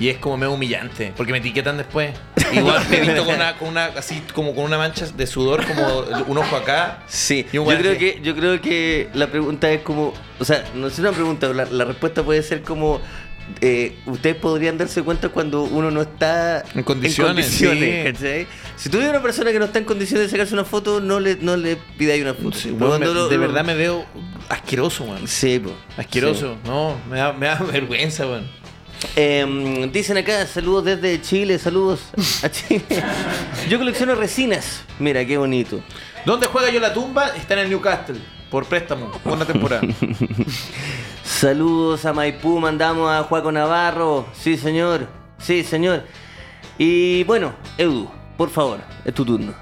[SPEAKER 2] Y es como medio humillante, porque me etiquetan después. Igual me he visto con una, con una, así como con una mancha de sudor, como un ojo acá.
[SPEAKER 1] Sí,
[SPEAKER 2] Y
[SPEAKER 1] yo
[SPEAKER 2] un buen
[SPEAKER 1] creo
[SPEAKER 2] así.
[SPEAKER 1] que yo creo que la pregunta es como, o sea, no es una pregunta, la, la respuesta puede ser como eh, ustedes podrían darse cuenta cuando uno no está
[SPEAKER 2] En condiciones,
[SPEAKER 1] condiciones,
[SPEAKER 2] sí.
[SPEAKER 1] ¿cachai? Si tuviera una persona que no está en condiciones de sacarse una foto, no le no le pidáis una foto.
[SPEAKER 2] Sí,
[SPEAKER 1] Pero
[SPEAKER 2] weón, me-
[SPEAKER 1] cuando lo-
[SPEAKER 2] de
[SPEAKER 1] lo-
[SPEAKER 2] verdad me veo asqueroso, man.
[SPEAKER 1] Sí, po.
[SPEAKER 2] Asqueroso, no, me da, me da vergüenza, man.
[SPEAKER 1] Sí. Eh, dicen acá, saludos desde Chile, saludos a Chile. Yo colecciono resinas. Mira, qué bonito.
[SPEAKER 2] ¿Dónde juega yo la tumba? Está en el Newcastle, por préstamo, por una temporada.
[SPEAKER 1] Saludos a Maipú, mandamos a Juaco Navarro. Sí, señor. Sí, señor. Y bueno, Edu, por favor, es tu turno.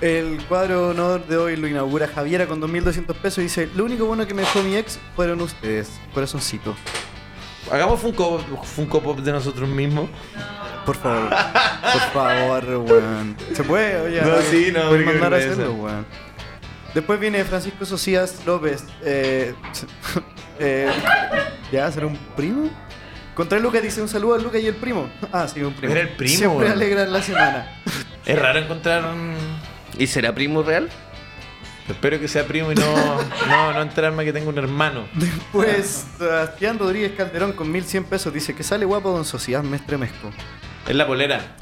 [SPEAKER 4] El cuadro de honor de hoy lo inaugura Javiera con 2.200 pesos y dice: Lo único bueno que me dejó mi ex fueron ustedes. Corazoncito.
[SPEAKER 2] Hagamos Funko, Funko Pop de nosotros mismos.
[SPEAKER 4] Por favor. Por favor, weón. Se puede, oye.
[SPEAKER 3] No,
[SPEAKER 4] ahora
[SPEAKER 3] sí, no,
[SPEAKER 4] pueden
[SPEAKER 3] qué
[SPEAKER 4] mandar a
[SPEAKER 3] vergüenza.
[SPEAKER 4] hacerlo, weón. Después viene Francisco Socias López. Eh, eh, ¿Ya será un primo? Contra Lucas dice un saludo a Lucas y el primo. Ah, sí, un primo.
[SPEAKER 2] Era el primo,
[SPEAKER 4] Siempre
[SPEAKER 2] weón.
[SPEAKER 4] alegran la semana.
[SPEAKER 2] Es raro encontrar un...
[SPEAKER 1] ¿Y será primo real?
[SPEAKER 2] Espero que sea primo y no, no, no enterarme que tengo un hermano.
[SPEAKER 4] Pues Sebastián Rodríguez Calderón con 1100 pesos dice que sale guapo don Socias, me estremezco.
[SPEAKER 2] Es la polera.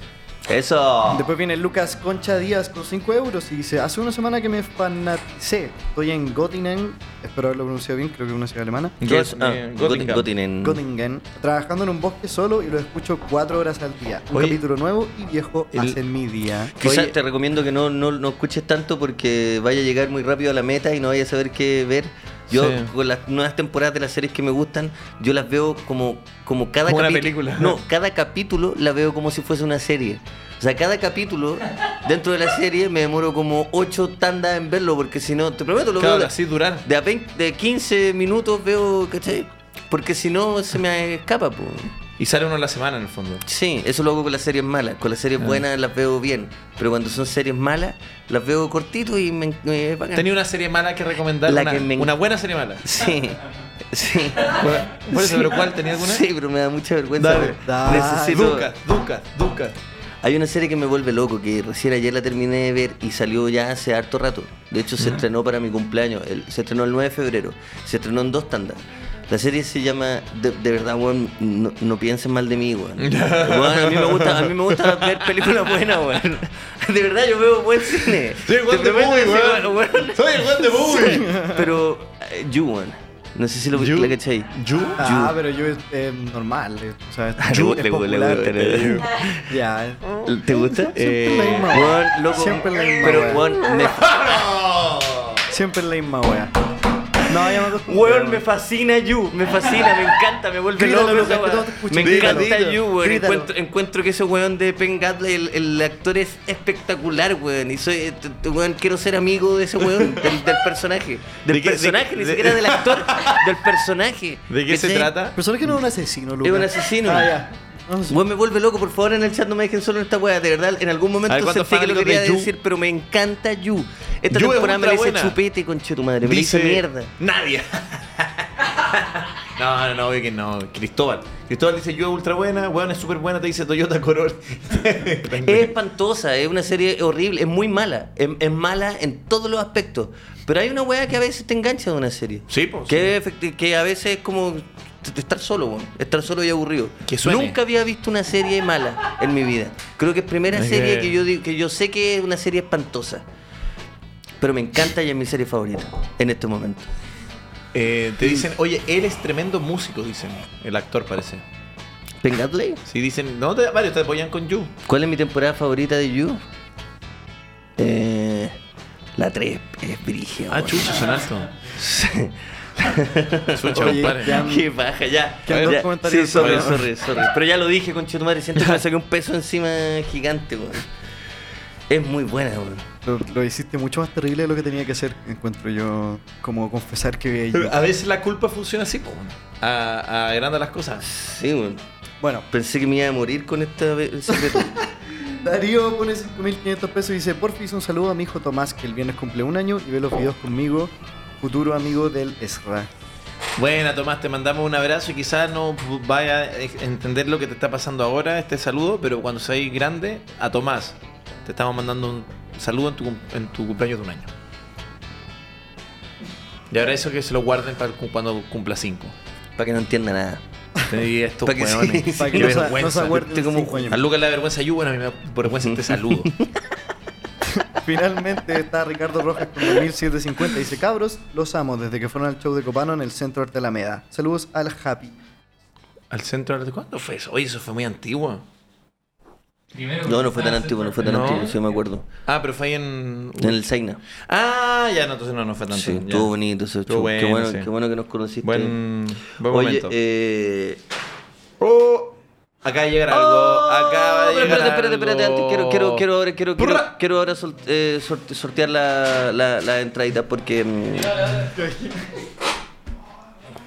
[SPEAKER 1] Eso.
[SPEAKER 4] Después viene Lucas Concha Díaz con 5 euros y dice, hace una semana que me fanaticé, estoy en Göttingen, espero haberlo pronunciado bien, creo que es una ciudad alemana,
[SPEAKER 1] ¿Qué es? Ah,
[SPEAKER 2] Göttingen.
[SPEAKER 1] Göttingen. Göttingen.
[SPEAKER 4] Göttingen, trabajando en un bosque solo y lo escucho 4 horas al día. Un
[SPEAKER 2] Oye,
[SPEAKER 4] capítulo nuevo y viejo
[SPEAKER 2] el-
[SPEAKER 4] hacen mi día.
[SPEAKER 1] Quizás
[SPEAKER 2] Oye.
[SPEAKER 1] te recomiendo que no, no, no escuches tanto porque vaya a llegar muy rápido a la meta y no vaya a saber qué ver. Yo
[SPEAKER 2] Sí.
[SPEAKER 1] con las nuevas temporadas de las series que me gustan, yo las veo como, como cada
[SPEAKER 2] Como una
[SPEAKER 1] capi-
[SPEAKER 2] película.
[SPEAKER 1] No, cada capítulo la veo como si fuese una serie. O sea, cada capítulo dentro de la serie me demoro como ocho tandas en verlo porque si no, te prometo, lo
[SPEAKER 2] Claro,
[SPEAKER 1] veo
[SPEAKER 2] así durar.
[SPEAKER 1] de, de a 20 de 15 minutos veo, ¿cachai? Porque si no se me escapa, po.
[SPEAKER 2] Y sale uno a la semana en el fondo.
[SPEAKER 1] Sí, eso lo hago con las series malas. Con las series
[SPEAKER 2] Ah.
[SPEAKER 1] buenas las veo bien. Pero cuando son series malas, las veo cortito y me, me pagan.
[SPEAKER 2] Tenía una serie mala que recomendar.
[SPEAKER 1] La
[SPEAKER 2] una,
[SPEAKER 1] que me-
[SPEAKER 2] una buena serie mala.
[SPEAKER 1] Sí. Sí.
[SPEAKER 2] Por eso,
[SPEAKER 1] Sí.
[SPEAKER 2] pero ¿cuál? ¿Tenía alguna?
[SPEAKER 1] Sí, pero me da mucha vergüenza.
[SPEAKER 2] Dale,
[SPEAKER 1] pero
[SPEAKER 4] dale.
[SPEAKER 1] Necesito.
[SPEAKER 2] Duca, Duca, Duca.
[SPEAKER 1] Hay una serie que me vuelve loco, que recién ayer la terminé de ver y salió ya hace harto rato. De hecho, se estrenó para mi cumpleaños. el- se estrenó el 9 de febrero. Se estrenó en dos tandas. La serie se llama, de, de verdad, weón, no, no piensen mal de mí, weón. Weón, a mí me gusta, a mí me gusta ver películas buenas, weón. De verdad, yo veo buen cine.
[SPEAKER 2] Soy el
[SPEAKER 1] Te
[SPEAKER 2] Juan de
[SPEAKER 1] prometo
[SPEAKER 2] Movie,
[SPEAKER 1] que sí,
[SPEAKER 2] weón.
[SPEAKER 1] weón.
[SPEAKER 2] Soy el Juan de Movie.
[SPEAKER 1] Pero, eh, You, weón. No sé si lo
[SPEAKER 2] You.
[SPEAKER 1] la cachai.
[SPEAKER 2] ¿Yu?
[SPEAKER 4] Ah, pero yo es eh, normal. eh, o sea,
[SPEAKER 1] Ah,
[SPEAKER 4] es,
[SPEAKER 1] le gu- le gu-
[SPEAKER 4] es
[SPEAKER 1] le
[SPEAKER 4] popular,
[SPEAKER 1] gusta,
[SPEAKER 4] pero-
[SPEAKER 1] le-
[SPEAKER 4] Ya. eh.
[SPEAKER 1] ¿Te gusta? Eh,
[SPEAKER 4] Siempre la misma
[SPEAKER 1] weón,
[SPEAKER 4] wea.
[SPEAKER 1] loco,
[SPEAKER 4] Siempre la misma
[SPEAKER 1] Pero,
[SPEAKER 4] wea.
[SPEAKER 1] weón, me,
[SPEAKER 4] Siempre es la misma wea. No, ya me acostumbré.
[SPEAKER 1] Weón, me fascina You, me fascina, me encanta, me vuelve
[SPEAKER 4] Grítalo,
[SPEAKER 1] loco
[SPEAKER 4] Lucas,
[SPEAKER 1] esa
[SPEAKER 4] que
[SPEAKER 1] weá.
[SPEAKER 4] todos te escuchen.
[SPEAKER 1] Me
[SPEAKER 4] Grítalo.
[SPEAKER 1] encanta You, weón.
[SPEAKER 4] Grítalo.
[SPEAKER 1] Encuentro, encuentro que ese weón de Penn Gadley, el, el actor es espectacular, weón. Y soy, t- t- weón, quiero ser amigo de ese weón, del, del personaje. Del
[SPEAKER 2] ¿De qué- de-
[SPEAKER 1] personaje, ni
[SPEAKER 2] de-
[SPEAKER 1] siquiera del actor, del personaje.
[SPEAKER 2] ¿De qué se
[SPEAKER 1] ¿Cachai?
[SPEAKER 2] trata?
[SPEAKER 4] Personaje no es un asesino, Lucas.
[SPEAKER 1] Es un asesino.
[SPEAKER 4] Ah, ya. No, sí.
[SPEAKER 1] Weón, me vuelve loco, por favor, en el chat no me dejen solo en esta weá. De verdad, en algún
[SPEAKER 2] A ver,
[SPEAKER 1] momento
[SPEAKER 2] ¿cuántos
[SPEAKER 1] sentí que lo
[SPEAKER 2] fanáticos
[SPEAKER 1] quería
[SPEAKER 2] de You?
[SPEAKER 1] decir, pero me encanta You. Esta
[SPEAKER 2] You es
[SPEAKER 1] temporada me la
[SPEAKER 2] ultra
[SPEAKER 1] hice
[SPEAKER 2] buena.
[SPEAKER 1] chupete, conche tu madre. Me la hice mierda.
[SPEAKER 2] Nadie. No, no, no, obvio que no. Cristóbal. Cristóbal dice, yo es ultra buena, weón es súper buena, te dice Toyota Corolla.
[SPEAKER 1] Es espantosa, es una serie horrible, es muy mala. Es, es mala en todos los aspectos. Pero hay una weá que a veces te engancha de una serie.
[SPEAKER 2] Sí, pues,
[SPEAKER 1] Que, efecti- que a veces es como t- estar solo, weón. Estar solo y aburrido.
[SPEAKER 2] Que suene.
[SPEAKER 1] Nunca había visto una serie mala en mi vida. Creo que es primera
[SPEAKER 2] Es
[SPEAKER 1] serie
[SPEAKER 2] que-
[SPEAKER 1] que yo, digo- que yo sé que es una serie espantosa. Pero me encanta y es mi serie favorita en este momento.
[SPEAKER 2] Eh, te dicen, oye, él es tremendo músico, dicen. El actor parece.
[SPEAKER 1] Pengadley,
[SPEAKER 2] Sí, dicen, no, te, varios te apoyan con You.
[SPEAKER 1] ¿cuál es mi temporada favorita de You? Eh, la 3 es brígida.
[SPEAKER 2] Ah,
[SPEAKER 1] weón.
[SPEAKER 2] chucho, son alto. Chucha,
[SPEAKER 4] Oye,
[SPEAKER 2] compadre.
[SPEAKER 4] ya-
[SPEAKER 1] Qué baja, ya.
[SPEAKER 4] Quedan dos
[SPEAKER 1] Ya,
[SPEAKER 4] comentarios.
[SPEAKER 1] Sí, sorry,
[SPEAKER 2] Oye.
[SPEAKER 1] sorry, sorry. Pero ya lo dije, conchetumare. Siento que me saqué un peso encima gigante, weón. Es muy buena, weón.
[SPEAKER 4] Lo, lo hiciste mucho más terrible de lo que tenía que hacer, encuentro yo. Como confesar que vi
[SPEAKER 2] Pero
[SPEAKER 4] ahí.
[SPEAKER 2] a veces la culpa funciona así, pues. bueno. A, a agranda las cosas.
[SPEAKER 1] Sí, weón.
[SPEAKER 4] Bueno,
[SPEAKER 1] Pensé que me iba a morir con esta ve- secreta.
[SPEAKER 4] Darío pone 5.500 pesos y dice, porfis, un saludo a mi hijo Tomás, que el viernes cumple un año y ve los videos conmigo, futuro amigo del Ezra.
[SPEAKER 2] Buena, Tomás, te mandamos un abrazo y quizás no vaya a entender lo que te está pasando ahora, este saludo, pero cuando seas grande, a Tomás, te estamos mandando un saludo en tu, cum- en tu cumpleaños de un año. Y ahora eso que se lo guarden para el cu- cuando cumpla cinco.
[SPEAKER 1] Para que no entienda nada.
[SPEAKER 2] Y estos
[SPEAKER 1] Para que sí,
[SPEAKER 2] hueones,
[SPEAKER 1] sí.
[SPEAKER 4] Para
[SPEAKER 2] qué
[SPEAKER 4] que no se- no se
[SPEAKER 2] vergüenza.
[SPEAKER 4] acuerde
[SPEAKER 1] Te
[SPEAKER 4] de
[SPEAKER 1] como-
[SPEAKER 4] cinco años.
[SPEAKER 2] a Lucas la vergüenza yo, bueno, a mí me da vergüenza este saludo.
[SPEAKER 4] Finalmente está Ricardo Rojas con 1750. Dice, cabros, los amo desde que fueron al show de Copano en el Centro Arte Alameda. Saludos al Happy.
[SPEAKER 2] ¿Al centro de ¿Cuándo fue eso? Oye, eso fue muy antiguo.
[SPEAKER 5] Primero
[SPEAKER 1] No, no fue tan antiguo, no fue tan
[SPEAKER 2] No.
[SPEAKER 1] antiguo, sí me acuerdo.
[SPEAKER 2] Ah, pero fue ahí en...
[SPEAKER 1] En el Seina.
[SPEAKER 2] Ah, ya, no, entonces no, no fue tanto.
[SPEAKER 1] Sí,
[SPEAKER 2] ya.
[SPEAKER 1] estuvo bonito. eso,
[SPEAKER 2] Estuvo
[SPEAKER 1] chu- qué,
[SPEAKER 2] bueno,
[SPEAKER 1] bueno,
[SPEAKER 2] sí.
[SPEAKER 1] qué bueno que nos conociste.
[SPEAKER 2] Buen, buen
[SPEAKER 1] Oye,
[SPEAKER 2] momento.
[SPEAKER 1] eh... oh,
[SPEAKER 2] Oh, acaba de llegar algo. acaba de
[SPEAKER 1] pero
[SPEAKER 2] llegar
[SPEAKER 1] espérate, espérate, espérate,
[SPEAKER 2] algo.
[SPEAKER 1] antes quiero, quiero, quiero ahora, quiero, quiero,
[SPEAKER 2] Burra.
[SPEAKER 1] quiero ahora sol- eh, sorte- sortear la, la, la entradita porque... mm,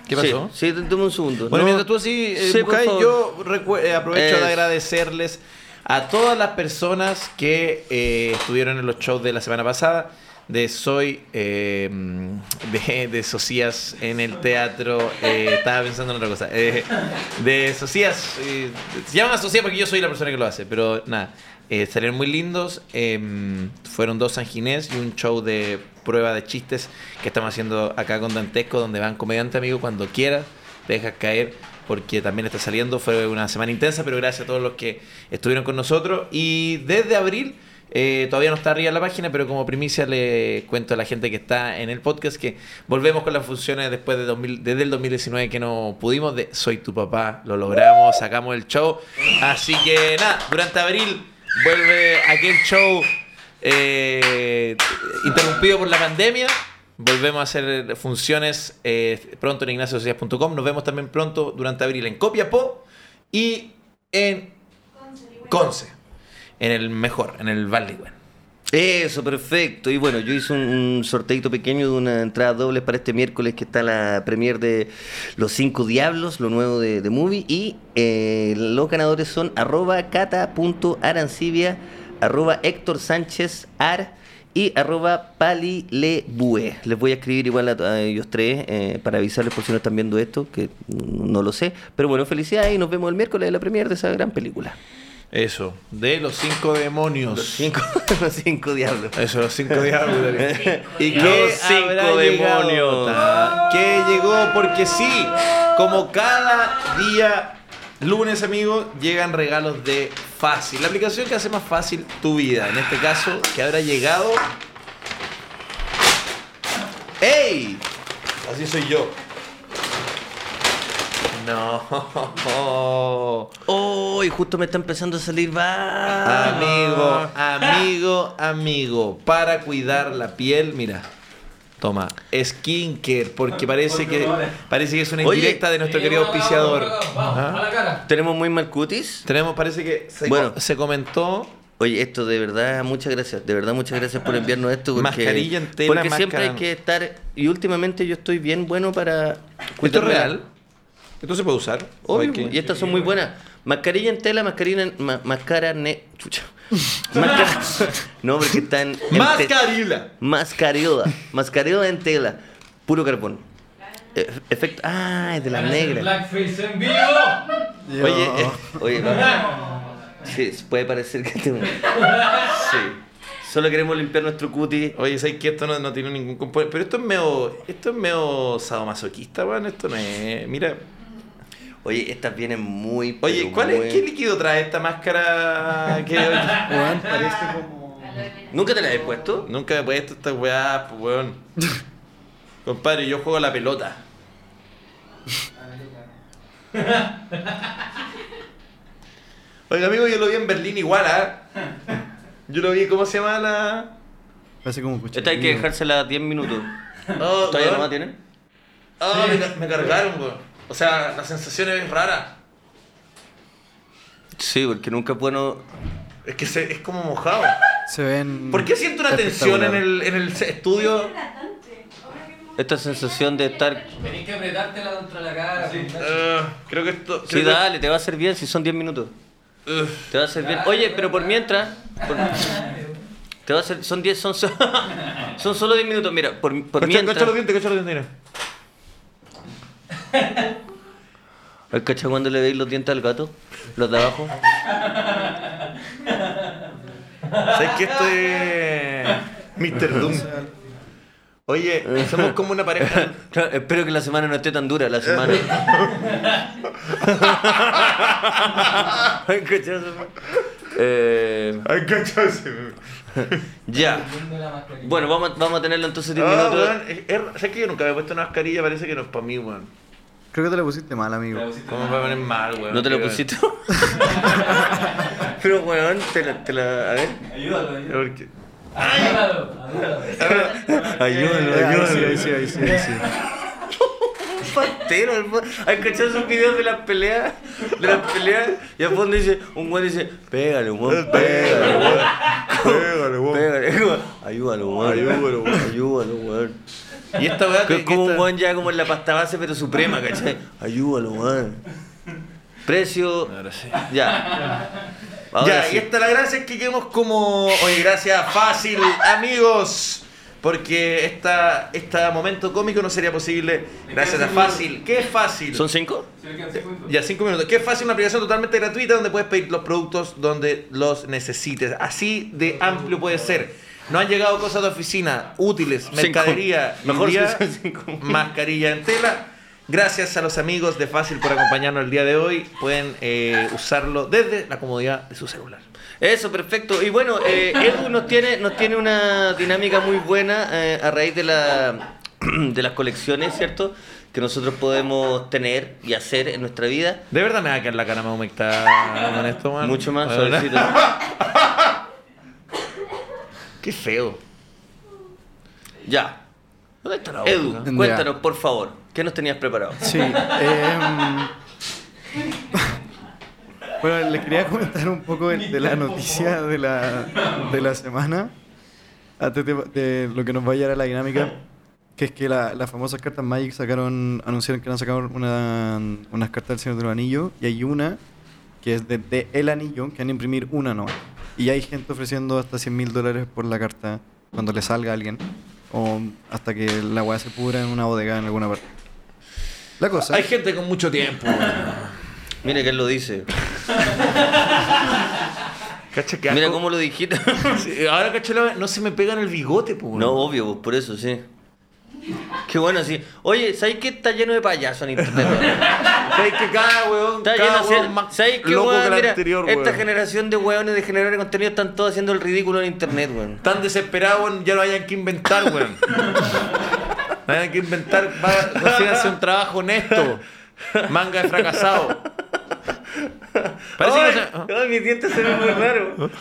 [SPEAKER 2] ¿Qué pasó?
[SPEAKER 1] Sí, sí, d- dame un segundo.
[SPEAKER 2] Bueno,
[SPEAKER 1] No,
[SPEAKER 2] mientras tú así eh,
[SPEAKER 1] sí, por
[SPEAKER 2] buscáis,
[SPEAKER 1] favor.
[SPEAKER 2] yo recu- eh, aprovecho
[SPEAKER 1] Es-
[SPEAKER 2] de agradecerles a todas las personas que eh, estuvieron en los shows de la semana pasada de Soy, eh, de, de Socias en el teatro. eh, estaba pensando en otra cosa. eh, de Socias. eh, se llaman a Socias porque yo soy la persona que lo hace, pero nada. eh, salieron muy lindos. eh, fueron dos San Ginés y un show de prueba de chistes que estamos haciendo acá con Dantesco, donde van comediante amigo cuando quieras te dejas caer porque también está saliendo. Fue una semana intensa, pero gracias a todos los que estuvieron con nosotros. Y desde abril, eh, todavía no está arriba la página, pero como primicia le cuento a la gente que está en el podcast que volvemos con las funciones después de 2000, desde el 2019 que no pudimos. De Soy tu papá, lo logramos, sacamos el show. Así que nada, durante abril vuelve aquel show eh, interrumpido por la pandemia. Volvemos a hacer funciones eh, pronto en ignaciosocias.com. Nos vemos también pronto durante abril en Copiapó y en Conce, en el mejor, en el Valdigüen.
[SPEAKER 1] Eso, perfecto. Y bueno, yo hice un, un sorteito pequeño de una entrada doble para este miércoles que está la premier de Los Cinco Diablos, lo nuevo de, de Movie. Y eh, los ganadores son arroba cata.arancibia, arroba Héctor Sánchez Ar y arroba palilebue. Les voy a escribir igual a, a ellos tres eh, para avisarles por si no están viendo esto, que no lo sé. Pero bueno, felicidades y nos vemos el miércoles de la premier de esa gran película.
[SPEAKER 2] Eso, de los cinco demonios.
[SPEAKER 1] Los cinco, los cinco diablos.
[SPEAKER 2] Eso, los cinco diablos.
[SPEAKER 1] Y
[SPEAKER 2] ¿Qué
[SPEAKER 1] los
[SPEAKER 2] habrá
[SPEAKER 1] cinco
[SPEAKER 2] llegado? Ah.
[SPEAKER 1] demonios.
[SPEAKER 2] Que llegó porque sí, como cada día lunes, amigos, llegan regalos de Fácil. La aplicación que hace más fácil tu vida. En este caso, que habrá llegado. ¡Ey! Así soy yo. No.
[SPEAKER 1] Oh, y justo me está empezando a salir va.
[SPEAKER 2] Amigo,
[SPEAKER 1] Ah.
[SPEAKER 2] amigo, amigo, para cuidar la piel, mira. Toma, skincare, porque parece que parece que es una
[SPEAKER 1] Oye,
[SPEAKER 2] indirecta de nuestro querido auspiciador.
[SPEAKER 5] Vamos, a
[SPEAKER 2] ¿Ah?
[SPEAKER 5] la cara.
[SPEAKER 1] ¿Tenemos muy mal cutis?
[SPEAKER 2] Tenemos, parece que se,
[SPEAKER 1] Bueno.
[SPEAKER 2] se comentó.
[SPEAKER 1] Oye, esto de verdad, muchas gracias. De verdad, muchas gracias por enviarnos esto. Porque,
[SPEAKER 2] Mascarilla entera,
[SPEAKER 1] Porque siempre
[SPEAKER 2] máscara.
[SPEAKER 1] hay que estar. Y últimamente yo estoy bien bueno para.
[SPEAKER 2] ¿Esto es
[SPEAKER 1] cuidarme la-
[SPEAKER 2] real? ¿Esto se puede usar? ¿O hay
[SPEAKER 1] Obvio, pues,
[SPEAKER 2] que-
[SPEAKER 1] y estas son muy buenas. Mascarilla en tela, mascarilla en, ma- máscara ne... Chucha. Máscara... no, porque están... en te-
[SPEAKER 2] ¡Mascarilla!
[SPEAKER 1] Mascarioda. Mascarioda en tela. Puro carbón. E- efecto... Ah, es de las
[SPEAKER 5] Ganas el
[SPEAKER 1] negras.
[SPEAKER 5] Blackface en vivo.
[SPEAKER 4] Yo-
[SPEAKER 1] Oye, eh, oye, vamos. Sí, puede parecer que... te- Sí. Solo queremos limpiar nuestro cutis.
[SPEAKER 2] Oye, ¿sabes que esto no, no tiene ningún componente? Pero esto es medio, esto es medio sadomasoquista, weón. Esto no es. Mira.
[SPEAKER 1] Oye, estas vienen muy...
[SPEAKER 2] Oye,
[SPEAKER 1] pero
[SPEAKER 2] ¿cuál
[SPEAKER 1] muy-
[SPEAKER 2] es, ¿qué líquido trae esta máscara? que-
[SPEAKER 4] Weón, parece como.
[SPEAKER 1] ¿Nunca te las he puesto?
[SPEAKER 2] Nunca me he puesto esta weá, pues, weón. Compadre, yo juego a la pelota. Oiga, amigo, yo lo vi en Berlín igual, ¿ah? Yo lo vi, ¿cómo se llama la...?
[SPEAKER 4] Parece como cuchillo.
[SPEAKER 1] Esta hay que dejársela 10 minutos.
[SPEAKER 2] Oh,
[SPEAKER 1] ¿Todavía
[SPEAKER 2] weón.
[SPEAKER 1] no la tienen?
[SPEAKER 2] Oh, me, ca- me cargaron, weón. O sea, la sensación es rara.
[SPEAKER 1] Sí, porque nunca es bueno...
[SPEAKER 2] Es que se- es como mojado.
[SPEAKER 4] Se ven.
[SPEAKER 2] ¿Por qué siento una tensión en el, en el estudio?
[SPEAKER 1] Esta sensación de estar...
[SPEAKER 5] Tenés que apretártela contra la cara. compadre.
[SPEAKER 2] Eh, creo que esto...
[SPEAKER 1] Sí,
[SPEAKER 2] creo que- eh,
[SPEAKER 1] dale, te va a hacer bien si son 10 minutos.
[SPEAKER 2] Ugh.
[SPEAKER 1] Te va a hacer bien. Oye, pero por mientras. por- te va a hacer. Son 10, son, so- son solo 10 minutos. Mira, por, por
[SPEAKER 2] Cacha-
[SPEAKER 1] mientras.
[SPEAKER 2] cacha los dientes, cacha los dientes, mira.
[SPEAKER 1] Ay, ¿Cacha cuando le veis los dientes al gato? Los de abajo.
[SPEAKER 2] ¿Sabes que esto es Mr. Doom? Oye, somos como una pareja.
[SPEAKER 1] Claro, espero que la semana no esté tan dura, la semana. Ay, ¿cacha eso? Eh,
[SPEAKER 2] Ay, cacho, ese, weón.
[SPEAKER 1] ya.
[SPEAKER 5] Viendo la mascarilla.
[SPEAKER 1] Bueno, vamos, a- vamos a tenerlo entonces 10
[SPEAKER 2] Ah,
[SPEAKER 1] minutos.
[SPEAKER 2] weón, es- es- ¿Sabes que yo nunca me he puesto una mascarilla? Parece que no es para mí, weón.
[SPEAKER 4] Creo que te la pusiste mal, amigo.
[SPEAKER 2] ¿Cómo me va a poner mal, weón?
[SPEAKER 1] ¿No te lo
[SPEAKER 2] Qué
[SPEAKER 1] pusiste? pero, weón, te la, te la. A ver.
[SPEAKER 5] Ayúdalo,
[SPEAKER 2] weón.
[SPEAKER 5] ayúdalo.
[SPEAKER 2] ¿Por qué?
[SPEAKER 1] Ayúdalo,
[SPEAKER 4] Eh,
[SPEAKER 5] Ayúdalo, ayúdalo.
[SPEAKER 4] ahí sí,
[SPEAKER 1] ayúdalo.
[SPEAKER 4] ahí sí, ahí sí, ahí sí.
[SPEAKER 1] pastero. al fo- ¿Has cachado esos videos de las peleas? De las peleas. Y al fondo dice, un güey dice, pégale, weón, pégale, weón.
[SPEAKER 2] Pégale, weón.
[SPEAKER 1] Pégale. Es como, Ayúdalo, weón. Ayúdalo, weón. Ayúdalo, weón.
[SPEAKER 2] Y esta weá
[SPEAKER 1] Que es como un
[SPEAKER 2] esta-
[SPEAKER 1] weón ya como en la pasta base, pero suprema, ¿cachai? Ayúdalo, weón. Precio.
[SPEAKER 2] Ahora sí.
[SPEAKER 1] Ya. Ahora
[SPEAKER 2] Ya,
[SPEAKER 1] sí.
[SPEAKER 2] y esta la gracia es que quedemos como. Oye, gracias, fácil, amigos. Porque esta, esta momento cómico no sería posible gracias a Fácil. ¿Qué es Fácil?
[SPEAKER 1] ¿Son cinco?
[SPEAKER 5] Si le quedan cinco minutos.
[SPEAKER 2] Ya, cinco minutos. Qué fácil, una aplicación totalmente gratuita donde puedes pedir los productos donde los necesites. Así de amplio puede ser. No han llegado cosas de oficina útiles, mercadería,
[SPEAKER 1] Cinco. Mejor
[SPEAKER 2] hoy día,
[SPEAKER 1] que sean cinco.
[SPEAKER 2] mascarilla en tela. Gracias a los amigos de Fácil por acompañarnos el día de hoy. Pueden eh, usarlo desde la comodidad de su celular.
[SPEAKER 1] Eso, perfecto. Y bueno, eh, Edu nos tiene, nos tiene una dinámica muy buena eh, a raíz de, la, de las colecciones, ¿cierto? Que nosotros podemos tener y hacer en nuestra vida.
[SPEAKER 2] De verdad me va a quedar la cara más humectada con esto, man.
[SPEAKER 1] Mucho más
[SPEAKER 2] Bueno,
[SPEAKER 1] suavecito.
[SPEAKER 2] Qué feo.
[SPEAKER 1] Ya.
[SPEAKER 2] ¿Dónde está la boca?
[SPEAKER 1] Edu,
[SPEAKER 4] Ya.
[SPEAKER 1] cuéntanos, por favor, ¿qué nos tenías preparado?
[SPEAKER 4] Sí. em, bueno, les quería comentar un poco el- de la noticia de la, de la semana. antes de, de lo que nos va a llegar a la dinámica, que es que la- las famosas cartas Magic sacaron, anunciaron que han sacado una- unas cartas del Señor de los Anillos y hay una que es de, de El Anillo, que van a imprimir una no. Y hay gente ofreciendo hasta 100 mil dólares por la carta cuando le salga a alguien o hasta que la weá se pudra en una bodega en alguna parte. La cosa.
[SPEAKER 2] Hay gente con mucho tiempo.
[SPEAKER 1] Mira que él lo dice.
[SPEAKER 2] Cacha que
[SPEAKER 1] Mira
[SPEAKER 2] asco.
[SPEAKER 1] cómo lo dijiste.
[SPEAKER 2] Sí, Ahora, cacha, la- no se me pega en el bigote, po.
[SPEAKER 1] No, obvio, pues, por eso, sí. Qué bueno, sí. Oye, ¿sabes que está lleno de payasos en internet?
[SPEAKER 2] ¿Sabes que cada weón,
[SPEAKER 1] Está lleno
[SPEAKER 2] cada
[SPEAKER 1] así-
[SPEAKER 2] weón más
[SPEAKER 1] ¿Sabes qué,
[SPEAKER 2] loco
[SPEAKER 1] weón?
[SPEAKER 2] que el
[SPEAKER 1] Mira,
[SPEAKER 2] anterior,
[SPEAKER 1] esta
[SPEAKER 2] weón?
[SPEAKER 1] generación de weones de generar contenido están todos haciendo el ridículo en internet, weón.
[SPEAKER 2] Tan desesperado, weón, ya lo hayan que inventar, weón. No hayan que inventar, va- consíganse un trabajo honesto. Manga de fracasado. Parece que... se-
[SPEAKER 1] ay, mis dientes se ven muy raros.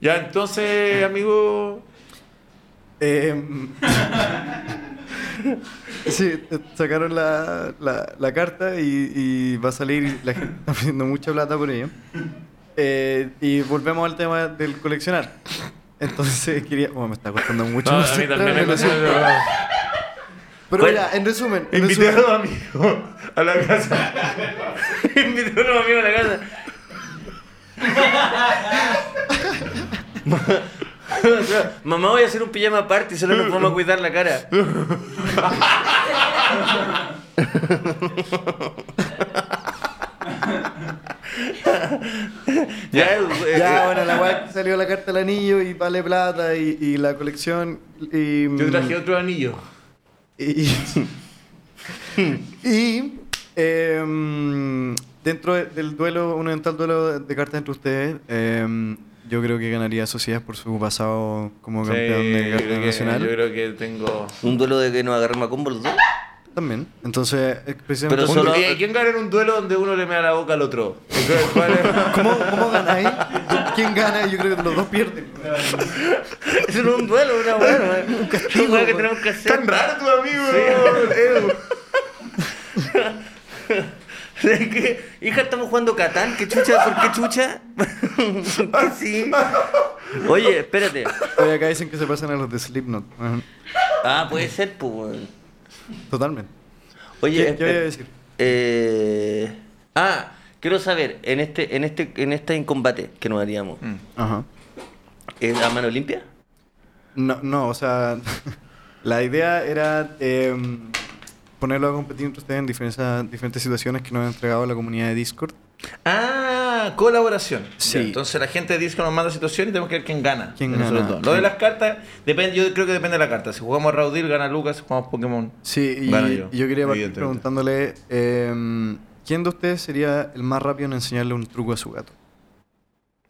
[SPEAKER 2] Ya, entonces, amigo...
[SPEAKER 4] Em, sí, eh, sacaron la, la- la carta y, y va a salir y la gente está pidiendo mucha plata por ello. Eh, y volvemos al tema del coleccionar. Entonces quería... Bueno, me está costando mucho.
[SPEAKER 2] No, a mí
[SPEAKER 4] concentrarme,
[SPEAKER 2] también me Pues,
[SPEAKER 4] lo
[SPEAKER 2] gusta-
[SPEAKER 4] siento. Pero mira, en resumen... en
[SPEAKER 3] Invité a
[SPEAKER 4] resumen-
[SPEAKER 3] los amigos a la casa.
[SPEAKER 1] Invité a unos amigos a la casa. Ma- o sea, Mamá, voy a hacer un pijama party, solo nos vamos a cuidar la cara. ya, eh,
[SPEAKER 4] Ya,
[SPEAKER 1] eh,
[SPEAKER 4] bueno, la weá que salió la carta del anillo y vale plata y, y la colección y... mm,
[SPEAKER 2] Yo traje otro anillo.
[SPEAKER 4] Y, y, em, dentro de- del duelo, un eventual duelo de cartas entre ustedes, em, yo creo que ganaría Sociedad por su pasado como campeón de
[SPEAKER 2] yo, creo
[SPEAKER 4] cartas
[SPEAKER 2] que,
[SPEAKER 4] nacional.
[SPEAKER 2] yo creo que tengo...
[SPEAKER 1] Un duelo de que nos agarremos a combo los dos.
[SPEAKER 4] También. Entonces, eh, precisamente...
[SPEAKER 1] Pero solo-
[SPEAKER 2] ¿Y hay quién gana en un duelo donde uno le mea la boca al otro? ¿Cuál es?
[SPEAKER 4] ¿Cómo, cómo ganáis? ¿Quién gana? Yo creo que los dos pierden.
[SPEAKER 1] Eso no es un duelo, una weá. Un castigo. Una weá que tenemos que hacer.
[SPEAKER 3] Tan raro tu amigo. Edu.
[SPEAKER 1] ¿Sabes qué? Hija, estamos jugando Catán. ¿Qué chucha? ¿Por qué chucha? ¿Por qué sí? Oye, espérate.
[SPEAKER 4] Oye, acá dicen que se pasan a los de Slipknot. Ajá.
[SPEAKER 1] Ah, puede ser, pues. weón.
[SPEAKER 4] Totalmente.
[SPEAKER 1] Oye,
[SPEAKER 4] ¿Qué- qué voy a decir?
[SPEAKER 1] eh, ah, quiero saber, en este, en este, en este en combate que nos haríamos,
[SPEAKER 4] Mm. Ajá.
[SPEAKER 1] ¿es a mano limpia?
[SPEAKER 4] No, no, o sea, la idea era em, ponerlo a competir entre ustedes en diferentes, diferentes situaciones que nos ha entregado la comunidad de Discord.
[SPEAKER 2] Ah, colaboración.
[SPEAKER 4] Sí.
[SPEAKER 2] Ya, entonces la gente de Discord nos manda situaciones y tenemos que ver quién gana.
[SPEAKER 4] ¿Quién
[SPEAKER 2] de nosotros
[SPEAKER 4] gana?
[SPEAKER 2] dos. Lo de las cartas, depende, yo creo que depende de la carta. Si jugamos Raudil, gana Lucas, si jugamos Pokémon.
[SPEAKER 4] Sí, y,
[SPEAKER 2] Gano
[SPEAKER 4] y
[SPEAKER 2] yo,
[SPEAKER 4] yo. quería partir
[SPEAKER 2] evidentemente.
[SPEAKER 4] preguntándole, em, ¿quién de ustedes sería el más rápido en enseñarle un truco a su gato?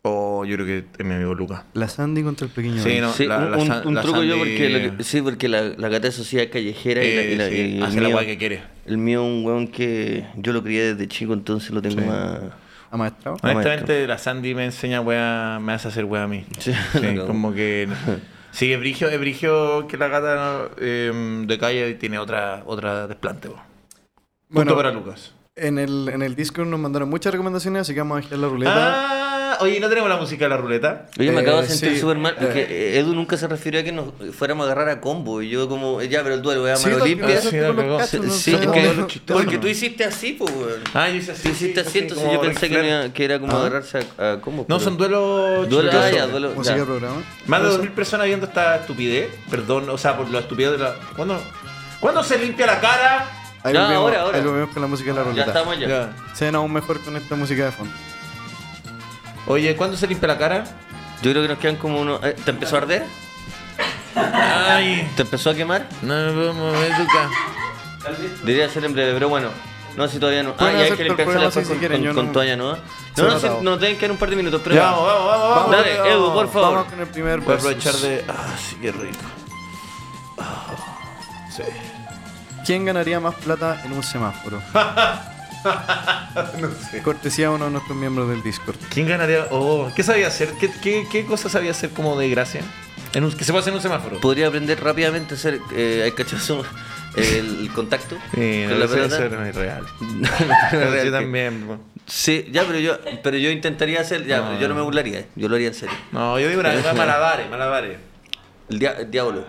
[SPEAKER 2] O yo creo que es mi amigo Lucas.
[SPEAKER 4] La Sandy contra el pequeño.
[SPEAKER 2] Sí,
[SPEAKER 4] Benji.
[SPEAKER 2] no.
[SPEAKER 1] sí,
[SPEAKER 2] la-
[SPEAKER 1] un,
[SPEAKER 2] la
[SPEAKER 1] un-
[SPEAKER 2] San-
[SPEAKER 1] un
[SPEAKER 2] la
[SPEAKER 1] truco yo
[SPEAKER 2] Sandy-
[SPEAKER 1] porque, la, sí, porque la, la gata de sociedad es callejera y la- y, la,
[SPEAKER 2] Eh,
[SPEAKER 1] y
[SPEAKER 2] sí,
[SPEAKER 1] el
[SPEAKER 2] hace la
[SPEAKER 1] mío-
[SPEAKER 2] guay que quiere.
[SPEAKER 1] El mío es un weón que yo lo crié desde chico, entonces lo tengo más...
[SPEAKER 4] Amaestrado.
[SPEAKER 1] Ah,
[SPEAKER 2] Honestamente, la Sandy me enseña wea, me hace hacer wea a mí.
[SPEAKER 1] Sí,
[SPEAKER 2] Sí,
[SPEAKER 1] la cagó.
[SPEAKER 2] como que. Sí, es brigio, es brigio que la gata eh, de calle tiene otra, otra desplante. Bueno,
[SPEAKER 4] Bueno,
[SPEAKER 2] para Lucas.
[SPEAKER 4] en el, en el Discord nos mandaron muchas recomendaciones, así que vamos a girar la ruleta.
[SPEAKER 2] Ah, oye, ¿no tenemos la música de la ruleta?
[SPEAKER 1] Oye, me
[SPEAKER 4] Eh,
[SPEAKER 1] acabo de sentir
[SPEAKER 4] sí,
[SPEAKER 1] súper mal porque
[SPEAKER 4] eh.
[SPEAKER 1] eh, Edu nunca se refirió a que nos fuéramos a agarrar a combo. Y yo, como, ya, pero el duelo es a
[SPEAKER 4] Sí,
[SPEAKER 1] mano
[SPEAKER 4] tal-
[SPEAKER 1] limpia.
[SPEAKER 4] eso
[SPEAKER 2] sí,
[SPEAKER 4] es
[SPEAKER 2] la
[SPEAKER 4] con los
[SPEAKER 2] cagó.
[SPEAKER 4] cachos, no
[SPEAKER 1] Sí,
[SPEAKER 4] sé,
[SPEAKER 1] es
[SPEAKER 4] no,
[SPEAKER 1] que-
[SPEAKER 4] no,
[SPEAKER 1] porque
[SPEAKER 4] no.
[SPEAKER 1] tú hiciste así, pues, weón.
[SPEAKER 2] Ah, yo hice así.
[SPEAKER 1] Tú hiciste
[SPEAKER 2] sí,
[SPEAKER 1] así, entonces
[SPEAKER 2] como
[SPEAKER 1] yo
[SPEAKER 2] Ric
[SPEAKER 1] pensé que,
[SPEAKER 2] Flair. Ah.
[SPEAKER 1] era- que era como agarrarse a, a combo.
[SPEAKER 2] No,
[SPEAKER 1] pero-
[SPEAKER 2] son duelos.
[SPEAKER 1] Duelo,
[SPEAKER 2] chistosos.
[SPEAKER 1] ah, ya, duelo.
[SPEAKER 4] Música
[SPEAKER 1] ya.
[SPEAKER 4] de programa.
[SPEAKER 2] Más de 2.000 personas viendo esta estupidez. Perdón, o sea, por la estupidez de la. ¿Cuándo, ¿cuándo se limpia la cara?
[SPEAKER 4] Ahí
[SPEAKER 1] Ya,
[SPEAKER 4] volvemos-
[SPEAKER 1] ahora, ahora.
[SPEAKER 4] Ahí volvemos con la música de la
[SPEAKER 1] Ya
[SPEAKER 4] ruleta.
[SPEAKER 1] estamos ya.
[SPEAKER 2] Ya.
[SPEAKER 4] Sean aún mejor con esta música de fondo.
[SPEAKER 2] Oye, ¿cuándo se limpia la cara?
[SPEAKER 1] Yo creo que nos quedan como unos. eh, ¿Te empezó a arder?
[SPEAKER 2] Ay.
[SPEAKER 1] ¿Te empezó a quemar?
[SPEAKER 2] No me puedo mover, Luca.
[SPEAKER 1] Debería ser en breve, pero bueno. No, si todavía no. Ah,
[SPEAKER 4] Pueden
[SPEAKER 1] ya hay
[SPEAKER 4] hacer
[SPEAKER 1] que
[SPEAKER 4] todo el
[SPEAKER 1] limpiarse la
[SPEAKER 4] programa si
[SPEAKER 1] con,
[SPEAKER 4] quieren,
[SPEAKER 1] con-
[SPEAKER 4] yo
[SPEAKER 1] con
[SPEAKER 4] no-
[SPEAKER 1] toalla, ¿no? No,
[SPEAKER 4] Se
[SPEAKER 1] no,
[SPEAKER 4] ha
[SPEAKER 1] si-
[SPEAKER 4] notado.
[SPEAKER 1] nos deben quedar un par de minutos, pero.
[SPEAKER 2] Ya, vamos, vamos, vamos. vamos.
[SPEAKER 1] Dale, Edu, por favor.
[SPEAKER 4] Vamos con el primer
[SPEAKER 2] Voy a
[SPEAKER 4] verso.
[SPEAKER 2] aprovechar de. Ah, sí, qué rico. Ah, sí.
[SPEAKER 4] ¿Quién ganaría más plata en un semáforo? Cortesía a uno de nuestros miembros del Discord.
[SPEAKER 2] ¿Quién ganaría? Oh, ¿qué sabía hacer? ¿Qué, qué, qué cosa sabía hacer como de gracia? En un- que se pasa en un semáforo.
[SPEAKER 1] Podría aprender rápidamente a hacer. Eh, ¿Hay cachazo? El contacto.
[SPEAKER 2] Sí,
[SPEAKER 1] con la
[SPEAKER 2] eso-
[SPEAKER 1] pelota.
[SPEAKER 2] eso no es real.
[SPEAKER 1] que-
[SPEAKER 2] yo también. bueno.
[SPEAKER 1] Sí, ya, pero yo, pero yo intentaría hacer, ya,
[SPEAKER 2] No.
[SPEAKER 4] Ah.
[SPEAKER 1] pero yo no me burlaría, yo lo haría en serio.
[SPEAKER 2] No, yo digo una cosa, malabares, malabares.
[SPEAKER 1] El, dia- el diablo.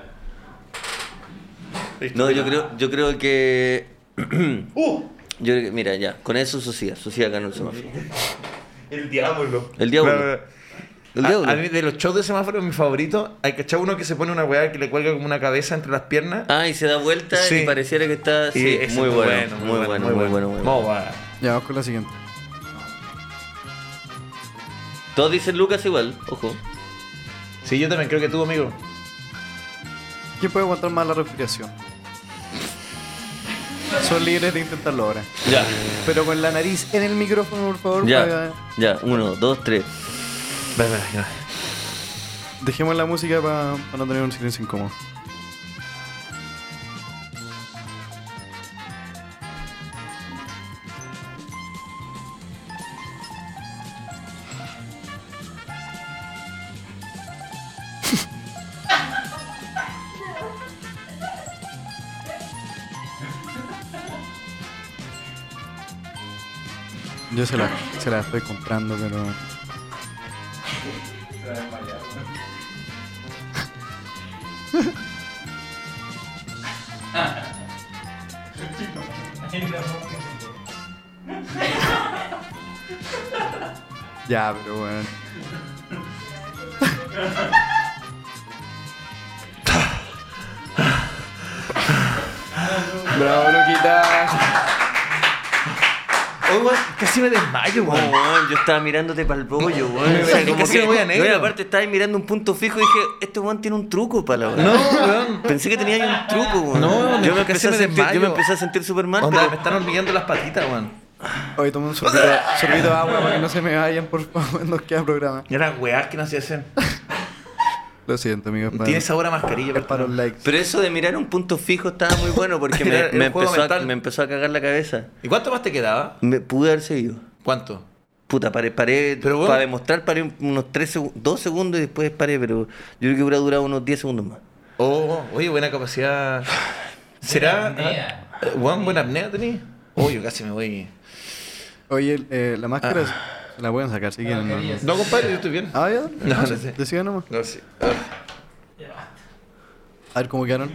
[SPEAKER 1] No, yo creo, yo creo que.
[SPEAKER 3] ¡Uh!
[SPEAKER 1] Yo creo que- mira, ya, con eso Socia, Socia ganó el semáforo.
[SPEAKER 3] El diablo.
[SPEAKER 1] El diablo. El
[SPEAKER 2] A-
[SPEAKER 1] diablo.
[SPEAKER 2] A, mí de los shows de semáforo mi favorito, hay que echar uno que se pone una weá que le cuelga como una cabeza entre las piernas.
[SPEAKER 1] Ah, y se da vuelta
[SPEAKER 2] Sí.
[SPEAKER 1] y pareciera que está. Sí,
[SPEAKER 2] ese
[SPEAKER 1] muy, bueno, muy bueno, muy bueno, muy bueno.
[SPEAKER 2] Muy bueno.
[SPEAKER 4] Ya, vamos con la siguiente.
[SPEAKER 1] Todos dicen Lucas igual, ojo.
[SPEAKER 2] Sí, yo también creo que tú, amigo.
[SPEAKER 4] ¿Quién puede aguantar más la respiración? Son libres de intentarlo ahora.
[SPEAKER 1] Ya,
[SPEAKER 4] Pero con la nariz en el micrófono, por favor.
[SPEAKER 1] ya,
[SPEAKER 4] para-
[SPEAKER 1] ya. Uno, dos, tres.
[SPEAKER 2] Ve, ve, ve.
[SPEAKER 4] Dejemos la música para no tener un silencio incómodo. Yo se la, se la estoy comprando, pero... Ya, pero bueno. Bravo, Luquita.
[SPEAKER 2] Oh, weón, casi me desmayo,
[SPEAKER 1] Oh,
[SPEAKER 2] weón.
[SPEAKER 1] weón, yo estaba mirándote para el bollo, weón.
[SPEAKER 2] Me-
[SPEAKER 1] O sea, como
[SPEAKER 2] casi me
[SPEAKER 1] que-
[SPEAKER 2] voy a negro.
[SPEAKER 1] No, y aparte estaba ahí mirando un punto fijo y dije, este weón tiene un truco para la weá.
[SPEAKER 2] No, weón.
[SPEAKER 1] Pensé que tenía ahí un truco, weón.
[SPEAKER 2] No,
[SPEAKER 1] yo
[SPEAKER 2] me-
[SPEAKER 1] me, empecé
[SPEAKER 2] casi
[SPEAKER 1] a
[SPEAKER 2] me
[SPEAKER 1] sentir, yo me
[SPEAKER 2] desmayo.
[SPEAKER 1] empecé a sentir súper mal,
[SPEAKER 2] Onda, me
[SPEAKER 1] pero
[SPEAKER 2] están hormigueando las patitas, weón.
[SPEAKER 4] Hoy tomo un sorbito, sorbito de agua para que no se me vayan, por favor. Nos queda programa.
[SPEAKER 2] Y eran weas que no se hacen.
[SPEAKER 4] Lo siento, amigos. para-
[SPEAKER 2] Tiene sabor a mascarilla,
[SPEAKER 4] es para
[SPEAKER 2] pero
[SPEAKER 4] los likes.
[SPEAKER 1] Pero eso de mirar un punto fijo estaba muy bueno porque
[SPEAKER 2] Era
[SPEAKER 1] me,
[SPEAKER 2] el
[SPEAKER 1] me
[SPEAKER 2] juego
[SPEAKER 1] empezó a,
[SPEAKER 2] mental.
[SPEAKER 1] me empezó a cagar la cabeza.
[SPEAKER 2] ¿Y cuánto más te quedaba?
[SPEAKER 1] Me pude haber seguido.
[SPEAKER 2] ¿Cuánto?
[SPEAKER 1] Puta, paré, paré
[SPEAKER 2] Pero bueno.
[SPEAKER 1] para demostrar paré un- unos 3 2 segundos y después paré, pero yo creo que hubiera durado unos 10 segundos más.
[SPEAKER 2] Oh, oye, buena capacidad. ¿Será?
[SPEAKER 5] apnea.
[SPEAKER 2] ah, eh, Weón, buena apnea tenés. Oh, yo casi me voy.
[SPEAKER 4] Oye, eh, la máscara se la pueden sacar si quieren. ¿no?
[SPEAKER 5] querías.
[SPEAKER 2] No, compadre, yo estoy bien.
[SPEAKER 4] Ah, ya.
[SPEAKER 2] Ah. No, no sé.
[SPEAKER 4] Decía nomás.
[SPEAKER 2] No, sí.
[SPEAKER 4] A ver cómo quedaron.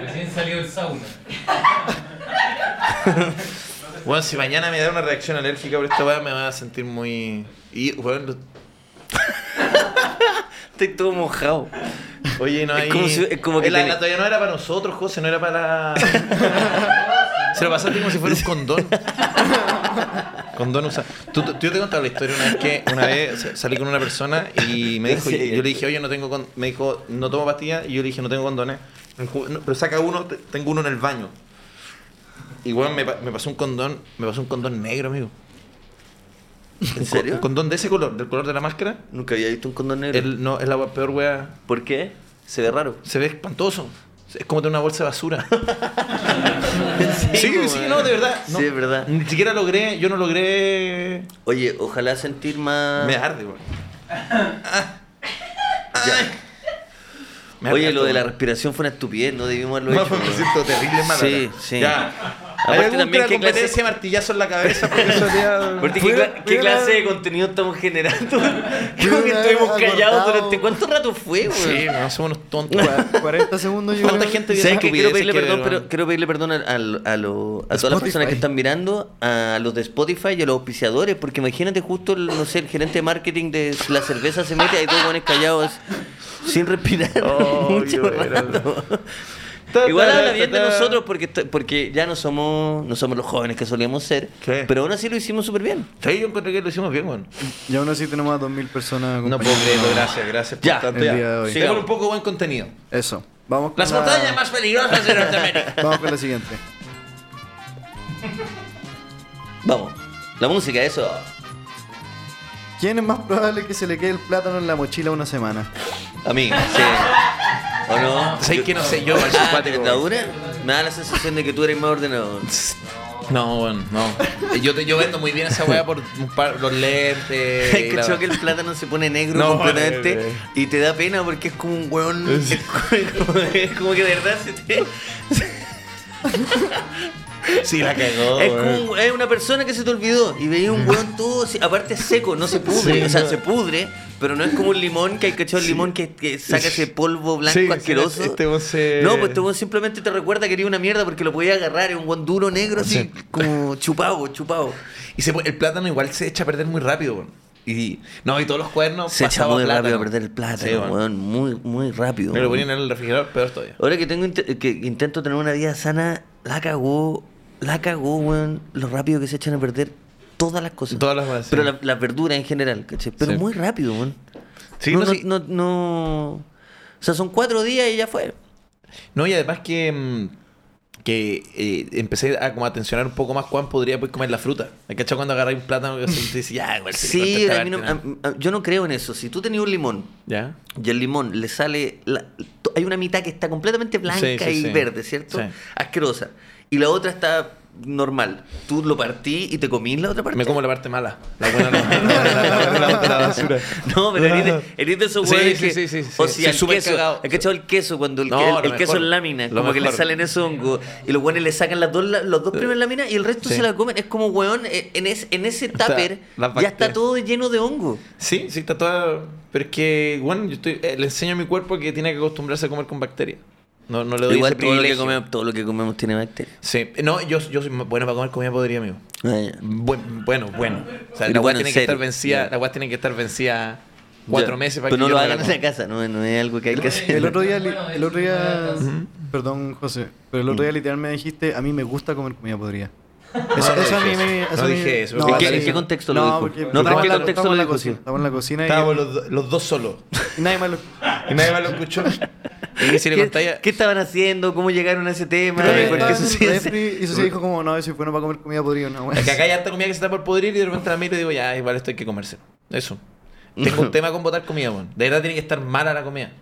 [SPEAKER 5] Recién salió el sauna.
[SPEAKER 2] Bueno, si mañana me da una reacción alérgica por esta weá, me va a sentir muy. Y, weón, lo-
[SPEAKER 1] Estoy todo mojado.
[SPEAKER 2] oye, no
[SPEAKER 1] Es
[SPEAKER 2] hay. Eh,
[SPEAKER 1] como si- es como que
[SPEAKER 2] la,
[SPEAKER 1] tiene-
[SPEAKER 2] la toalla no era para nosotros, José, no era para. Se lo pasaste como si fuera un condón. condón usa. Tú, tú- yo te he contado la historia una vez que una vez sa- salí con una persona y me dijo,
[SPEAKER 1] Sí.
[SPEAKER 2] yo le dije, oye, no tengo. con- Me dijo, no tomo pastillas. Y yo le dije, no tengo condones. Me dijo, "No, pero saca uno, te- tengo uno en el baño. Y, weón, me, pa- me pasó un condón, me pasó un condón negro, amigo.
[SPEAKER 1] ¿En
[SPEAKER 2] Co-
[SPEAKER 1] serio?
[SPEAKER 2] Un condón de ese color, del color de la máscara.
[SPEAKER 1] Nunca había visto un condón negro.
[SPEAKER 2] El- no, es la peor wea.
[SPEAKER 1] ¿Por qué? Se ve raro.
[SPEAKER 2] Se ve espantoso. Es como tener una bolsa de basura. sí,
[SPEAKER 1] po,
[SPEAKER 2] sí,
[SPEAKER 1] weón.
[SPEAKER 2] no, de verdad. no.
[SPEAKER 1] Sí, es verdad.
[SPEAKER 2] Ni siquiera logré, yo no logré.
[SPEAKER 1] Oye, ojalá sentir más.
[SPEAKER 2] Me arde, weón.
[SPEAKER 1] Ya.
[SPEAKER 2] Me arde
[SPEAKER 1] Oye,
[SPEAKER 2] harto,
[SPEAKER 1] lo de la
[SPEAKER 2] weón.
[SPEAKER 1] respiración fue una estupidez, no debimos haberlo
[SPEAKER 2] No,
[SPEAKER 1] hecho.
[SPEAKER 2] fue- me
[SPEAKER 1] weón.
[SPEAKER 2] siento terrible mal.
[SPEAKER 1] Sí,
[SPEAKER 2] ahora.
[SPEAKER 1] sí.
[SPEAKER 2] Ya.
[SPEAKER 1] Aparte
[SPEAKER 2] Hay algún
[SPEAKER 1] también, ¿qué
[SPEAKER 2] competencia
[SPEAKER 1] clase-
[SPEAKER 2] de martillazo en la cabeza porque eso ya-
[SPEAKER 1] Aparte, ¿qué,
[SPEAKER 4] Fuera-
[SPEAKER 1] cla- qué
[SPEAKER 4] fuera-
[SPEAKER 1] clase de contenido estamos generando? Creo que
[SPEAKER 4] Fuera-
[SPEAKER 1] estuvimos callados
[SPEAKER 4] acordado.
[SPEAKER 1] durante. ¿Cuánto rato fue, weón?
[SPEAKER 2] Sí, weón, somos unos tontos.
[SPEAKER 4] Cua- 40 segundos yo
[SPEAKER 2] ¿Cuánta
[SPEAKER 4] creo.
[SPEAKER 2] gente vio
[SPEAKER 1] ¿Sabes qué? Quiero
[SPEAKER 2] estupideces
[SPEAKER 1] pedirle
[SPEAKER 2] que
[SPEAKER 1] perdón,
[SPEAKER 2] ver,
[SPEAKER 1] pero
[SPEAKER 2] weón?
[SPEAKER 1] quiero pedirle perdón al- al- a, lo- a todas las
[SPEAKER 4] Spotify.
[SPEAKER 1] personas que están mirando, a los de Spotify y a los auspiciadores, porque imagínate justo, el, no sé, el gerente de marketing de la cerveza se mete, hay dos buenos callados sin respirar.
[SPEAKER 2] Oh,
[SPEAKER 1] mucho
[SPEAKER 2] yo era-
[SPEAKER 1] rato.
[SPEAKER 2] Ta, ta,
[SPEAKER 1] Igual
[SPEAKER 2] ta,
[SPEAKER 1] habla
[SPEAKER 2] ta,
[SPEAKER 1] bien de
[SPEAKER 2] ta.
[SPEAKER 1] nosotros porque, esto- porque ya no somos, no somos los jóvenes que solíamos ser,
[SPEAKER 2] ¿Qué?
[SPEAKER 1] pero aún así lo hicimos súper bien.
[SPEAKER 2] Sí, yo encontré que lo hicimos bien, weón.
[SPEAKER 4] Y aún así tenemos a 2.000 personas.
[SPEAKER 2] No puedo
[SPEAKER 4] acompañándonos.
[SPEAKER 2] creerlo, gracias, gracias
[SPEAKER 1] Ya,
[SPEAKER 2] tanto.
[SPEAKER 4] el día de hoy.
[SPEAKER 2] Sigamos un poco buen contenido.
[SPEAKER 4] Eso. Vamos con,
[SPEAKER 2] Las
[SPEAKER 4] la...
[SPEAKER 2] montañas más peligrosas de Norteamérica.
[SPEAKER 4] Vamos con la siguiente.
[SPEAKER 1] Vamos, la música, eso.
[SPEAKER 4] ¿Quién es más probable que se le quede el plátano en la mochila una semana?
[SPEAKER 1] A mí, sí. ¿O no?
[SPEAKER 2] ¿Sabes que no sé yo, el
[SPEAKER 1] Ah,
[SPEAKER 2] simpático?
[SPEAKER 1] ¿La dura? Me da la sensación de que tú eres más ordenado.
[SPEAKER 2] No, bueno, no. Yo, te, yo vendo muy bien esa weá por un par- los lentes. y
[SPEAKER 1] Es que
[SPEAKER 2] la-
[SPEAKER 1] creo que el plátano se pone negro
[SPEAKER 2] No,
[SPEAKER 1] completamente
[SPEAKER 2] eh, eh.
[SPEAKER 1] y te da pena porque es como un hueón. Es como, es como que de verdad se te.
[SPEAKER 2] Sí, la cagó.
[SPEAKER 1] Es,
[SPEAKER 2] weón. Mm.
[SPEAKER 1] como- es una persona que se te olvidó y veía un hueón todo, así- aparte es seco, no se pudre, o sea, se pudre, pero no es como un limón que hay cachado el limón que, que saca ese polvo blanco
[SPEAKER 2] Sí, sí,
[SPEAKER 1] asqueroso.
[SPEAKER 2] este weón se-
[SPEAKER 1] No, pues este hueón simplemente te recuerda que era una mierda porque lo podía agarrar, es un hueón duro negro así, como chupado, chupado.
[SPEAKER 2] Y se, pu- el plátano igual se echa a perder muy rápido, weón. Y no, y todos los cuernos
[SPEAKER 1] Se echa
[SPEAKER 2] pasaba
[SPEAKER 1] muy rápido a
[SPEAKER 2] plátano.
[SPEAKER 1] perder el plátano,
[SPEAKER 2] Sí, weón.
[SPEAKER 1] hueón, muy, muy rápido.
[SPEAKER 2] Me lo
[SPEAKER 1] hueón.
[SPEAKER 2] ponían en el refrigerador, peor todavía.
[SPEAKER 1] Ahora que tengo inte- que intento tener una vida sana, la cagó, la cagó, weón, lo rápido que se echan a perder todas las cosas.
[SPEAKER 2] Todas las cosas, sí.
[SPEAKER 1] Pero la- las verduras en general, ¿cachai? Pero
[SPEAKER 2] Sí.
[SPEAKER 1] muy rápido, weón.
[SPEAKER 2] Sí,
[SPEAKER 1] no,
[SPEAKER 2] no,
[SPEAKER 1] no,
[SPEAKER 2] sí.
[SPEAKER 1] no, no- O sea, son cuatro días y ya fue.
[SPEAKER 2] No, y además que, mm, que eh, empecé a como a tensionar un poco más cuán podría pues, comer la fruta. ¿Me cachado cuando agarré un plátano que se dice, ya, igual se le
[SPEAKER 1] Sí,
[SPEAKER 2] corta esta
[SPEAKER 1] a mí no-
[SPEAKER 2] parte, ¿no?
[SPEAKER 1] a- a- yo no creo en eso. Si tú tenías un limón
[SPEAKER 2] ¿Ya?
[SPEAKER 1] y el limón le sale... la- to- hay una mitad que está completamente blanca
[SPEAKER 2] Sí, sí,
[SPEAKER 1] y
[SPEAKER 2] sí.
[SPEAKER 1] verde, ¿cierto?
[SPEAKER 2] Sí.
[SPEAKER 1] Asquerosa. Y la otra está normal. Tú lo partí y te comís la otra parte.
[SPEAKER 2] Me como la parte mala. La buena no. La, la- la- la- la- la basura.
[SPEAKER 1] No, pero eres de, eres de esos
[SPEAKER 2] Sí,
[SPEAKER 1] hueones
[SPEAKER 2] sí,
[SPEAKER 1] que-
[SPEAKER 2] sí, sí, sí.
[SPEAKER 1] O si
[SPEAKER 2] Sí,
[SPEAKER 1] al
[SPEAKER 2] súper
[SPEAKER 1] queso.
[SPEAKER 2] cagado.
[SPEAKER 1] ¿Has cachado el queso cuando el,
[SPEAKER 2] No,
[SPEAKER 1] que- el-
[SPEAKER 2] lo
[SPEAKER 1] el queso
[SPEAKER 2] mejor.
[SPEAKER 1] en lámina?
[SPEAKER 2] Lo
[SPEAKER 1] Como que le
[SPEAKER 2] mejor. Eh,
[SPEAKER 1] salen esos hongos y los hueones le sacan las dos, la- los dos primeros láminas y el resto
[SPEAKER 2] Sí.
[SPEAKER 1] se la comen. Es como hueón, eh, en, es- en ese
[SPEAKER 2] Está-
[SPEAKER 1] tupper
[SPEAKER 2] las
[SPEAKER 1] ya está
[SPEAKER 2] bacterias.
[SPEAKER 1] todo lleno de hongo.
[SPEAKER 2] Sí, sí, está toda. Pero es que, bueno, yo estoy, eh, le enseño a mi cuerpo que tiene que acostumbrarse a comer con bacterias. No, no le doy
[SPEAKER 1] Igual
[SPEAKER 2] ese
[SPEAKER 1] todo lo, que
[SPEAKER 2] privilegio.
[SPEAKER 1] comemos, todo lo que comemos tiene bacterias.
[SPEAKER 2] Sí, no, yo, yo soy bueno para comer comida podrida, amigo.
[SPEAKER 1] Ah, ya.
[SPEAKER 2] Buen- bueno, bueno. O sea,
[SPEAKER 1] Pero
[SPEAKER 2] la weá
[SPEAKER 1] bueno, en
[SPEAKER 2] tiene que estar
[SPEAKER 1] serio.
[SPEAKER 2] vencida,
[SPEAKER 1] Ya.
[SPEAKER 2] la weá tiene que estar vencida cuatro
[SPEAKER 1] Ya.
[SPEAKER 2] meses para
[SPEAKER 1] Pero
[SPEAKER 2] que
[SPEAKER 1] no
[SPEAKER 2] yo
[SPEAKER 1] lo
[SPEAKER 2] me la
[SPEAKER 1] hagan en
[SPEAKER 2] coma.
[SPEAKER 1] la casa, no, no es algo que hay que hacer.
[SPEAKER 4] El otro día, li-
[SPEAKER 5] Bueno,
[SPEAKER 4] el otro día,
[SPEAKER 5] eso-
[SPEAKER 4] perdón José, pero el otro día literal me dijiste, a mí me gusta comer comida podrida. Eso,
[SPEAKER 2] no
[SPEAKER 4] eso a
[SPEAKER 2] dije
[SPEAKER 4] mí me...
[SPEAKER 2] eso.
[SPEAKER 4] eso
[SPEAKER 2] No
[SPEAKER 4] a mí-
[SPEAKER 2] dije eso,
[SPEAKER 4] no,
[SPEAKER 1] ¿En qué-
[SPEAKER 4] sí.
[SPEAKER 1] en qué contexto lo
[SPEAKER 4] No,
[SPEAKER 1] dijo?
[SPEAKER 4] porque
[SPEAKER 1] No,
[SPEAKER 4] estábamos
[SPEAKER 1] ¿en qué
[SPEAKER 4] en la-
[SPEAKER 1] contexto
[SPEAKER 4] estábamos
[SPEAKER 1] lo
[SPEAKER 4] en la
[SPEAKER 1] dijo, sí?
[SPEAKER 4] cocina, Estábamos en la cocina y-
[SPEAKER 2] Estábamos los, do- los dos solos.
[SPEAKER 4] y nadie más lo...
[SPEAKER 2] Y nadie más lo escuchó. Y si le
[SPEAKER 1] ¿Qué,
[SPEAKER 2] contáis.
[SPEAKER 1] qué estaban haciendo? ¿Cómo llegaron a ese tema?
[SPEAKER 4] Creo que
[SPEAKER 1] ¿Por
[SPEAKER 4] estaba
[SPEAKER 1] qué
[SPEAKER 4] en el
[SPEAKER 1] sucede?
[SPEAKER 4] refri y eso se dijo como, no, eso es bueno para comer comida podrida, no,
[SPEAKER 2] Es que
[SPEAKER 4] güey.
[SPEAKER 2] acá hay harta comida que se está por podrir y de repente la miro y digo, ya, igual esto hay que comerse. Eso. Tengo un tema con botar comida, weón. De verdad tiene que estar mala la comida.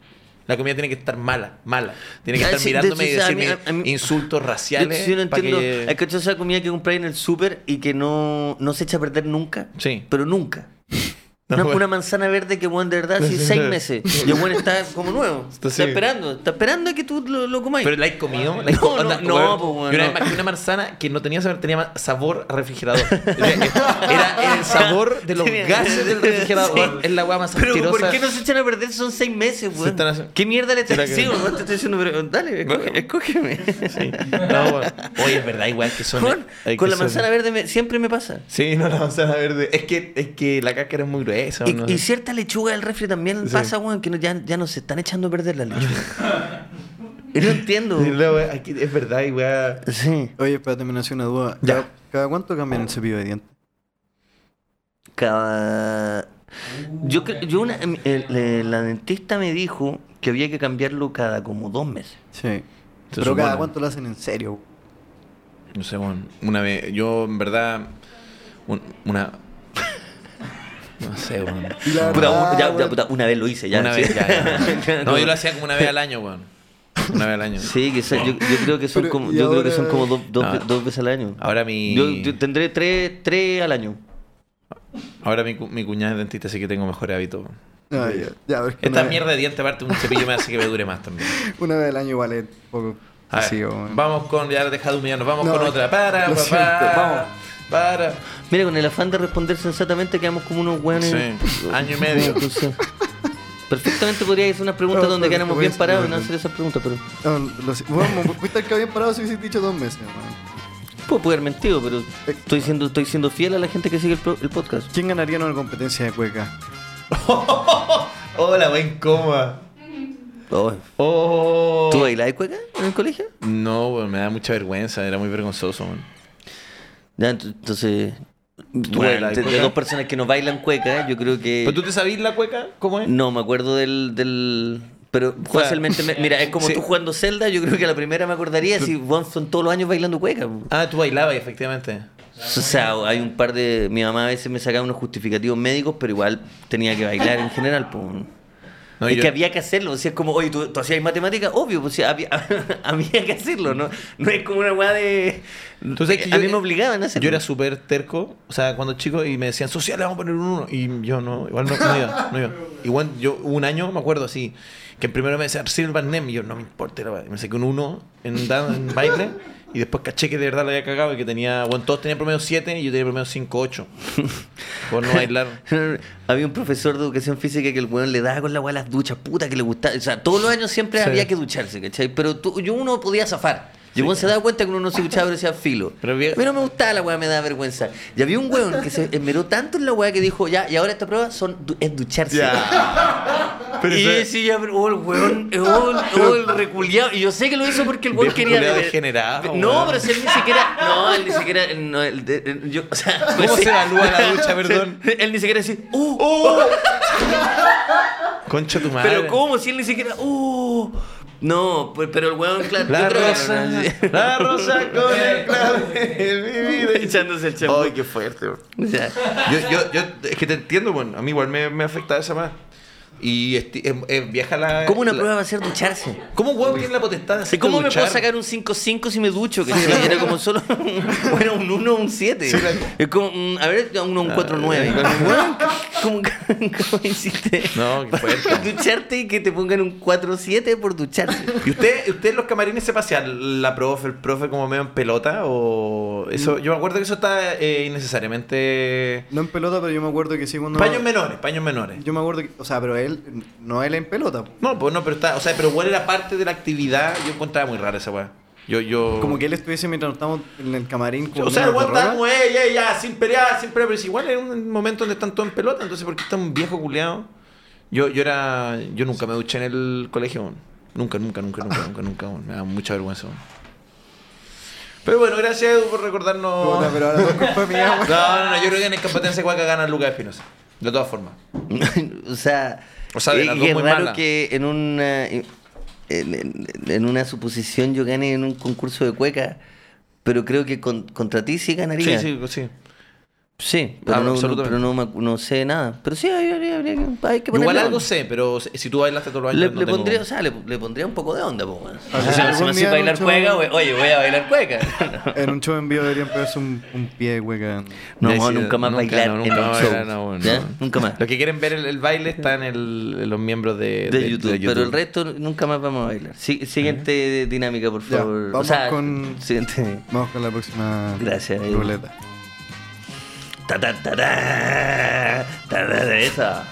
[SPEAKER 2] La comida tiene que estar mala, mala. Tiene que
[SPEAKER 1] Ah,
[SPEAKER 2] estar
[SPEAKER 1] sí, de
[SPEAKER 2] mirándome
[SPEAKER 1] hecho, o sea,
[SPEAKER 2] y decirme
[SPEAKER 1] a mí- a mí-
[SPEAKER 2] insultos
[SPEAKER 1] Yo,
[SPEAKER 2] raciales.
[SPEAKER 1] yo no
[SPEAKER 2] pa'
[SPEAKER 1] entiendo.
[SPEAKER 2] que-
[SPEAKER 1] Hay cachado esa comida que compráis en el súper y que no, no se echa a perder nunca.
[SPEAKER 2] Sí.
[SPEAKER 1] Pero nunca.
[SPEAKER 2] No,
[SPEAKER 1] una,
[SPEAKER 2] bueno.
[SPEAKER 1] una manzana verde que, bueno, de verdad, sí, seis meses. Y el bueno está como nuevo. Está,
[SPEAKER 2] sí.
[SPEAKER 1] esperando. Está esperando a que tú lo, lo comáis.
[SPEAKER 2] Pero la he comido. la he
[SPEAKER 1] No,
[SPEAKER 2] comido.
[SPEAKER 1] no,
[SPEAKER 2] Onda,
[SPEAKER 1] no,
[SPEAKER 2] weón,
[SPEAKER 1] po, weón,
[SPEAKER 2] Yo una
[SPEAKER 1] no.
[SPEAKER 2] vez más una manzana que no tenía sabor, tenía ma- sabor a refrigerador. Era, era el sabor de los
[SPEAKER 1] Tenía-
[SPEAKER 2] gases del refrigerador.
[SPEAKER 1] Sí.
[SPEAKER 2] weón. Es la weá más
[SPEAKER 1] Pero,
[SPEAKER 2] asquerosa.
[SPEAKER 1] ¿por qué no se echan a perder? Son seis meses, weón.
[SPEAKER 2] están haciendo-
[SPEAKER 1] ¿Qué mierda le estás
[SPEAKER 2] Será que-
[SPEAKER 1] diciendo? weón? Te estoy diciendo, pero dale, escoge- escógeme.
[SPEAKER 2] Sí. No, weón. Oye, es verdad, igual que son.
[SPEAKER 1] Weón,
[SPEAKER 2] hay que
[SPEAKER 1] con la
[SPEAKER 2] son-
[SPEAKER 1] manzana verde me- siempre me pasa.
[SPEAKER 2] Sí, no, la manzana verde. Es que, es que la cáscara es muy gruesa.
[SPEAKER 1] Y,
[SPEAKER 2] ¿no?
[SPEAKER 1] y cierta lechuga del refri también pasa, weón, que no- ya, ya nos están echando a perder la lechuga. Y no entiendo.
[SPEAKER 2] Y luego, hay que- es verdad, y weá.
[SPEAKER 1] Sí.
[SPEAKER 4] Oye, espérate, me nació una duda.
[SPEAKER 2] Ya.
[SPEAKER 4] ¿Cada, cada cuánto cambian el cepillo de dientes?
[SPEAKER 1] Cada... Yo, cre- yo una, em, el- le- la dentista me dijo que había que cambiarlo cada como dos meses.
[SPEAKER 4] Sí.
[SPEAKER 2] Se
[SPEAKER 4] Pero
[SPEAKER 2] supone.
[SPEAKER 4] cada cuánto lo hacen en serio. güey.
[SPEAKER 2] No sé, bueno, una vez. Yo, en verdad. un- una. No sé, bueno.
[SPEAKER 4] Y la
[SPEAKER 1] Puta,
[SPEAKER 4] verdad,
[SPEAKER 1] un- ya- ya,
[SPEAKER 4] güey,
[SPEAKER 1] puta, una vez lo hice, ya.
[SPEAKER 2] una
[SPEAKER 1] sí.
[SPEAKER 2] vez ya, ya. No, yo lo hacía como una vez al año, weón. Una vez al año.
[SPEAKER 1] Sí, que son- yo, yo creo que son
[SPEAKER 4] Pero,
[SPEAKER 1] como,
[SPEAKER 4] ¿y
[SPEAKER 1] yo creo que son
[SPEAKER 4] ahora?
[SPEAKER 1] como dos, dos,
[SPEAKER 2] Ah.
[SPEAKER 1] dos veces al año.
[SPEAKER 2] Ahora mi-
[SPEAKER 1] Yo, yo tendré tres, tres al año.
[SPEAKER 2] Ahora mi, cu- mi cuñada es dentista, así que tengo mejor hábito. weón.
[SPEAKER 4] Ah, ya, ya, pero es que
[SPEAKER 2] Esta
[SPEAKER 4] una vez-
[SPEAKER 2] mierda de diente, aparte, un cepillo me hace que me dure más también.
[SPEAKER 4] Una vez al año igual es un poco
[SPEAKER 2] A ver,
[SPEAKER 4] excesivo, güey.
[SPEAKER 2] vamos con. Ya deja de humillarnos, vamos
[SPEAKER 4] No,
[SPEAKER 2] con otra. Para,
[SPEAKER 4] lo
[SPEAKER 2] papá.
[SPEAKER 4] siento, vamos.
[SPEAKER 2] Para.
[SPEAKER 1] Mira, con el afán de responder sensatamente quedamos como unos hueones.
[SPEAKER 2] Sí, año y medio.
[SPEAKER 1] O sea, Perfectamente podría hacer unas preguntas
[SPEAKER 4] No,
[SPEAKER 1] donde
[SPEAKER 4] pero
[SPEAKER 1] quedáramos
[SPEAKER 4] voy a
[SPEAKER 1] bien parados y
[SPEAKER 4] hacer-
[SPEAKER 1] no hacer esas preguntas, pero.
[SPEAKER 4] No, lo si- bueno, me fuiste al que habían parado si hubiese dicho dos meses, güey.
[SPEAKER 1] Puedo poder mentido, pero estoy siendo, estoy siendo fiel a la gente que sigue el, pro- el podcast.
[SPEAKER 4] ¿Quién ganaría en una competencia de cueca?
[SPEAKER 2] Hola, buen coma.
[SPEAKER 1] Oh,
[SPEAKER 2] Oh.
[SPEAKER 1] ¿Tú bailabas de cueca en el colegio?
[SPEAKER 2] No, weón, me da mucha vergüenza, era muy vergonzoso, weón.
[SPEAKER 1] Ya, ent- entonces. tú
[SPEAKER 2] bailabas
[SPEAKER 1] bailas-
[SPEAKER 2] de
[SPEAKER 1] de,
[SPEAKER 2] cueca?
[SPEAKER 1] dos personas que no bailan cueca, yo creo que.
[SPEAKER 2] ¿Pero tú te sabías la cueca? ¿Cómo es?
[SPEAKER 1] No, me acuerdo del. del- Pero fácilmente. me- Mira, es como
[SPEAKER 2] Sí.
[SPEAKER 1] tú jugando Zelda, yo creo que la primera me acordaría si bueno, son todos los años bailando cueca.
[SPEAKER 2] Ah, tú bailabas, efectivamente.
[SPEAKER 1] O sea, hay un par de. Mi mamá a veces me sacaba unos justificativos médicos, pero igual tenía que bailar en general. po.
[SPEAKER 2] No,
[SPEAKER 1] es
[SPEAKER 2] yo-
[SPEAKER 1] que había que hacerlo. O sea, es como, oye, ¿tú, tú hacías matemáticas? Obvio, pues, sí, había, había que hacerlo, ¿no? No es como una weá de.
[SPEAKER 2] Tú sabes que
[SPEAKER 1] a
[SPEAKER 2] yo- eh,
[SPEAKER 1] mí me obligaban a hacerlo.
[SPEAKER 2] Yo era súper terco, o sea, cuando chico, y me decían, social, le vamos a poner un uno. Y yo no, igual no, no iba, no iba. Igual yo, hubo un año, me acuerdo así, que primero me decían, sirve el Van Nem", y yo, no me importa, la verdad. Y me saqué un uno en, dan- en baile, Y después caché que de verdad la había cagado y que tenía. Bueno, todos tenían promedio 7 y yo tenía promedio 5, 8. Por no bailar.
[SPEAKER 1] había un profesor de educación física que el weón le daba con la agua a las duchas, puta que le gustaba. O sea, todos los años siempre
[SPEAKER 2] Sí.
[SPEAKER 1] había que ducharse, ¿cachai? Pero tú- yo uno podía zafar. Y el weón se daba cuenta que uno no se duchaba, pero decía filo.
[SPEAKER 2] Pero había-
[SPEAKER 1] a mí no me gustaba la weá, me daba vergüenza. Y había un weón que se esmeró tanto en la weá que dijo, ya, y ahora esta prueba son, du- es ducharse.
[SPEAKER 3] Pero
[SPEAKER 1] y yo
[SPEAKER 3] eso-
[SPEAKER 1] decía, pero, oh, el weón, oh, el- oh, el reculeado. Y yo sé que lo hizo porque el weón
[SPEAKER 2] Viejo
[SPEAKER 1] quería.
[SPEAKER 2] culeado
[SPEAKER 1] de-
[SPEAKER 2] degenerado,
[SPEAKER 1] no,
[SPEAKER 2] weón.
[SPEAKER 1] pero si él ni siquiera. No, él ni siquiera. No, él, de- él- yo, o sea, pues
[SPEAKER 2] ¿Cómo se evalúa la ducha, perdón? Oh,
[SPEAKER 1] Él ni siquiera decía, ¡uh!
[SPEAKER 2] Concha tu madre.
[SPEAKER 1] pero ¿cómo? Si él ni siquiera. ¡uh! No, pues, pero el weón, claro. yo
[SPEAKER 2] La
[SPEAKER 1] creo que-
[SPEAKER 2] rosa. La rosa con el clavel. Mi vida.
[SPEAKER 1] Echándose el champú.
[SPEAKER 3] Ay, qué fuerte, weón.
[SPEAKER 1] O sea,
[SPEAKER 3] Yo, yo, yo, es que te entiendo, bueno, a mí igual me, me afecta esa más.
[SPEAKER 2] Y esti- em- em, viaja la.
[SPEAKER 1] ¿Cómo una
[SPEAKER 2] la-
[SPEAKER 1] prueba va a ser ducharse?
[SPEAKER 2] ¿Cómo huevo tiene la potestad de
[SPEAKER 1] O sea,
[SPEAKER 2] hacerte
[SPEAKER 1] ¿Cómo me puedo
[SPEAKER 2] duchar?
[SPEAKER 1] sacar un 5-5 si me ducho? Que era como solo un, bueno, un 1 o un 7. Es como, mm, a ver, a uno un 4-9. Weón, ¿Cómo, ¿Cómo hiciste?
[SPEAKER 2] Ah, No, qué
[SPEAKER 1] para
[SPEAKER 2] fuerte.
[SPEAKER 1] ducharte y que te pongan un 4-7 por ducharse.
[SPEAKER 2] ¿Y usted, usted en los camarines se pasea la profe, el profe como medio en pelota? o eso
[SPEAKER 1] Mm.
[SPEAKER 2] Yo me acuerdo que eso está eh, innecesariamente...
[SPEAKER 4] No en pelota, pero yo me acuerdo que sí cuando.
[SPEAKER 2] Paños menores, paños menores.
[SPEAKER 4] Yo me acuerdo que. O sea, pero él. No él en pelota. po.
[SPEAKER 2] No, pues no, pero está... O sea, pero igual era parte de la actividad. Yo encontraba muy rara esa weá. Yo, yo...
[SPEAKER 4] Como que él estuviese mientras estábamos en el camarín. como
[SPEAKER 2] O sea, el
[SPEAKER 4] medio
[SPEAKER 2] weón estaba
[SPEAKER 4] terror.
[SPEAKER 2] como, ey, ey, ya, sin pelear, sin pelear. Pero es igual era un momento donde están todos en pelota. Entonces, ¿por qué está un viejo culeado? Yo, yo era... Yo nunca me duché en el colegio, weón. Nunca, nunca, nunca, nunca, nunca, nunca, weón. Me da mucha vergüenza, weón. Pero bueno, gracias Edu por recordarnos...
[SPEAKER 4] Puta, pero ahora no es culpa mía, weón.
[SPEAKER 2] No, no, no, yo creo que en el competencia Huaca gana Lucas Espinosa. De todas formas.
[SPEAKER 1] o sea,
[SPEAKER 2] O sea, de
[SPEAKER 1] eh,
[SPEAKER 2] las
[SPEAKER 1] y
[SPEAKER 2] dos
[SPEAKER 1] es
[SPEAKER 2] muy
[SPEAKER 1] raro
[SPEAKER 2] mala.
[SPEAKER 1] que en una en, en- en una suposición yo gane en un concurso de cueca, pero creo que con- contra ti sí ganaría.
[SPEAKER 2] Sí, sí, sí.
[SPEAKER 1] Sí, pero,
[SPEAKER 2] Ah,
[SPEAKER 1] no, no,
[SPEAKER 2] absolutamente.
[SPEAKER 1] pero no, me acu- no sé nada. Pero sí, hay, hay- hay que- hay que ponerle
[SPEAKER 2] Igual algo
[SPEAKER 1] onda.
[SPEAKER 2] sé, pero si si tú bailaste todos los años.
[SPEAKER 1] Le,
[SPEAKER 2] no
[SPEAKER 1] le
[SPEAKER 2] tengo-
[SPEAKER 1] pondría, o sea, le, le pondría un poco de onda, po, weón.
[SPEAKER 4] Ah,
[SPEAKER 1] O sea,
[SPEAKER 4] algún
[SPEAKER 1] si no sé
[SPEAKER 4] día
[SPEAKER 1] bailar
[SPEAKER 4] mucho-
[SPEAKER 1] cueca, we- oye, voy a bailar cueca.
[SPEAKER 4] En un show en vivo deberían pegarse un, un pie, weón.
[SPEAKER 1] No,
[SPEAKER 2] Ya, sí,
[SPEAKER 1] nunca más
[SPEAKER 2] nunca,
[SPEAKER 1] bailar
[SPEAKER 2] no,
[SPEAKER 1] en
[SPEAKER 2] nunca
[SPEAKER 1] un
[SPEAKER 2] más
[SPEAKER 1] show.
[SPEAKER 2] bailar, no, bueno,
[SPEAKER 1] ¿Ya?
[SPEAKER 2] no.
[SPEAKER 1] Nunca más.
[SPEAKER 2] Los que quieren ver el, el baile están en, el- en los miembros de,
[SPEAKER 1] eh, de, YouTube, pero el resto nunca más vamos a bailar. Sí, siguiente dinámica, por
[SPEAKER 4] Ya,
[SPEAKER 1] favor.
[SPEAKER 4] vamos
[SPEAKER 1] o sea,
[SPEAKER 4] con-
[SPEAKER 1] siguiente.
[SPEAKER 4] Vamos con la próxima.
[SPEAKER 1] Gracias, Edu.
[SPEAKER 4] Ruleta.
[SPEAKER 1] Ta, ta, ta, ta, ta, ta, ta, esa.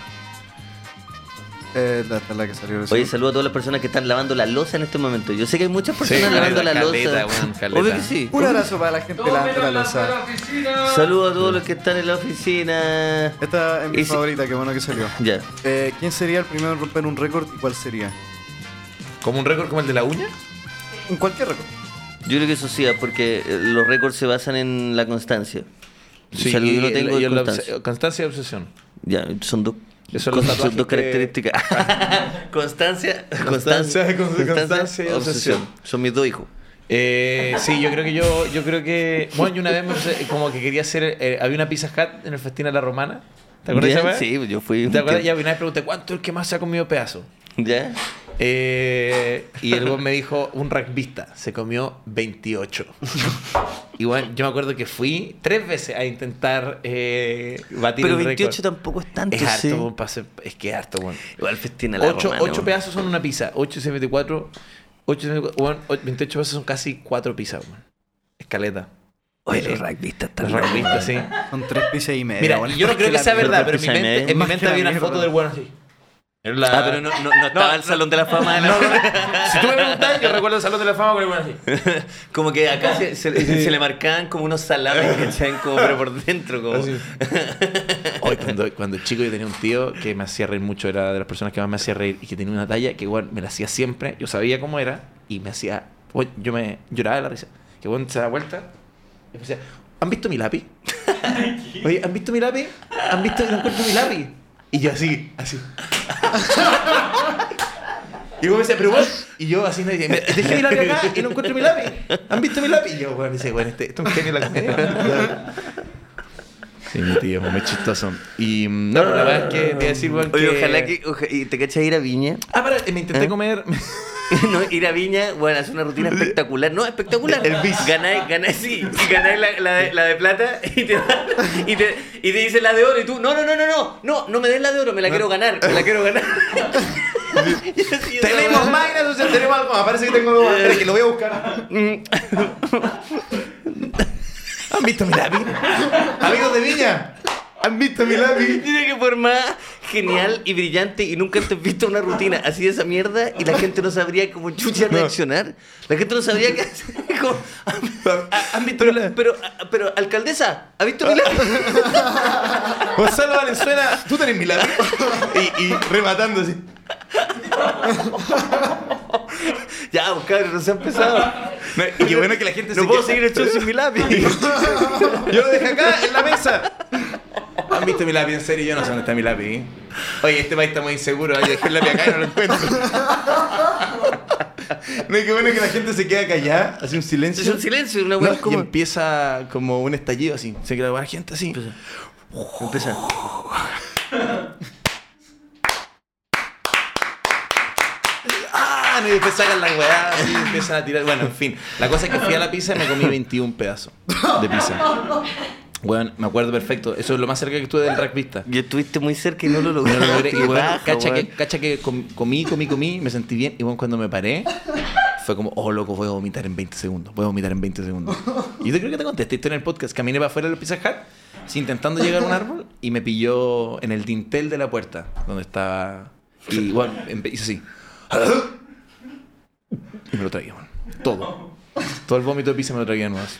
[SPEAKER 4] Eh, esta es la que salió recién.
[SPEAKER 1] Oye, saludo a todas las personas que están lavando la losa en este momento. Yo sé que hay muchas personas
[SPEAKER 2] caleta,
[SPEAKER 1] lavando la
[SPEAKER 2] caleta,
[SPEAKER 1] losa.
[SPEAKER 2] weón, caleta.
[SPEAKER 1] Obvio que sí.
[SPEAKER 4] Un abrazo para la gente
[SPEAKER 5] Todo menos
[SPEAKER 4] delante de la
[SPEAKER 5] las de la
[SPEAKER 4] losa.
[SPEAKER 5] oficina.
[SPEAKER 1] Saludo a todos los que están en la oficina.
[SPEAKER 4] Esta es mi
[SPEAKER 1] Y si-
[SPEAKER 4] favorita, qué bueno que salió.
[SPEAKER 1] Ya.
[SPEAKER 4] Eh, ¿Quién sería el primero en romper un récord y cuál sería?
[SPEAKER 2] ¿Como un récord como el de la uña?
[SPEAKER 4] En cualquier récord.
[SPEAKER 1] Yo creo que eso sí, porque eh, los récords se basan en la constancia. o sea, lo que yo no
[SPEAKER 2] y-
[SPEAKER 1] tengo
[SPEAKER 2] y
[SPEAKER 1] es
[SPEAKER 2] el obs-
[SPEAKER 1] constancia.
[SPEAKER 2] constancia y obsesión.
[SPEAKER 1] Ya, son dos.
[SPEAKER 2] Que son los
[SPEAKER 1] cosas-
[SPEAKER 2] tatuajes
[SPEAKER 1] dos
[SPEAKER 2] que-
[SPEAKER 1] características. constancia, constancia,
[SPEAKER 2] Constancia, con- constancia y obsesión.
[SPEAKER 1] Son mis dos hijos.
[SPEAKER 2] Eh, sí, yo creo que yo, yo creo que. Bueno, yo una vez me obse- como que quería hacer. eh, había una pizza hat en el festín a la romana. ¿Te acuerdas de
[SPEAKER 1] ¿Ya?
[SPEAKER 2] esa weá?
[SPEAKER 1] Sí, pues, yo fui. un
[SPEAKER 2] ¿Te acuerdas? Ya
[SPEAKER 1] tiempo.
[SPEAKER 2] una vez pregunté, ¿cuánto es el que más se ha comido pedazo?
[SPEAKER 1] ¿Ya?
[SPEAKER 2] Eh, y el weón me dijo, un rugbyista se comió 28. Y bueno, yo me acuerdo que fui tres veces a intentar eh, batir
[SPEAKER 1] Pero
[SPEAKER 2] el
[SPEAKER 1] 28
[SPEAKER 2] récord.
[SPEAKER 1] tampoco es tanto.
[SPEAKER 2] Es harto,
[SPEAKER 1] sí.
[SPEAKER 2] weón, pa' ser- es que es harto, weón.
[SPEAKER 1] Igual festina la
[SPEAKER 2] 8,
[SPEAKER 1] romana, weón.
[SPEAKER 2] pedazos son una pizza, 8 y 74, 8 y 74, weón, o- 28 pedazos son casi 4 pizzas, weón. Escaleta.
[SPEAKER 1] Oye, los rugbyistas están
[SPEAKER 2] El rugbyista, sí.
[SPEAKER 1] Eh,
[SPEAKER 4] Son tres pizzas y media.
[SPEAKER 2] Mira,
[SPEAKER 4] bueno.
[SPEAKER 2] yo no creo que sea verdad, pero en mi
[SPEAKER 1] pizza y
[SPEAKER 2] mente,
[SPEAKER 1] media.
[SPEAKER 2] en mi
[SPEAKER 4] Más que
[SPEAKER 2] mente
[SPEAKER 4] la
[SPEAKER 2] había una
[SPEAKER 4] mierda.
[SPEAKER 2] foto del weón así. Era la-
[SPEAKER 1] Ah, pero no, no, no estaba el salón de la fama de la
[SPEAKER 2] Si tú me preguntas, yo recuerdo el Salón de la Fama con el weón así.
[SPEAKER 1] Como que acá se, se- se le marcaban como unos salames, ¿cachai? Como, pero por dentro, como.
[SPEAKER 2] Hoy, cuando, cuando chico yo tenía un tío que me hacía reír mucho, era de las personas que más me hacía reír y que tenía una talla que igual me la hacía siempre, yo sabía cómo era y me hacía, weón, yo me lloraba de la risa, que bueno, se da vuelta y me decía, ¿han visto mi lápiz? Oye, ¿han visto mi lápiz? ¿Han visto el encuentro mi lápiz? Y yo así, así. Y luego me decía, pero bueno, y yo así me decía, dejé mi lápiz acá y no encuentro mi lápiz. ¿Han visto mi lápiz? Y yo, bueno, dice, bueno, este, este es un genio de la comedia. Sí, mi tío, muy chistoso. Y mm, no, pero la verdad es que te voy a decir, bueno,
[SPEAKER 1] Oye, ojalá que. oja- ¿Y te cachas ir a Viña?
[SPEAKER 2] Ah, para, me intenté
[SPEAKER 1] ¿Eh?
[SPEAKER 2] comer.
[SPEAKER 1] No, ir a Viña, bueno, es una rutina espectacular. No, espectacular. El bis. Ganáis, ganáis, sí. y Ganáis la, la de- la de plata y te, dan- y, te, y te dicen la de oro. Y tú, no, no, no, no, no, no, no me des la de oro, me la quiero ganar, me la quiero ganar.
[SPEAKER 3] Tenemos máquinas, o sea, tenemos algo. más. Parece que tengo algo más. Espera, que lo voy a buscar. ¿Han visto mi lápiz? Amigos de Viña, ¿han visto mi lápiz?
[SPEAKER 1] Tiene que forma genial y brillante y nunca antes visto una rutina así de esa mierda y la gente no sabría cómo chucha reaccionar. La gente no sabría qué hacer. Como, "Ah, ¿Han visto mi- pero, ah, pero, alcaldesa, ¿ha visto mi lápiz?"
[SPEAKER 3] Gonzalo Valenzuela, tú tenés mi lápiz. Y, y rematando así.
[SPEAKER 1] Ya, pues, cabrón, no se ha empezado.
[SPEAKER 3] No, y qué bueno que la gente
[SPEAKER 1] No
[SPEAKER 3] se
[SPEAKER 1] puedo
[SPEAKER 3] queja.
[SPEAKER 1] seguir el show sin mi lápiz.
[SPEAKER 3] Yo lo dejé acá en la mesa. ¿Han visto mi lápiz en serio? Yo no sé dónde está mi lápiz. Oye, este país está muy inseguro. Yo dejé el lápiz acá y no lo encuentro. No, y qué bueno que la gente se queda callada, hace un silencio.
[SPEAKER 1] Es un silencio, una
[SPEAKER 3] No,
[SPEAKER 1] weá
[SPEAKER 3] y
[SPEAKER 1] como...
[SPEAKER 2] em-
[SPEAKER 3] empieza como un estallido así. Se queda la gente así.
[SPEAKER 1] Empieza.
[SPEAKER 2] ¡Ah! Y después sacan la weá así, empiezan a tirar. Bueno, en fin. La cosa es que fui a la pizza y me comí 21 pedazos de pizza. Weón, me acuerdo perfecto. Eso es lo más cerca que estuve del rugbyista.
[SPEAKER 1] Y estuviste muy cerca y no lo
[SPEAKER 2] No
[SPEAKER 1] lograste.
[SPEAKER 2] lo logré. Y
[SPEAKER 1] Qué
[SPEAKER 2] bueno,
[SPEAKER 1] baja,
[SPEAKER 2] cacha,
[SPEAKER 1] weón.
[SPEAKER 2] que, cacha que com- comí, comí, comí, me sentí bien. Y bueno, cuando me paré, fue como, oh loco, voy a vomitar en 20 segundos. Voy a vomitar en 20 segundos. Y yo creo que te contesté esto en el podcast. Caminé para afuera del Pizza Hut, sí, intentando llegar a un árbol, y me pilló en el dintel de la puerta, donde estaba. Y bueno, empe- hice así. Y me lo tragué, bueno. Todo. Todo el vómito de pizza me lo tragué más.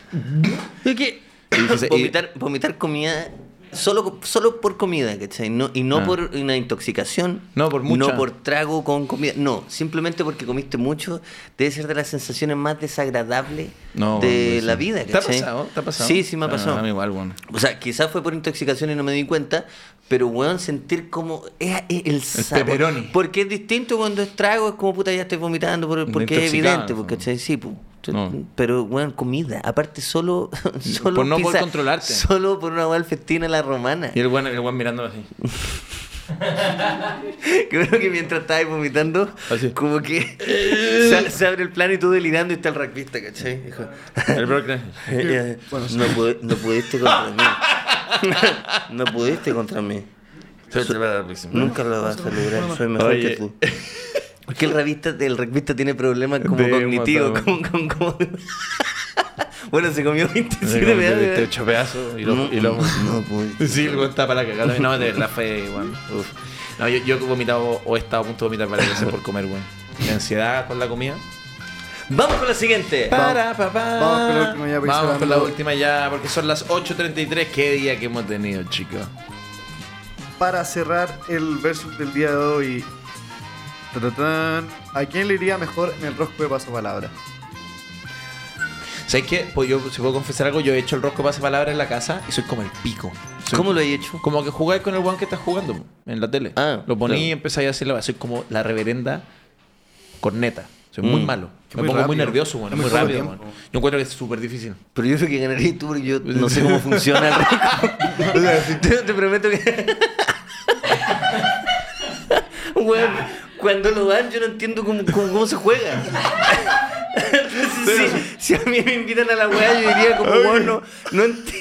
[SPEAKER 1] Es que
[SPEAKER 2] Y eh, dije, y-
[SPEAKER 1] vomitar, vomitar comida solo, solo por comida, ¿cachai? No, y no
[SPEAKER 2] Ah.
[SPEAKER 1] por una intoxicación.
[SPEAKER 2] No, por mucha.
[SPEAKER 1] No por trago con comida. No, simplemente porque comiste mucho debe ser de las sensaciones más desagradables
[SPEAKER 2] No,
[SPEAKER 1] de
[SPEAKER 2] bueno,
[SPEAKER 1] la
[SPEAKER 2] sí.
[SPEAKER 1] vida,
[SPEAKER 2] ¿Te ha
[SPEAKER 1] ¿cachai?
[SPEAKER 2] pasado? ¿Te ha pasado?
[SPEAKER 1] Sí, sí me ha
[SPEAKER 2] Ah,
[SPEAKER 1] pasado.
[SPEAKER 2] a mí igual, bueno.
[SPEAKER 1] O sea, quizás fue por intoxicación y no me di cuenta, pero weón, sentir como es, es el sabor.
[SPEAKER 2] pepperoni.
[SPEAKER 1] Porque es distinto cuando es trago, es como puta, ya estoy vomitando, por- porque es
[SPEAKER 2] Intoxicado,
[SPEAKER 1] evidente,
[SPEAKER 2] ¿no?
[SPEAKER 1] porque ¿cachai? sí, pu-
[SPEAKER 2] No.
[SPEAKER 1] pero weón, comida, aparte solo, solo
[SPEAKER 2] Por no poder
[SPEAKER 1] pizza,
[SPEAKER 2] controlarte.
[SPEAKER 1] Solo por una weá al festín a la romana.
[SPEAKER 2] Y el weón el weón mirándome así.
[SPEAKER 1] Creo que mientras estabas vomitando,
[SPEAKER 2] Así.
[SPEAKER 1] como que se, se abre el plano y tú delirando y está el rapista, ¿cachai? Hijo.
[SPEAKER 2] El broker.
[SPEAKER 1] Eh, eh, no, pude- no pudiste contra mí. no pudiste contra mí.
[SPEAKER 2] pues,
[SPEAKER 4] Mm,
[SPEAKER 1] Nunca lo vas a lograr, soy mejor
[SPEAKER 2] Oye.
[SPEAKER 1] que tú. Porque el revista, el revista tiene problemas como
[SPEAKER 2] De
[SPEAKER 1] cognitivos.
[SPEAKER 2] matar.
[SPEAKER 1] Con, con- como- bueno, se comió 27 pedazos.
[SPEAKER 2] Te ocho pedazos y lo. Y lo...
[SPEAKER 1] no pude.
[SPEAKER 2] Sí, el weón está para la cagada. No, de verdad fue, weón. Uf. No, yo, yo he vomitado o he estado a punto de vomitar varias veces por comer, weón. La ansiedad con la comida.
[SPEAKER 1] Vamos con la siguiente.
[SPEAKER 2] Para, papá.
[SPEAKER 4] vamos con la última ya, porque se
[SPEAKER 2] Vamos con
[SPEAKER 4] va
[SPEAKER 2] la
[SPEAKER 4] dando-
[SPEAKER 2] última ya, porque son las 8.33. Qué día que hemos tenido, chicos.
[SPEAKER 4] Para cerrar el versus del día de hoy. tatatán, ¿A quién le iría mejor en el rosco de paso palabra?
[SPEAKER 2] ¿Sabes qué? Pues yo, si puedo confesar algo, yo he hecho el rosco pasapalabra en la casa y soy como el pico. Soy-
[SPEAKER 1] ¿Cómo lo he hecho?
[SPEAKER 2] Como que jugáis con el weón que estás jugando en la tele.
[SPEAKER 1] Ah,
[SPEAKER 2] lo poní
[SPEAKER 1] claro.
[SPEAKER 2] y empezáis a hacer la. Soy como la reverenda corneta. Soy muy
[SPEAKER 1] Mm.
[SPEAKER 2] malo.
[SPEAKER 4] Que
[SPEAKER 2] Me
[SPEAKER 4] muy
[SPEAKER 2] pongo muy
[SPEAKER 4] rápido.
[SPEAKER 2] nervioso, weón.
[SPEAKER 4] Es
[SPEAKER 2] Muy
[SPEAKER 4] muy poco
[SPEAKER 2] rápido, weón.
[SPEAKER 4] tiempo.
[SPEAKER 2] Yo encuentro que es súper difícil.
[SPEAKER 1] Pero yo creo que ganarías tú porque yo no sé cómo funciona el récord. te, te prometo que. Weón, cuando lo dan, yo no entiendo cómo, cómo, cómo se juega. Entonces, si, si a mí me invitan a la weá, yo diría como, weón, no, no entiendo.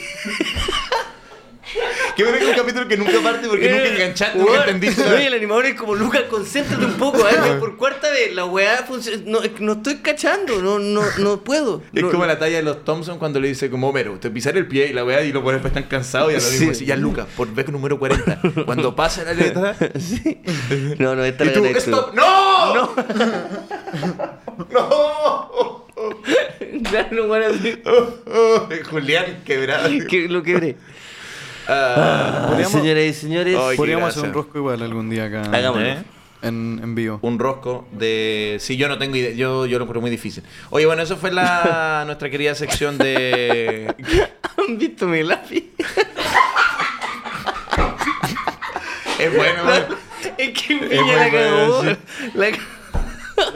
[SPEAKER 3] Qué bueno que es un capítulo que nunca parte porque nunca enganchaste, nunca
[SPEAKER 1] Eh, Weón,
[SPEAKER 3] entendiste.
[SPEAKER 1] Oye, el animador es como, Lucas, concéntrate un poco, ¿eh? que por cuarta vez. La weá funciona. No, es que no estoy cachando, no, no, no puedo.
[SPEAKER 2] Es
[SPEAKER 1] No-
[SPEAKER 2] como la talla de los Thompson cuando le dice como Homero, te pisar el pie y la weá y los pones están cansados y a lo mismo. así, ya Lucas, por vez número 40. Cuando pasa la letra.
[SPEAKER 1] Sí. No, no, esta
[SPEAKER 2] y
[SPEAKER 1] la
[SPEAKER 2] tú,
[SPEAKER 1] ganaste tú.
[SPEAKER 2] ¡Stop! ¡No!
[SPEAKER 1] No. Claro, bueno, así
[SPEAKER 2] Eh, Julián quebrado.
[SPEAKER 1] que lo quebré.
[SPEAKER 2] Ah,
[SPEAKER 1] Ah,
[SPEAKER 4] Podríamos-
[SPEAKER 1] señoras y señores,
[SPEAKER 2] Ay, qué
[SPEAKER 4] Podríamos
[SPEAKER 2] gracia.
[SPEAKER 4] hacer un rosco igual algún día acá.
[SPEAKER 1] Hagámoslo.
[SPEAKER 2] ¿eh?
[SPEAKER 4] En, en vivo.
[SPEAKER 2] un rosco de. Sí, yo no tengo idea. Yo, yo lo encuentro muy difícil. Oye, bueno, eso fue la nuestra querida sección de.
[SPEAKER 1] ¿han visto mi lápiz?
[SPEAKER 2] Es bueno, bueno.
[SPEAKER 1] Es que en
[SPEAKER 2] Es muy
[SPEAKER 1] Viña la cagó.
[SPEAKER 2] bueno,
[SPEAKER 1] La ca-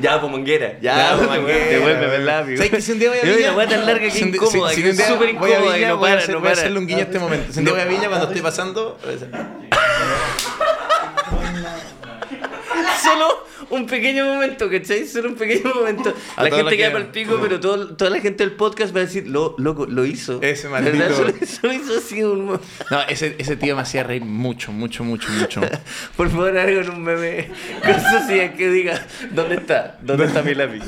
[SPEAKER 1] Ya, pues manguera. Ya,
[SPEAKER 2] Ya,
[SPEAKER 1] pues
[SPEAKER 2] pues,
[SPEAKER 1] manguera.
[SPEAKER 2] manguera.
[SPEAKER 1] Devuélveme el lápiz.
[SPEAKER 2] ¿Sabes que si un día voy a
[SPEAKER 1] Yo
[SPEAKER 2] Viña?
[SPEAKER 1] la weá tan larga que
[SPEAKER 2] Si un di-
[SPEAKER 1] incómoda,
[SPEAKER 2] si- si
[SPEAKER 1] que
[SPEAKER 2] un día
[SPEAKER 1] es súper
[SPEAKER 2] voy a
[SPEAKER 1] incómoda y
[SPEAKER 2] Viña,
[SPEAKER 1] no
[SPEAKER 2] voy a
[SPEAKER 1] para,
[SPEAKER 2] hacer-
[SPEAKER 1] no
[SPEAKER 2] voy a
[SPEAKER 1] para.
[SPEAKER 2] hacerle un guiño a este momento. Si un día voy a Viña, cuando esté pasando. voy a hacer-
[SPEAKER 1] solo un pequeño momento, ¿cachai? Solo un pequeño momento.
[SPEAKER 3] A
[SPEAKER 1] la
[SPEAKER 3] todos los
[SPEAKER 1] gente queda
[SPEAKER 3] que-
[SPEAKER 1] para el pico, pero todo- toda la gente del podcast va a decir, lo, loco, lo hizo.
[SPEAKER 3] Ese
[SPEAKER 1] ¿Verdad?
[SPEAKER 3] maldito.
[SPEAKER 1] Solo, solo hizo así un... mo-
[SPEAKER 3] No, ese, ese tío me hacía reír mucho, mucho, mucho, mucho.
[SPEAKER 1] Por favor, hagan un meme con Sofía que diga, ¿dónde está? ¿Dónde está mi lápiz?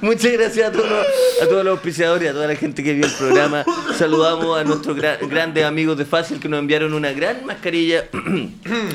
[SPEAKER 1] Muchas gracias a todos, los, a todos los auspiciadores, a toda la gente que vio el programa. Saludamos a nuestros gra- grandes amigos de Fácil que nos enviaron una gran mascarilla.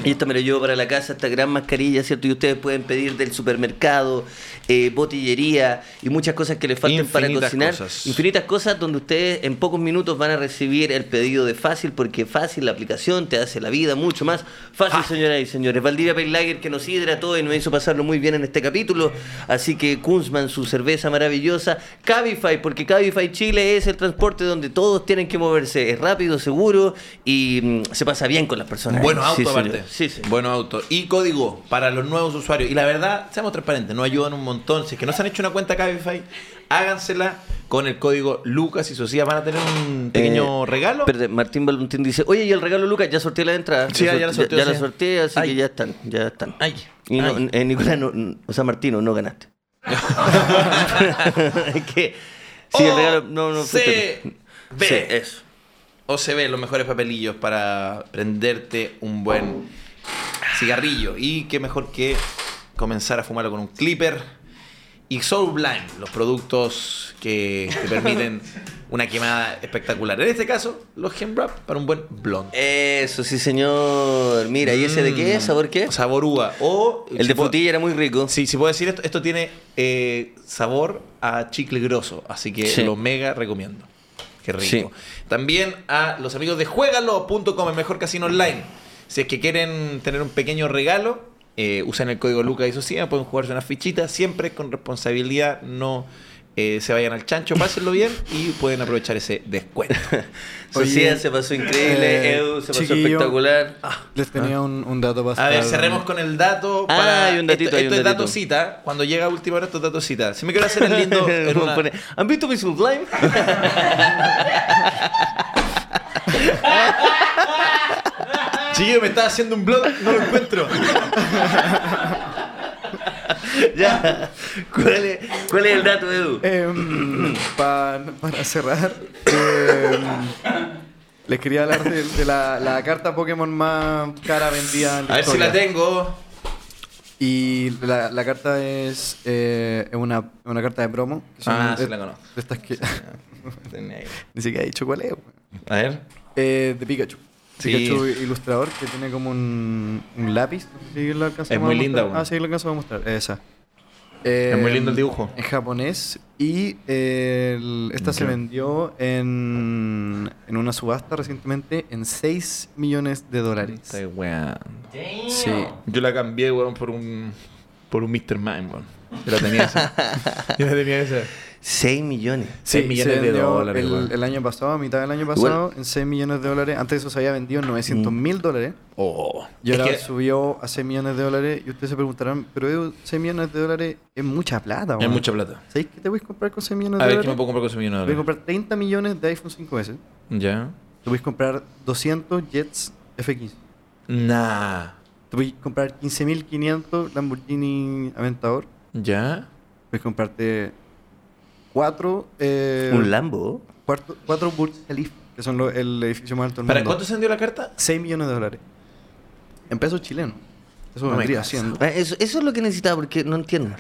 [SPEAKER 1] y esta me la llevo para la casa, esta gran mascarilla, ¿cierto? Y ustedes pueden pedir del supermercado, eh, botillería y muchas cosas que les falten para
[SPEAKER 2] Infinitas
[SPEAKER 1] cocinar.
[SPEAKER 2] cosas.
[SPEAKER 1] Infinitas cosas donde ustedes en pocos minutos van a recibir el pedido de Fácil, porque Fácil, la aplicación, te hace la vida mucho más
[SPEAKER 2] Ah.
[SPEAKER 1] fácil, señoras y señores. Valdivia Peilager, que nos hidra todo y nos hizo pasarlo muy bien en este capítulo. Así que Kunzman, su cerveza maravillosa. Cabify, porque Cabify Chile es el transporte donde todos tienen que moverse. Es rápido, seguro y mm, se pasa bien con las personas.
[SPEAKER 2] Buenos
[SPEAKER 1] Sí,
[SPEAKER 2] autos,
[SPEAKER 1] señor.
[SPEAKER 2] aparte.
[SPEAKER 1] Sí, señor.
[SPEAKER 2] Buenos autos. Y código para los nuevos usuarios. Y la verdad, seamos transparentes, nos ayudan un montón. Si es que no se han hecho una cuenta Cabify, hágansela con el código Lucas y Socias. Van a tener un pequeño
[SPEAKER 1] Eh,
[SPEAKER 2] regalo.
[SPEAKER 1] Espérate, Martín Valentín dice, oye, y el regalo Lucas, ya sorteé la entrada.
[SPEAKER 2] Sí, ya
[SPEAKER 1] sorte-
[SPEAKER 2] la sorteó,
[SPEAKER 1] Ya, ya la
[SPEAKER 2] sí.
[SPEAKER 1] sorteé, así
[SPEAKER 2] Ay.
[SPEAKER 1] que ya están, ya están.
[SPEAKER 2] Ay,
[SPEAKER 1] Y no,
[SPEAKER 2] ay.
[SPEAKER 1] eh, Nicolás, no- n- o sea, Martino, no ganaste. es que, sí, el regalo,
[SPEAKER 2] Oh,
[SPEAKER 1] no, no, fuiste
[SPEAKER 2] se
[SPEAKER 1] tú.
[SPEAKER 2] ve.
[SPEAKER 1] Sí, eso.
[SPEAKER 2] O se ve los mejores papelillos para prenderte un buen cigarrillo. Y qué mejor que comenzar a fumarlo con un clipper. Y Soul Blind, los productos que te permiten una quemada espectacular. En este caso, los Hem Wrap para un buen blonde.
[SPEAKER 1] Eso, sí, señor. Mira, ¿y ese de qué?
[SPEAKER 2] Mm,
[SPEAKER 1] ¿Sabor qué?
[SPEAKER 2] Sabor uva. O,
[SPEAKER 1] el
[SPEAKER 2] si
[SPEAKER 1] de
[SPEAKER 2] puedo-
[SPEAKER 1] frutilla era muy rico.
[SPEAKER 2] Sí, si puedo decir esto, esto tiene eh, sabor a chicle grosso, así que
[SPEAKER 1] Sí.
[SPEAKER 2] lo mega recomiendo. Qué rico.
[SPEAKER 1] Sí.
[SPEAKER 2] También a los amigos de juegalo.com, el mejor casino online. Si es que quieren tener un pequeño regalo, eh, usan el código Lucas y Socia, pueden jugarse una fichita, siempre con responsabilidad, no eh, se vayan al chancho, pásenlo bien y pueden aprovechar ese descuento.
[SPEAKER 1] Sociedad
[SPEAKER 4] Oye,
[SPEAKER 1] se pasó increíble,
[SPEAKER 4] eh,
[SPEAKER 1] Edu se pasó
[SPEAKER 4] chiquillo.
[SPEAKER 1] espectacular.
[SPEAKER 2] Ah,
[SPEAKER 4] Ah. Les tenía un, un dato para
[SPEAKER 2] A ver,
[SPEAKER 4] estar-
[SPEAKER 2] cerremos con el dato.
[SPEAKER 1] Ah,
[SPEAKER 2] para...
[SPEAKER 1] hay un datito,
[SPEAKER 2] esto,
[SPEAKER 1] hay
[SPEAKER 2] esto
[SPEAKER 1] un
[SPEAKER 2] es
[SPEAKER 1] datito.
[SPEAKER 2] dato cita. Cuando llega a última hora, esto es dato cita. Si me quiero hacer el lindo. en una-
[SPEAKER 1] Pone, ¿Han visto mi Sublime?
[SPEAKER 2] Chiquillo, me estaba haciendo un blog, no lo encuentro.
[SPEAKER 1] ya. ¿Cuál es, ¿Cuál es el dato, Edu?
[SPEAKER 4] Em, pa- para cerrar, em, les quería hablar de, de la, la carta Pokémon más cara vendida en la
[SPEAKER 2] A ver si
[SPEAKER 4] historia.
[SPEAKER 2] la tengo.
[SPEAKER 4] Y la, la carta es eh, es una, una carta de promo. que son
[SPEAKER 2] Ah,
[SPEAKER 4] de-
[SPEAKER 2] sí la conozco.
[SPEAKER 4] de estas que ni siquiera he dicho cuál es. weón.
[SPEAKER 2] A ver.
[SPEAKER 4] Eh, de Pikachu.
[SPEAKER 2] Sí.
[SPEAKER 4] Pikachu ilustrador que tiene como un, un lápiz. No sé si lo alcanzamos
[SPEAKER 2] muy
[SPEAKER 4] a mostrar.
[SPEAKER 2] linda, weón.
[SPEAKER 4] Ah, sí, lo alcanzamos a mostrar. Esa. Eh,
[SPEAKER 2] muy lindo el dibujo.
[SPEAKER 4] En japonés. Y eh, el- esta se vendió en, en una subasta recientemente en 6 millones de dólares.
[SPEAKER 2] Estoy weando.
[SPEAKER 5] Damn.
[SPEAKER 4] Sí.
[SPEAKER 2] Yo la cambié, weón, por un. Por un Mr. Mime, weón. Yo la tenía esa. Yo la tenía esa.
[SPEAKER 1] 6 millones.
[SPEAKER 2] Seis millones
[SPEAKER 4] se
[SPEAKER 2] de
[SPEAKER 4] vendió
[SPEAKER 2] dólares,
[SPEAKER 4] El,
[SPEAKER 2] weón.
[SPEAKER 4] el año pasado, a mitad del año
[SPEAKER 1] Igual.
[SPEAKER 4] pasado, en 6 millones de dólares. Antes de eso se había vendido en 900 mil dólares.
[SPEAKER 2] Oh.
[SPEAKER 4] Y
[SPEAKER 2] Mm. Es
[SPEAKER 4] ahora
[SPEAKER 2] que-
[SPEAKER 4] subió a 6 millones de dólares. Y ustedes se preguntarán, pero Edu, 6 millones de dólares es mucha plata,
[SPEAKER 2] es
[SPEAKER 4] weón.
[SPEAKER 2] mucha plata.
[SPEAKER 4] ¿Sabéis qué te voy a comprar con 6 millones de
[SPEAKER 2] A ver,
[SPEAKER 4] dólares?
[SPEAKER 2] ¿qué me puedo comprar con ese millón de
[SPEAKER 4] Te voy a
[SPEAKER 2] dólares?
[SPEAKER 4] comprar 30 millones de iPhone 5S.
[SPEAKER 2] Ya.
[SPEAKER 4] Te voy a comprar 200 Jets F15.
[SPEAKER 2] Nah.
[SPEAKER 4] Te voy a comprar 15.500 Lamborghini Aventador.
[SPEAKER 2] Ya.
[SPEAKER 4] Puedes comprarte 4 eh,
[SPEAKER 1] Un Lambo.
[SPEAKER 4] cuarto- cuatro Burj Khalifa, que son lo- el edificio más alto del
[SPEAKER 2] ¿Para
[SPEAKER 4] mundo.
[SPEAKER 2] cuánto se vendió la carta?
[SPEAKER 4] 6 millones de dólares. En pesos chilenos. Eso
[SPEAKER 2] No me
[SPEAKER 4] vendría
[SPEAKER 2] calza.
[SPEAKER 4] siendo.
[SPEAKER 1] Ah, Eso, eso es lo que necesitaba porque no entiendo.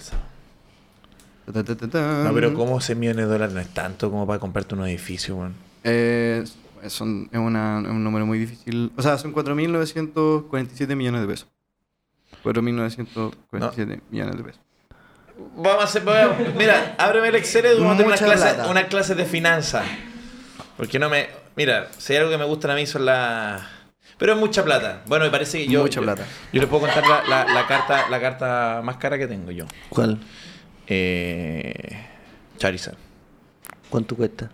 [SPEAKER 4] Ta, ta, ta, ta.
[SPEAKER 2] No, pero ¿cómo 6 millones de dólares no es tanto como para comprarte un edificio, weón?
[SPEAKER 4] Eh, son, es, una- es un número muy difícil. O sea, son 4.947 millones de pesos. 4.947 millones de pesos.
[SPEAKER 2] Vamos a hacer. vamos- Mira, ábreme el Excel Edu, vamos a tener unas
[SPEAKER 4] Mucha
[SPEAKER 2] clases
[SPEAKER 4] plata.
[SPEAKER 2] una clase de finanzas. Porque no me. Mira, si hay algo que me gustan a mí son las. Pero es mucha plata. Bueno, me parece que yo.
[SPEAKER 4] Mucha
[SPEAKER 2] yo-
[SPEAKER 4] plata.
[SPEAKER 2] Yo les puedo contar la, la- la carta, la carta más cara que tengo yo.
[SPEAKER 1] ¿Cuál?
[SPEAKER 2] Eh, Charizard.
[SPEAKER 1] ¿Cuánto cuesta?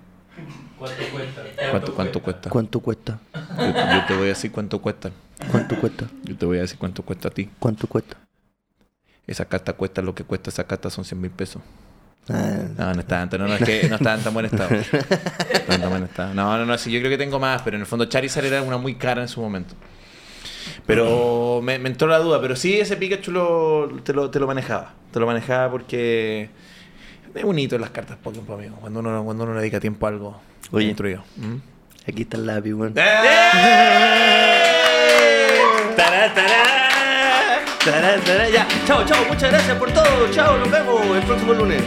[SPEAKER 5] ¿Cuánto cuesta?
[SPEAKER 2] ¿Cuánto, cuánto cuesta?
[SPEAKER 1] ¿Cuánto cuesta?
[SPEAKER 2] Yo, te- yo te voy a decir cuánto cuesta.
[SPEAKER 1] ¿Cuánto cuesta?
[SPEAKER 2] Yo te voy a decir cuánto cuesta a ti.
[SPEAKER 1] ¿Cuánto cuesta?
[SPEAKER 2] Esa carta cuesta lo que cuesta esa carta son 100 mil pesos.
[SPEAKER 1] Ah.
[SPEAKER 2] No, no es tanto, no, no, es que no está en tan buen estado. No está en tan buen estado. No, no, no, sí, yo creo que tengo más, pero en el fondo Charizard era una muy cara en su momento. Pero me, me entró la duda, pero sí ese Pikachu lo- te, lo, te lo manejaba. Te lo manejaba porque es bonito las cartas Pokémon, pues, amigo. Cuando uno, cuando uno le dedica tiempo a algo
[SPEAKER 1] Oye.
[SPEAKER 2] construido. ¿Mm?
[SPEAKER 1] Aquí está el lápiz, weón.
[SPEAKER 2] ¡Eh!
[SPEAKER 1] Tará, tará. Tará, tará. Ya. Chao, chao. Muchas gracias por todo. Chao, nos vemos el próximo lunes.